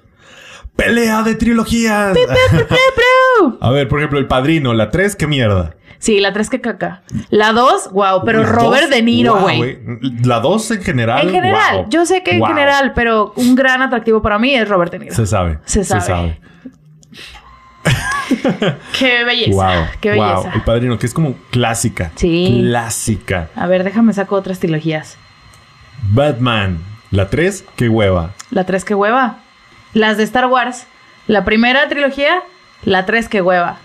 Speaker 1: Pelea de trilogías. A ver, por ejemplo, El Padrino, la 3, qué mierda.
Speaker 2: Sí, la 3 que caca. La 2, wow, pero
Speaker 1: La
Speaker 2: Robert
Speaker 1: dos,
Speaker 2: De Niro,
Speaker 1: guau,
Speaker 2: güey.
Speaker 1: La 2 en general.
Speaker 2: en general,
Speaker 1: guau.
Speaker 2: yo sé que en
Speaker 1: Guau.
Speaker 2: general, pero un gran atractivo para mí es Robert De Niro.
Speaker 1: Se sabe.
Speaker 2: Se sabe. Qué belleza.
Speaker 1: Wow.
Speaker 2: Qué belleza.
Speaker 1: El Padrino, que es como clásica.
Speaker 2: Sí.
Speaker 1: Clásica.
Speaker 2: A ver, déjame saco otras trilogías.
Speaker 1: Batman, la 3, qué hueva.
Speaker 2: La 3 que hueva. Las de Star Wars. La primera trilogía, la 3 que hueva.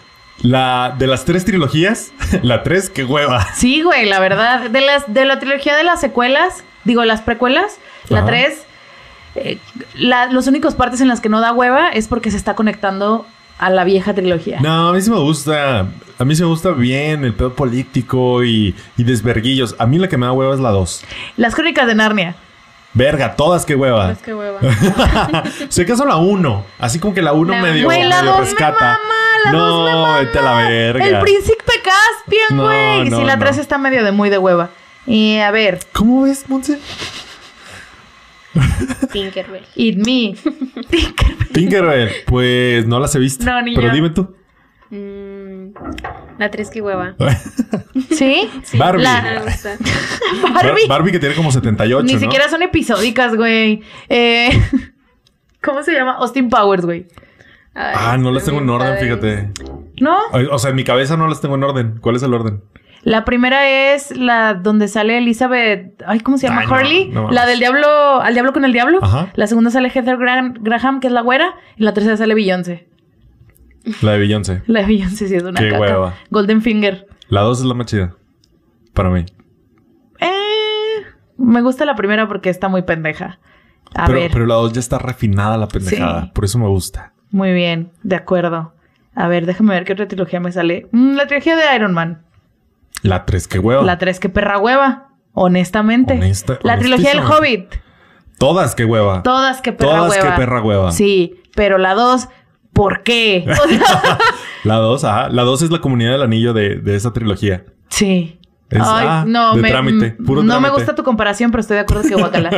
Speaker 1: La de las tres trilogías, la 3, qué hueva.
Speaker 2: Sí, güey, la verdad. De las, de la trilogía de las secuelas, digo, las precuelas, la
Speaker 1: Ajá.
Speaker 2: 3, eh, la- los únicos partes en las que no da hueva es porque se está conectando a la vieja trilogía.
Speaker 1: No, a mí sí me gusta. A mí sí me gusta bien el pedo político y, y desverguillos. A mí la que me da hueva es la 2.
Speaker 2: Las crónicas de Narnia.
Speaker 1: Verga, todas qué hueva.
Speaker 3: Pues qué hueva.
Speaker 1: Se casó la 1. Así como que la 1
Speaker 3: La-
Speaker 1: medio,
Speaker 2: Güey, la
Speaker 1: medio
Speaker 2: dos me
Speaker 1: rescata.
Speaker 2: mama, la
Speaker 1: no,
Speaker 2: dos me mama.
Speaker 1: vete a la verga.
Speaker 2: El príncipe Caspian,
Speaker 1: No,
Speaker 2: güey. Y
Speaker 1: no,
Speaker 2: sí, la
Speaker 1: no.
Speaker 2: 3 está medio de muy de hueva. Y a ver,
Speaker 1: ¿Cómo ves, Monse?
Speaker 3: Tinkerbell.
Speaker 2: Eat Me.
Speaker 1: Tinkerbell, pues no las he visto.
Speaker 2: No, ni
Speaker 1: Pero
Speaker 2: yo.
Speaker 1: dime tú.
Speaker 3: Mm, la tres que hueva.
Speaker 2: ¿Sí?
Speaker 1: Barbie.
Speaker 3: La- no me gusta.
Speaker 2: Barbie.
Speaker 1: Bar- Barbie que tiene como 78,
Speaker 2: Ni
Speaker 1: ¿no?
Speaker 2: siquiera son episódicas, güey. Eh, ¿Cómo se llama? Austin Powers, güey.
Speaker 3: Ay,
Speaker 1: Ah, no las tengo en
Speaker 3: bien
Speaker 1: orden,
Speaker 3: padre.
Speaker 1: fíjate.
Speaker 2: ¿No?
Speaker 1: O- O sea, en mi cabeza no las tengo en orden. ¿Cuál es el orden?
Speaker 2: La primera es la donde sale Elizabeth. Ay, ¿cómo se llama?
Speaker 1: Ay, no,
Speaker 2: Hurley.
Speaker 1: no mames.
Speaker 2: la del diablo. Al diablo con el diablo.
Speaker 1: Ajá.
Speaker 2: La segunda sale Heather Graham, Graham, que es la güera. Y la tercera sale Beyoncé.
Speaker 1: La de Beyoncé.
Speaker 2: La de Beyoncé sí es una
Speaker 1: Qué
Speaker 2: caca.
Speaker 1: hueva.
Speaker 2: Golden Finger.
Speaker 1: La 2 es la más chida. Para mí.
Speaker 2: Eh, me gusta la primera porque está muy pendeja. A
Speaker 1: pero,
Speaker 2: ver.
Speaker 1: pero la 2 ya está refinada la pendejada.
Speaker 2: Sí.
Speaker 1: Por eso me gusta.
Speaker 2: Muy bien, de acuerdo. A ver, déjame ver qué otra trilogía me sale. Mm, la trilogía de Iron Man.
Speaker 1: La 3, qué hueva.
Speaker 2: La 3, que perra hueva. Honestamente.
Speaker 1: Honesta-
Speaker 2: la trilogía del
Speaker 1: honestísima.
Speaker 2: Hobbit.
Speaker 1: Todas, qué hueva.
Speaker 2: Todas que perra
Speaker 1: Todas,
Speaker 2: hueva.
Speaker 1: qué perra hueva.
Speaker 2: Sí, pero la 2, ¿por qué? O sea,
Speaker 1: La 2, ajá. La 2 es la comunidad del anillo de, de esa trilogía.
Speaker 2: sí.
Speaker 1: Es, ah, de trámite, puro
Speaker 2: no me
Speaker 1: trámite.
Speaker 2: gusta tu comparación, pero estoy de acuerdo que guacala.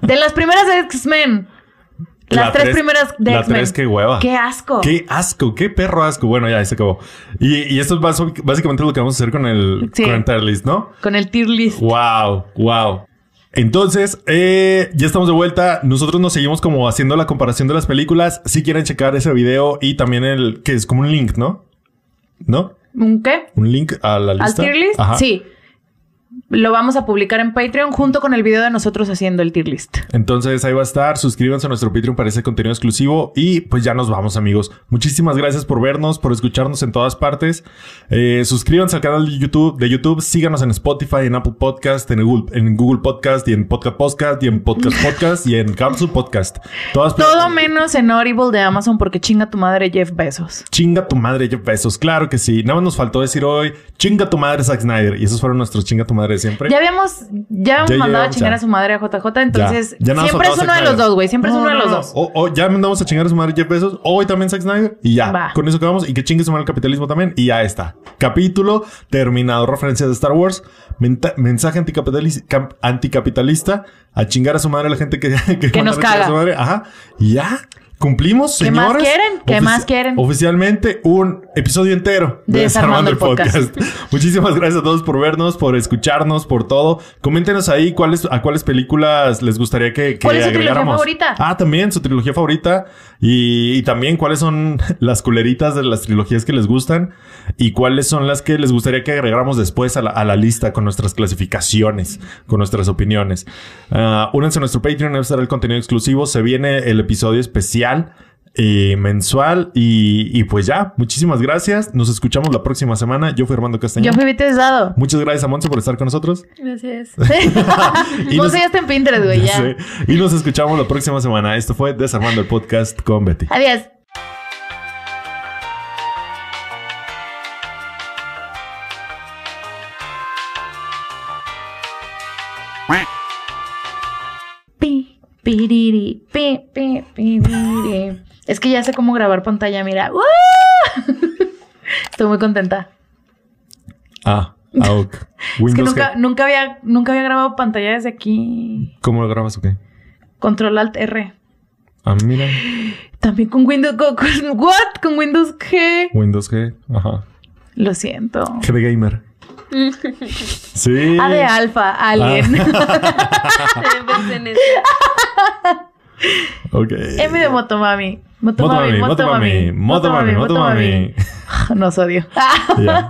Speaker 2: De las primeras de X-Men. Las
Speaker 1: La
Speaker 2: tres,
Speaker 1: tres-
Speaker 2: primeras de
Speaker 1: la
Speaker 2: X-Men.
Speaker 1: tres, qué hueva.
Speaker 2: Qué asco.
Speaker 1: Qué asco, qué perro asco. Bueno, ya, ahí se acabó. Y, y esto es bas- básicamente lo que vamos a hacer con el
Speaker 2: Sí.
Speaker 1: con el tier list, ¿no?
Speaker 2: Con el tier list.
Speaker 1: Wow, wow. Entonces, eh, ya estamos de vuelta. Nosotros nos seguimos como haciendo la comparación de las películas. Si quieren checar ese video y también el que es como un link, ¿no? ¿No?
Speaker 2: ¿Un qué?
Speaker 1: ¿Un link a la
Speaker 2: ¿Al
Speaker 1: lista?
Speaker 2: tier list?
Speaker 1: Ajá.
Speaker 2: Sí. Lo vamos a publicar en Patreon junto con el video de nosotros haciendo el tier list.
Speaker 1: Entonces ahí va a estar. Suscríbanse a nuestro Patreon para ese contenido exclusivo. Y pues ya nos vamos, amigos. Muchísimas gracias por vernos, por escucharnos en todas partes. Eh, suscríbanse al canal de YouTube, de YouTube. Síganos en Spotify, en Apple Podcast, en Google, en Google Podcast y en Podcast Podcast y en Podcast Podcast y en Capsule Podcast. Todas
Speaker 2: Todo menos en Audible de Amazon porque chinga tu madre Jeff Bezos.
Speaker 1: Chinga tu madre, Jeff Bezos. Claro que sí. Nada más nos faltó decir hoy, chinga tu madre, Zack Snyder. Y esos fueron nuestros chinga tu madre de siempre.
Speaker 2: Ya habíamos, ya habíamos
Speaker 1: Ya
Speaker 2: mandado a
Speaker 1: llegamos
Speaker 2: chingar
Speaker 1: a-
Speaker 2: a su madre a JJ, entonces
Speaker 1: Ya nada más
Speaker 2: siempre
Speaker 1: faltaba
Speaker 2: es uno de
Speaker 1: Zack
Speaker 2: los
Speaker 1: Snyder.
Speaker 2: dos, güey. Siempre es
Speaker 1: No,
Speaker 2: uno de
Speaker 1: no,
Speaker 2: los
Speaker 1: no. Oh,
Speaker 2: dos.
Speaker 1: O, o ya mandamos a chingar a su madre Jeff Bezos. Hoy también Zack Snyder. Y ya.
Speaker 2: Va.
Speaker 1: Con eso acabamos. Y que chingue su madre el capitalismo también. Y ya está. Capítulo terminado. Referencias de Star Wars. Menta- mensaje anticapitalis- cam- anticapitalista. A chingar a su madre a la gente que, que,
Speaker 2: Que
Speaker 1: mandaron a
Speaker 2: nos
Speaker 1: chingar a
Speaker 2: caga.
Speaker 1: su madre. Ajá. Y ya. Cumplimos,
Speaker 2: ¿Qué más
Speaker 1: señores.
Speaker 2: quieren? ¿Qué
Speaker 1: Ofici-
Speaker 2: más quieren?
Speaker 1: Oficialmente un episodio entero de Desarmando, el podcast. Muchísimas gracias a todos por vernos, por escucharnos, por todo. Coméntenos ahí cuáles a cuáles películas les gustaría que, que
Speaker 2: ¿Cuál es su
Speaker 1: agregáramos.
Speaker 2: trilogía favorita?
Speaker 1: Ah, también su trilogía favorita. Y, y también cuáles son las culeritas de las trilogías que les gustan. Y cuáles son las que les gustaría que agregáramos después a la, a la lista con nuestras clasificaciones, con nuestras opiniones. Ah, únanse a nuestro Patreon, ahí estará el contenido exclusivo. Se viene el episodio especial. eh, mensual y, y pues ya, muchísimas gracias. Nos escuchamos la próxima semana. Yo fui Armando
Speaker 2: Yo
Speaker 1: Castañeda.
Speaker 2: fui Vites Dado.
Speaker 1: Muchas gracias a Monse por estar con nosotros.
Speaker 3: Gracias.
Speaker 1: Y nos-
Speaker 2: Monse ya está en Pinterest, güey.
Speaker 1: Ya
Speaker 2: ya.
Speaker 1: sé. Y nos escuchamos la próxima semana. Esto fue Desarmando el Podcast con Betty.
Speaker 2: Adiós. Pi, piriri, pi, pi, piriri. Es que ya sé cómo grabar pantalla, mira. ¡Uh! Estoy muy contenta.
Speaker 1: Ah, AOC.
Speaker 2: Es que
Speaker 1: Windows.
Speaker 2: nunca,
Speaker 1: G.
Speaker 2: nunca, había, nunca había grabado pantalla desde aquí.
Speaker 1: ¿Cómo lo grabas o qué?
Speaker 2: Control Alt R.
Speaker 1: Ah, mira.
Speaker 2: También con Windows. Con, con- ¿What? Con Windows G.
Speaker 1: Windows G. Ajá.
Speaker 2: Lo siento.
Speaker 1: G de gamer. Sí. Ah,
Speaker 2: A de alfa, alien.
Speaker 3: Pensé en eso.
Speaker 1: Ok.
Speaker 2: M de Motomami. Motomami,
Speaker 1: Motomami, motomami, motomami, motomami.
Speaker 2: Nos odio. Ah.
Speaker 1: Ya.